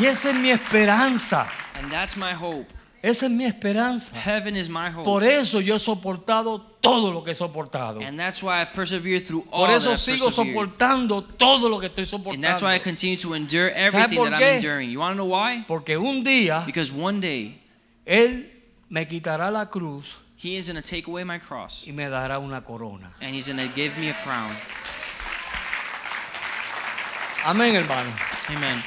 Speaker 2: Y esa es mi esperanza.
Speaker 1: And that's my hope.
Speaker 2: Esa es mi esperanza.
Speaker 1: Heaven is my hope.
Speaker 2: Por eso yo he soportado todo lo que he soportado.
Speaker 1: And that's why I persevere through all
Speaker 2: Por
Speaker 1: that
Speaker 2: eso
Speaker 1: I've
Speaker 2: sigo
Speaker 1: persevered.
Speaker 2: soportando todo lo que estoy
Speaker 1: And that's why I
Speaker 2: soportando.
Speaker 1: continue to endure everything
Speaker 2: por
Speaker 1: that
Speaker 2: qué?
Speaker 1: I'm enduring. You want to know why?
Speaker 2: Porque un día
Speaker 1: Because one day
Speaker 2: Él me quitará la cruz
Speaker 1: he is going to take away my cross
Speaker 2: y me dará una corona.
Speaker 1: and he's going to give me a crown.
Speaker 2: Amén, hermano.
Speaker 1: Amen.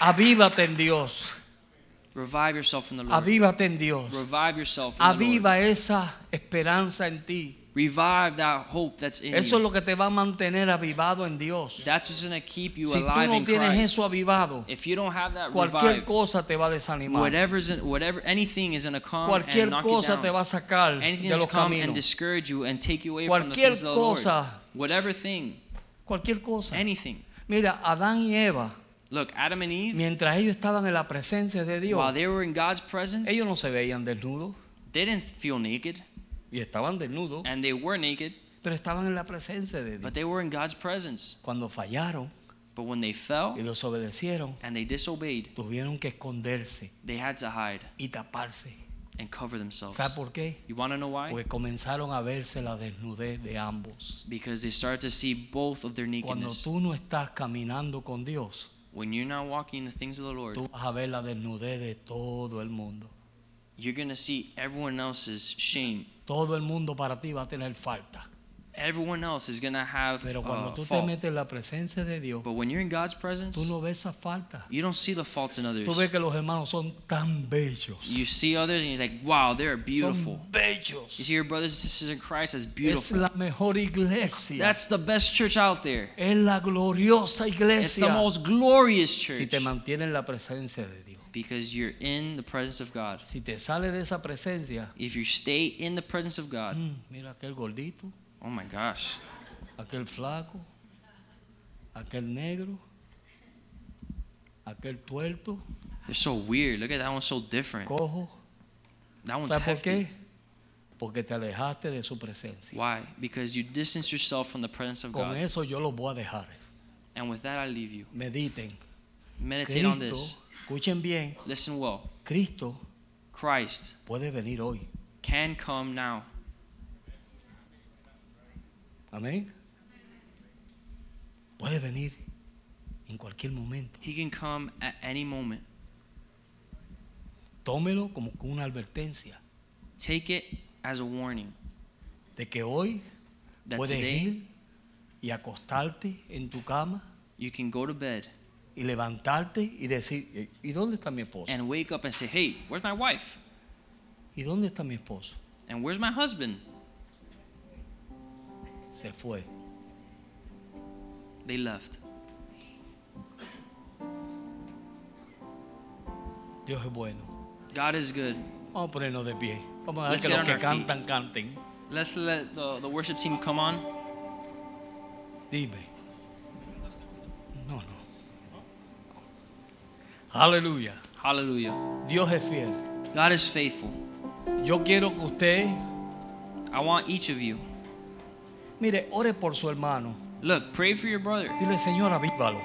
Speaker 2: Avívate en Dios.
Speaker 1: Revive yourself in the Lord.
Speaker 2: Avívate en Dios.
Speaker 1: Revive yourself in the Lord.
Speaker 2: Aviva esa esperanza en ti.
Speaker 1: Revive that hope that's in
Speaker 2: Eso es
Speaker 1: you.
Speaker 2: lo que te va a mantener avivado en Dios.
Speaker 1: That's what's going to keep you
Speaker 2: Si tú
Speaker 1: alive
Speaker 2: no
Speaker 1: in
Speaker 2: tienes
Speaker 1: Christ.
Speaker 2: eso avivado,
Speaker 1: If you don't have that
Speaker 2: cualquier
Speaker 1: revived,
Speaker 2: cosa te va a desanimar.
Speaker 1: whatever's in, whatever anything is going to come and
Speaker 2: Cualquier
Speaker 1: knock you
Speaker 2: cosa
Speaker 1: down.
Speaker 2: te va a sacar de
Speaker 1: Anything that's
Speaker 2: los
Speaker 1: come and
Speaker 2: caminos.
Speaker 1: discourage you and take you away from the
Speaker 2: Cualquier
Speaker 1: things of the Lord.
Speaker 2: cosa.
Speaker 1: Whatever thing,
Speaker 2: Cualquier cosa.
Speaker 1: anything.
Speaker 2: Mira, Adán y Eva,
Speaker 1: Look, Adam and Eve,
Speaker 2: mientras ellos estaban en la presencia de
Speaker 1: while
Speaker 2: Dios,
Speaker 1: they were in God's presence,
Speaker 2: ellos no se veían desnudos
Speaker 1: they didn't feel naked,
Speaker 2: y estaban desnudos,
Speaker 1: and they were naked,
Speaker 2: pero estaban en la presencia de Dios.
Speaker 1: but they were in God's presence.
Speaker 2: Cuando fallaron
Speaker 1: But when they fell
Speaker 2: y desobedecieron,
Speaker 1: and they disobeyed,
Speaker 2: tuvieron que esconderse
Speaker 1: they had to hide
Speaker 2: y taparse.
Speaker 1: and cover themselves.
Speaker 2: ¿Sabes por qué?
Speaker 1: You want to know why?
Speaker 2: Porque comenzaron a verse la desnudez de ambos.
Speaker 1: Because they started to see both of their
Speaker 2: Cuando
Speaker 1: nakedness.
Speaker 2: tú no estás caminando con Dios,
Speaker 1: When you're not walking in the things of the Lord,
Speaker 2: tú vas a ver la desnudez de todo el mundo.
Speaker 1: you're going to see everyone else's shame.
Speaker 2: Todo el mundo para ti va a tener falta.
Speaker 1: Everyone else is going to have
Speaker 2: Pero
Speaker 1: uh,
Speaker 2: cuando tú te metes
Speaker 1: faults.
Speaker 2: en la presencia de Dios,
Speaker 1: But when you're in God's
Speaker 2: tú
Speaker 1: presence,
Speaker 2: no ves esa falta.
Speaker 1: you don't see the faults in
Speaker 2: Tú ves
Speaker 1: others.
Speaker 2: que los hermanos son tan
Speaker 1: You
Speaker 2: bellos.
Speaker 1: see others and you're like, wow, they're beautiful.
Speaker 2: Son
Speaker 1: You
Speaker 2: bellos.
Speaker 1: see your brothers and sisters in Christ as
Speaker 2: Es
Speaker 1: beautiful.
Speaker 2: la mejor iglesia.
Speaker 1: That's the best church out there.
Speaker 2: es la gloriosa
Speaker 1: It's the
Speaker 2: iglesia.
Speaker 1: most glorious
Speaker 2: Si
Speaker 1: church
Speaker 2: te mantienes en la presencia de Dios.
Speaker 1: because you're in the presence of God.
Speaker 2: Si te sales de esa presencia,
Speaker 1: If you stay in the presence of God,
Speaker 2: mm, mira aquel gordito,
Speaker 1: oh my gosh,
Speaker 2: aquel flaco, aquel negro, aquel tuerto.
Speaker 1: They're so weird. Look at that one, so different.
Speaker 2: Cojo.
Speaker 1: That one's
Speaker 2: ¿Sabes por
Speaker 1: hefty.
Speaker 2: qué? Porque te alejaste de su presencia.
Speaker 1: Why? Because you distance yourself from the presence of
Speaker 2: Con
Speaker 1: God.
Speaker 2: eso yo los voy a dejar.
Speaker 1: And with that, I leave you.
Speaker 2: Mediten.
Speaker 1: Meditate on
Speaker 2: Cristo,
Speaker 1: this.
Speaker 2: escuchen bien,
Speaker 1: Listen well.
Speaker 2: Cristo
Speaker 1: Christ
Speaker 2: puede venir hoy.
Speaker 1: can come now.
Speaker 2: Amén. Puede venir en cualquier momento.
Speaker 1: He can come at any moment.
Speaker 2: Tómelo como que una advertencia
Speaker 1: Take it as a warning
Speaker 2: de que hoy
Speaker 1: that
Speaker 2: puedes
Speaker 1: today
Speaker 2: ir y acostarte en tu cama
Speaker 1: you can go to bed
Speaker 2: y levantarte y decir, "Eh, ¿y dónde está mi esposo?
Speaker 1: and wake up and say, hey, where's my wife?
Speaker 2: ¿Y dónde está mi esposo?
Speaker 1: And where's my husband?
Speaker 2: Se fue.
Speaker 1: They left.
Speaker 2: Dios es bueno.
Speaker 1: God is good.
Speaker 2: Vamos a ponernos de pie. Vamos a
Speaker 1: Let's
Speaker 2: dejar que los
Speaker 1: get on
Speaker 2: que
Speaker 1: our feet.
Speaker 2: cantan, canten.
Speaker 1: Let's let the, the worship team come on.
Speaker 2: Dime. No, no. Aleluya.
Speaker 1: Hallelujah.
Speaker 2: Dios es fiel.
Speaker 1: God is faithful.
Speaker 2: Yo quiero que usted,
Speaker 1: I want each of you.
Speaker 2: mire, ore por su hermano.
Speaker 1: Look, pray for your brother.
Speaker 2: Dile, Señor, avívalo.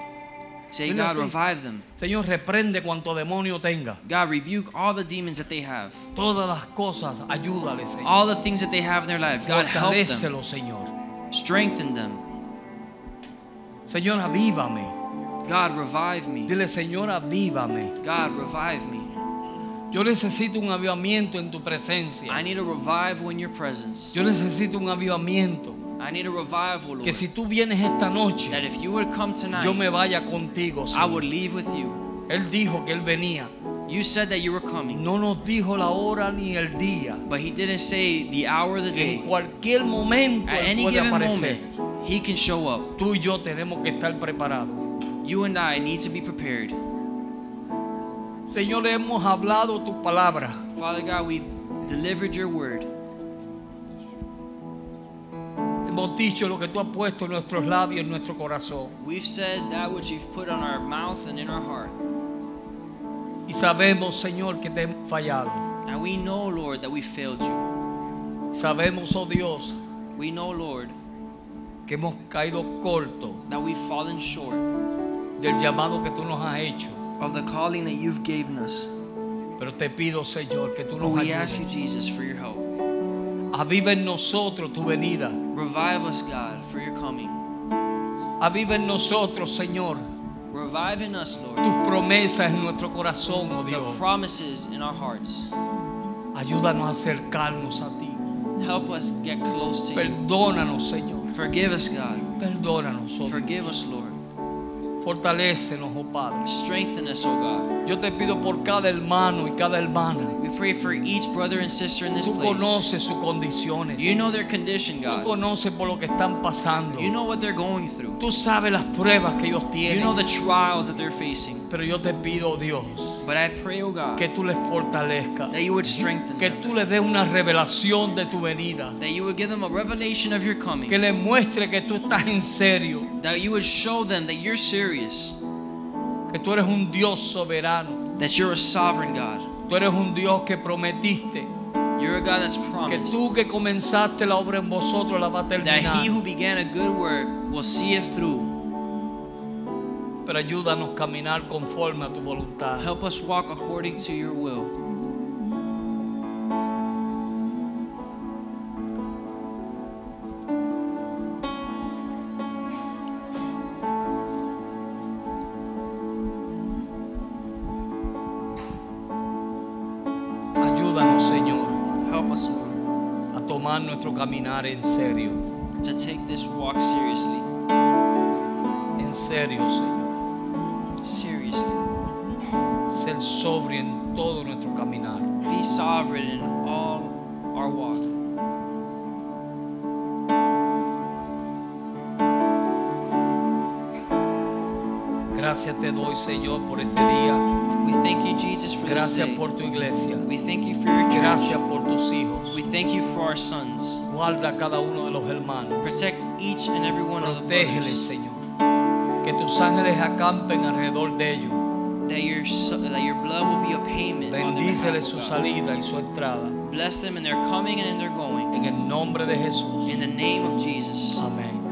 Speaker 1: Say,
Speaker 2: Dile
Speaker 1: God,
Speaker 2: así.
Speaker 1: revive them.
Speaker 2: Señor, reprende cuanto demonio tenga.
Speaker 1: God, rebuke all the demons that they have.
Speaker 2: Todas las cosas, ayúdale, Señor.
Speaker 1: All the things that they have in their life. Oh, God, help them.
Speaker 2: Fortalécelo, Señor.
Speaker 1: Strengthen them.
Speaker 2: Señor, avívame.
Speaker 1: God, revive me.
Speaker 2: Dile, Señor, avívame.
Speaker 1: God, revive me.
Speaker 2: Yo necesito un avivamiento en tu
Speaker 1: I
Speaker 2: presencia.
Speaker 1: need a revival in your presence.
Speaker 2: Yo necesito un avivamiento.
Speaker 1: I need a revival, Lord.
Speaker 2: Que si tú vienes esta
Speaker 1: That
Speaker 2: noche,
Speaker 1: if you would come
Speaker 2: yo
Speaker 1: tonight,
Speaker 2: me vaya contigo,
Speaker 1: I
Speaker 2: Señor.
Speaker 1: would leave with you.
Speaker 2: Él dijo que él venía.
Speaker 1: You said that you were coming,
Speaker 2: No nos dijo la hora ni el día.
Speaker 1: but He didn't say the hour of the
Speaker 2: En
Speaker 1: day.
Speaker 2: cualquier momento
Speaker 1: At
Speaker 2: él
Speaker 1: any
Speaker 2: puede
Speaker 1: given
Speaker 2: aparecer.
Speaker 1: moment, He can show up.
Speaker 2: Tú y yo tenemos que estar preparados.
Speaker 1: You and I need to be prepared.
Speaker 2: Señor, hemos hablado tu palabra.
Speaker 1: Father God, we've delivered your word.
Speaker 2: Hemos dicho lo que tú has puesto en nuestros labios, en nuestro corazón.
Speaker 1: We've said that which you've put on our mouth and in our heart.
Speaker 2: Y sabemos, Señor, que te hemos fallado.
Speaker 1: And we know, Lord, that we failed you.
Speaker 2: Sabemos, oh Dios,
Speaker 1: We know, Lord,
Speaker 2: que hemos caído corto
Speaker 1: that we've fallen short
Speaker 2: del llamado que tú nos has hecho.
Speaker 1: of the calling that you've given us.
Speaker 2: Pero te pido, Señor, que tú
Speaker 1: But
Speaker 2: nos
Speaker 1: we ask
Speaker 2: ayudes.
Speaker 1: you, Oh, Jesus, for your help.
Speaker 2: Aviva en nosotros tu venida.
Speaker 1: Revive us, God, for your coming.
Speaker 2: Aviva en nosotros, Señor,
Speaker 1: Revive in us, Lord,
Speaker 2: tus promesas en nuestro corazón, oh
Speaker 1: the
Speaker 2: Dios.
Speaker 1: promises in our hearts.
Speaker 2: Ayúdanos a acercarnos a ti.
Speaker 1: Help us get close to you.
Speaker 2: Perdónanos, Señor.
Speaker 1: Forgive us, God.
Speaker 2: Perdónanos, oh Dios.
Speaker 1: Forgive us, Lord.
Speaker 2: Fortalécenos, oh Padre.
Speaker 1: Strengthen us, O God.
Speaker 2: Yo te pido por cada hermano y cada hermana.
Speaker 1: We pray for each brother and sister in this
Speaker 2: Tú
Speaker 1: place.
Speaker 2: conoces sus condiciones.
Speaker 1: You know their condition,
Speaker 2: Tú
Speaker 1: God.
Speaker 2: conoces por lo que están pasando.
Speaker 1: You know what they're going through.
Speaker 2: Tú sabes las pruebas que ellos
Speaker 1: You
Speaker 2: tienen.
Speaker 1: know the trials that they're facing.
Speaker 2: Pero yo te pido, Dios,
Speaker 1: But I pray, O God,
Speaker 2: que tú les fortalezcas.
Speaker 1: that you would strengthen
Speaker 2: Que
Speaker 1: them.
Speaker 2: tú les des una revelación de tu venida.
Speaker 1: That you would give them a revelation of your
Speaker 2: Que
Speaker 1: coming.
Speaker 2: les muestre que tú estás en serio.
Speaker 1: That you would show them that you're serious.
Speaker 2: Que tú eres un Dios soberano.
Speaker 1: That you're a sovereign God.
Speaker 2: Tú eres un Dios que prometiste.
Speaker 1: You're a God that's
Speaker 2: Que
Speaker 1: promised.
Speaker 2: tú que comenzaste la obra en vosotros la vas a
Speaker 1: that he
Speaker 2: terminar.
Speaker 1: who began a good work will see it through.
Speaker 2: Pero ayúdanos a caminar conforme a tu voluntad.
Speaker 1: Help us walk according to your will.
Speaker 2: Ayúdanos, Señor,
Speaker 1: Help us, Lord,
Speaker 2: a tomar nuestro caminar en serio.
Speaker 1: to take this walk seriously.
Speaker 2: En serio, Señor.
Speaker 1: Seriously.
Speaker 2: Ser sobrio en todo nuestro caminar.
Speaker 1: Be sovereign in all our walk.
Speaker 2: Gracias te doy, Señor, por este día.
Speaker 1: We thank you, Jesus, for this
Speaker 2: Gracias
Speaker 1: day.
Speaker 2: por tu iglesia.
Speaker 1: We thank you for your church.
Speaker 2: Gracias por tus hijos.
Speaker 1: We thank you for our sons.
Speaker 2: Guarda a cada uno de los hermanos.
Speaker 1: Protect each and every one of the
Speaker 2: Protégeles,
Speaker 1: brothers.
Speaker 2: Señor. Que tus ángeles acampen alrededor de ellos.
Speaker 1: that your so- that your blood will be a payment. on their behalf,
Speaker 2: Bendícele
Speaker 1: oh
Speaker 2: su
Speaker 1: God.
Speaker 2: salida y su entrada.
Speaker 1: Bless them in their coming and in their going.
Speaker 2: En el nombre de Jesús.
Speaker 1: In the name of Jesus.
Speaker 2: Amén.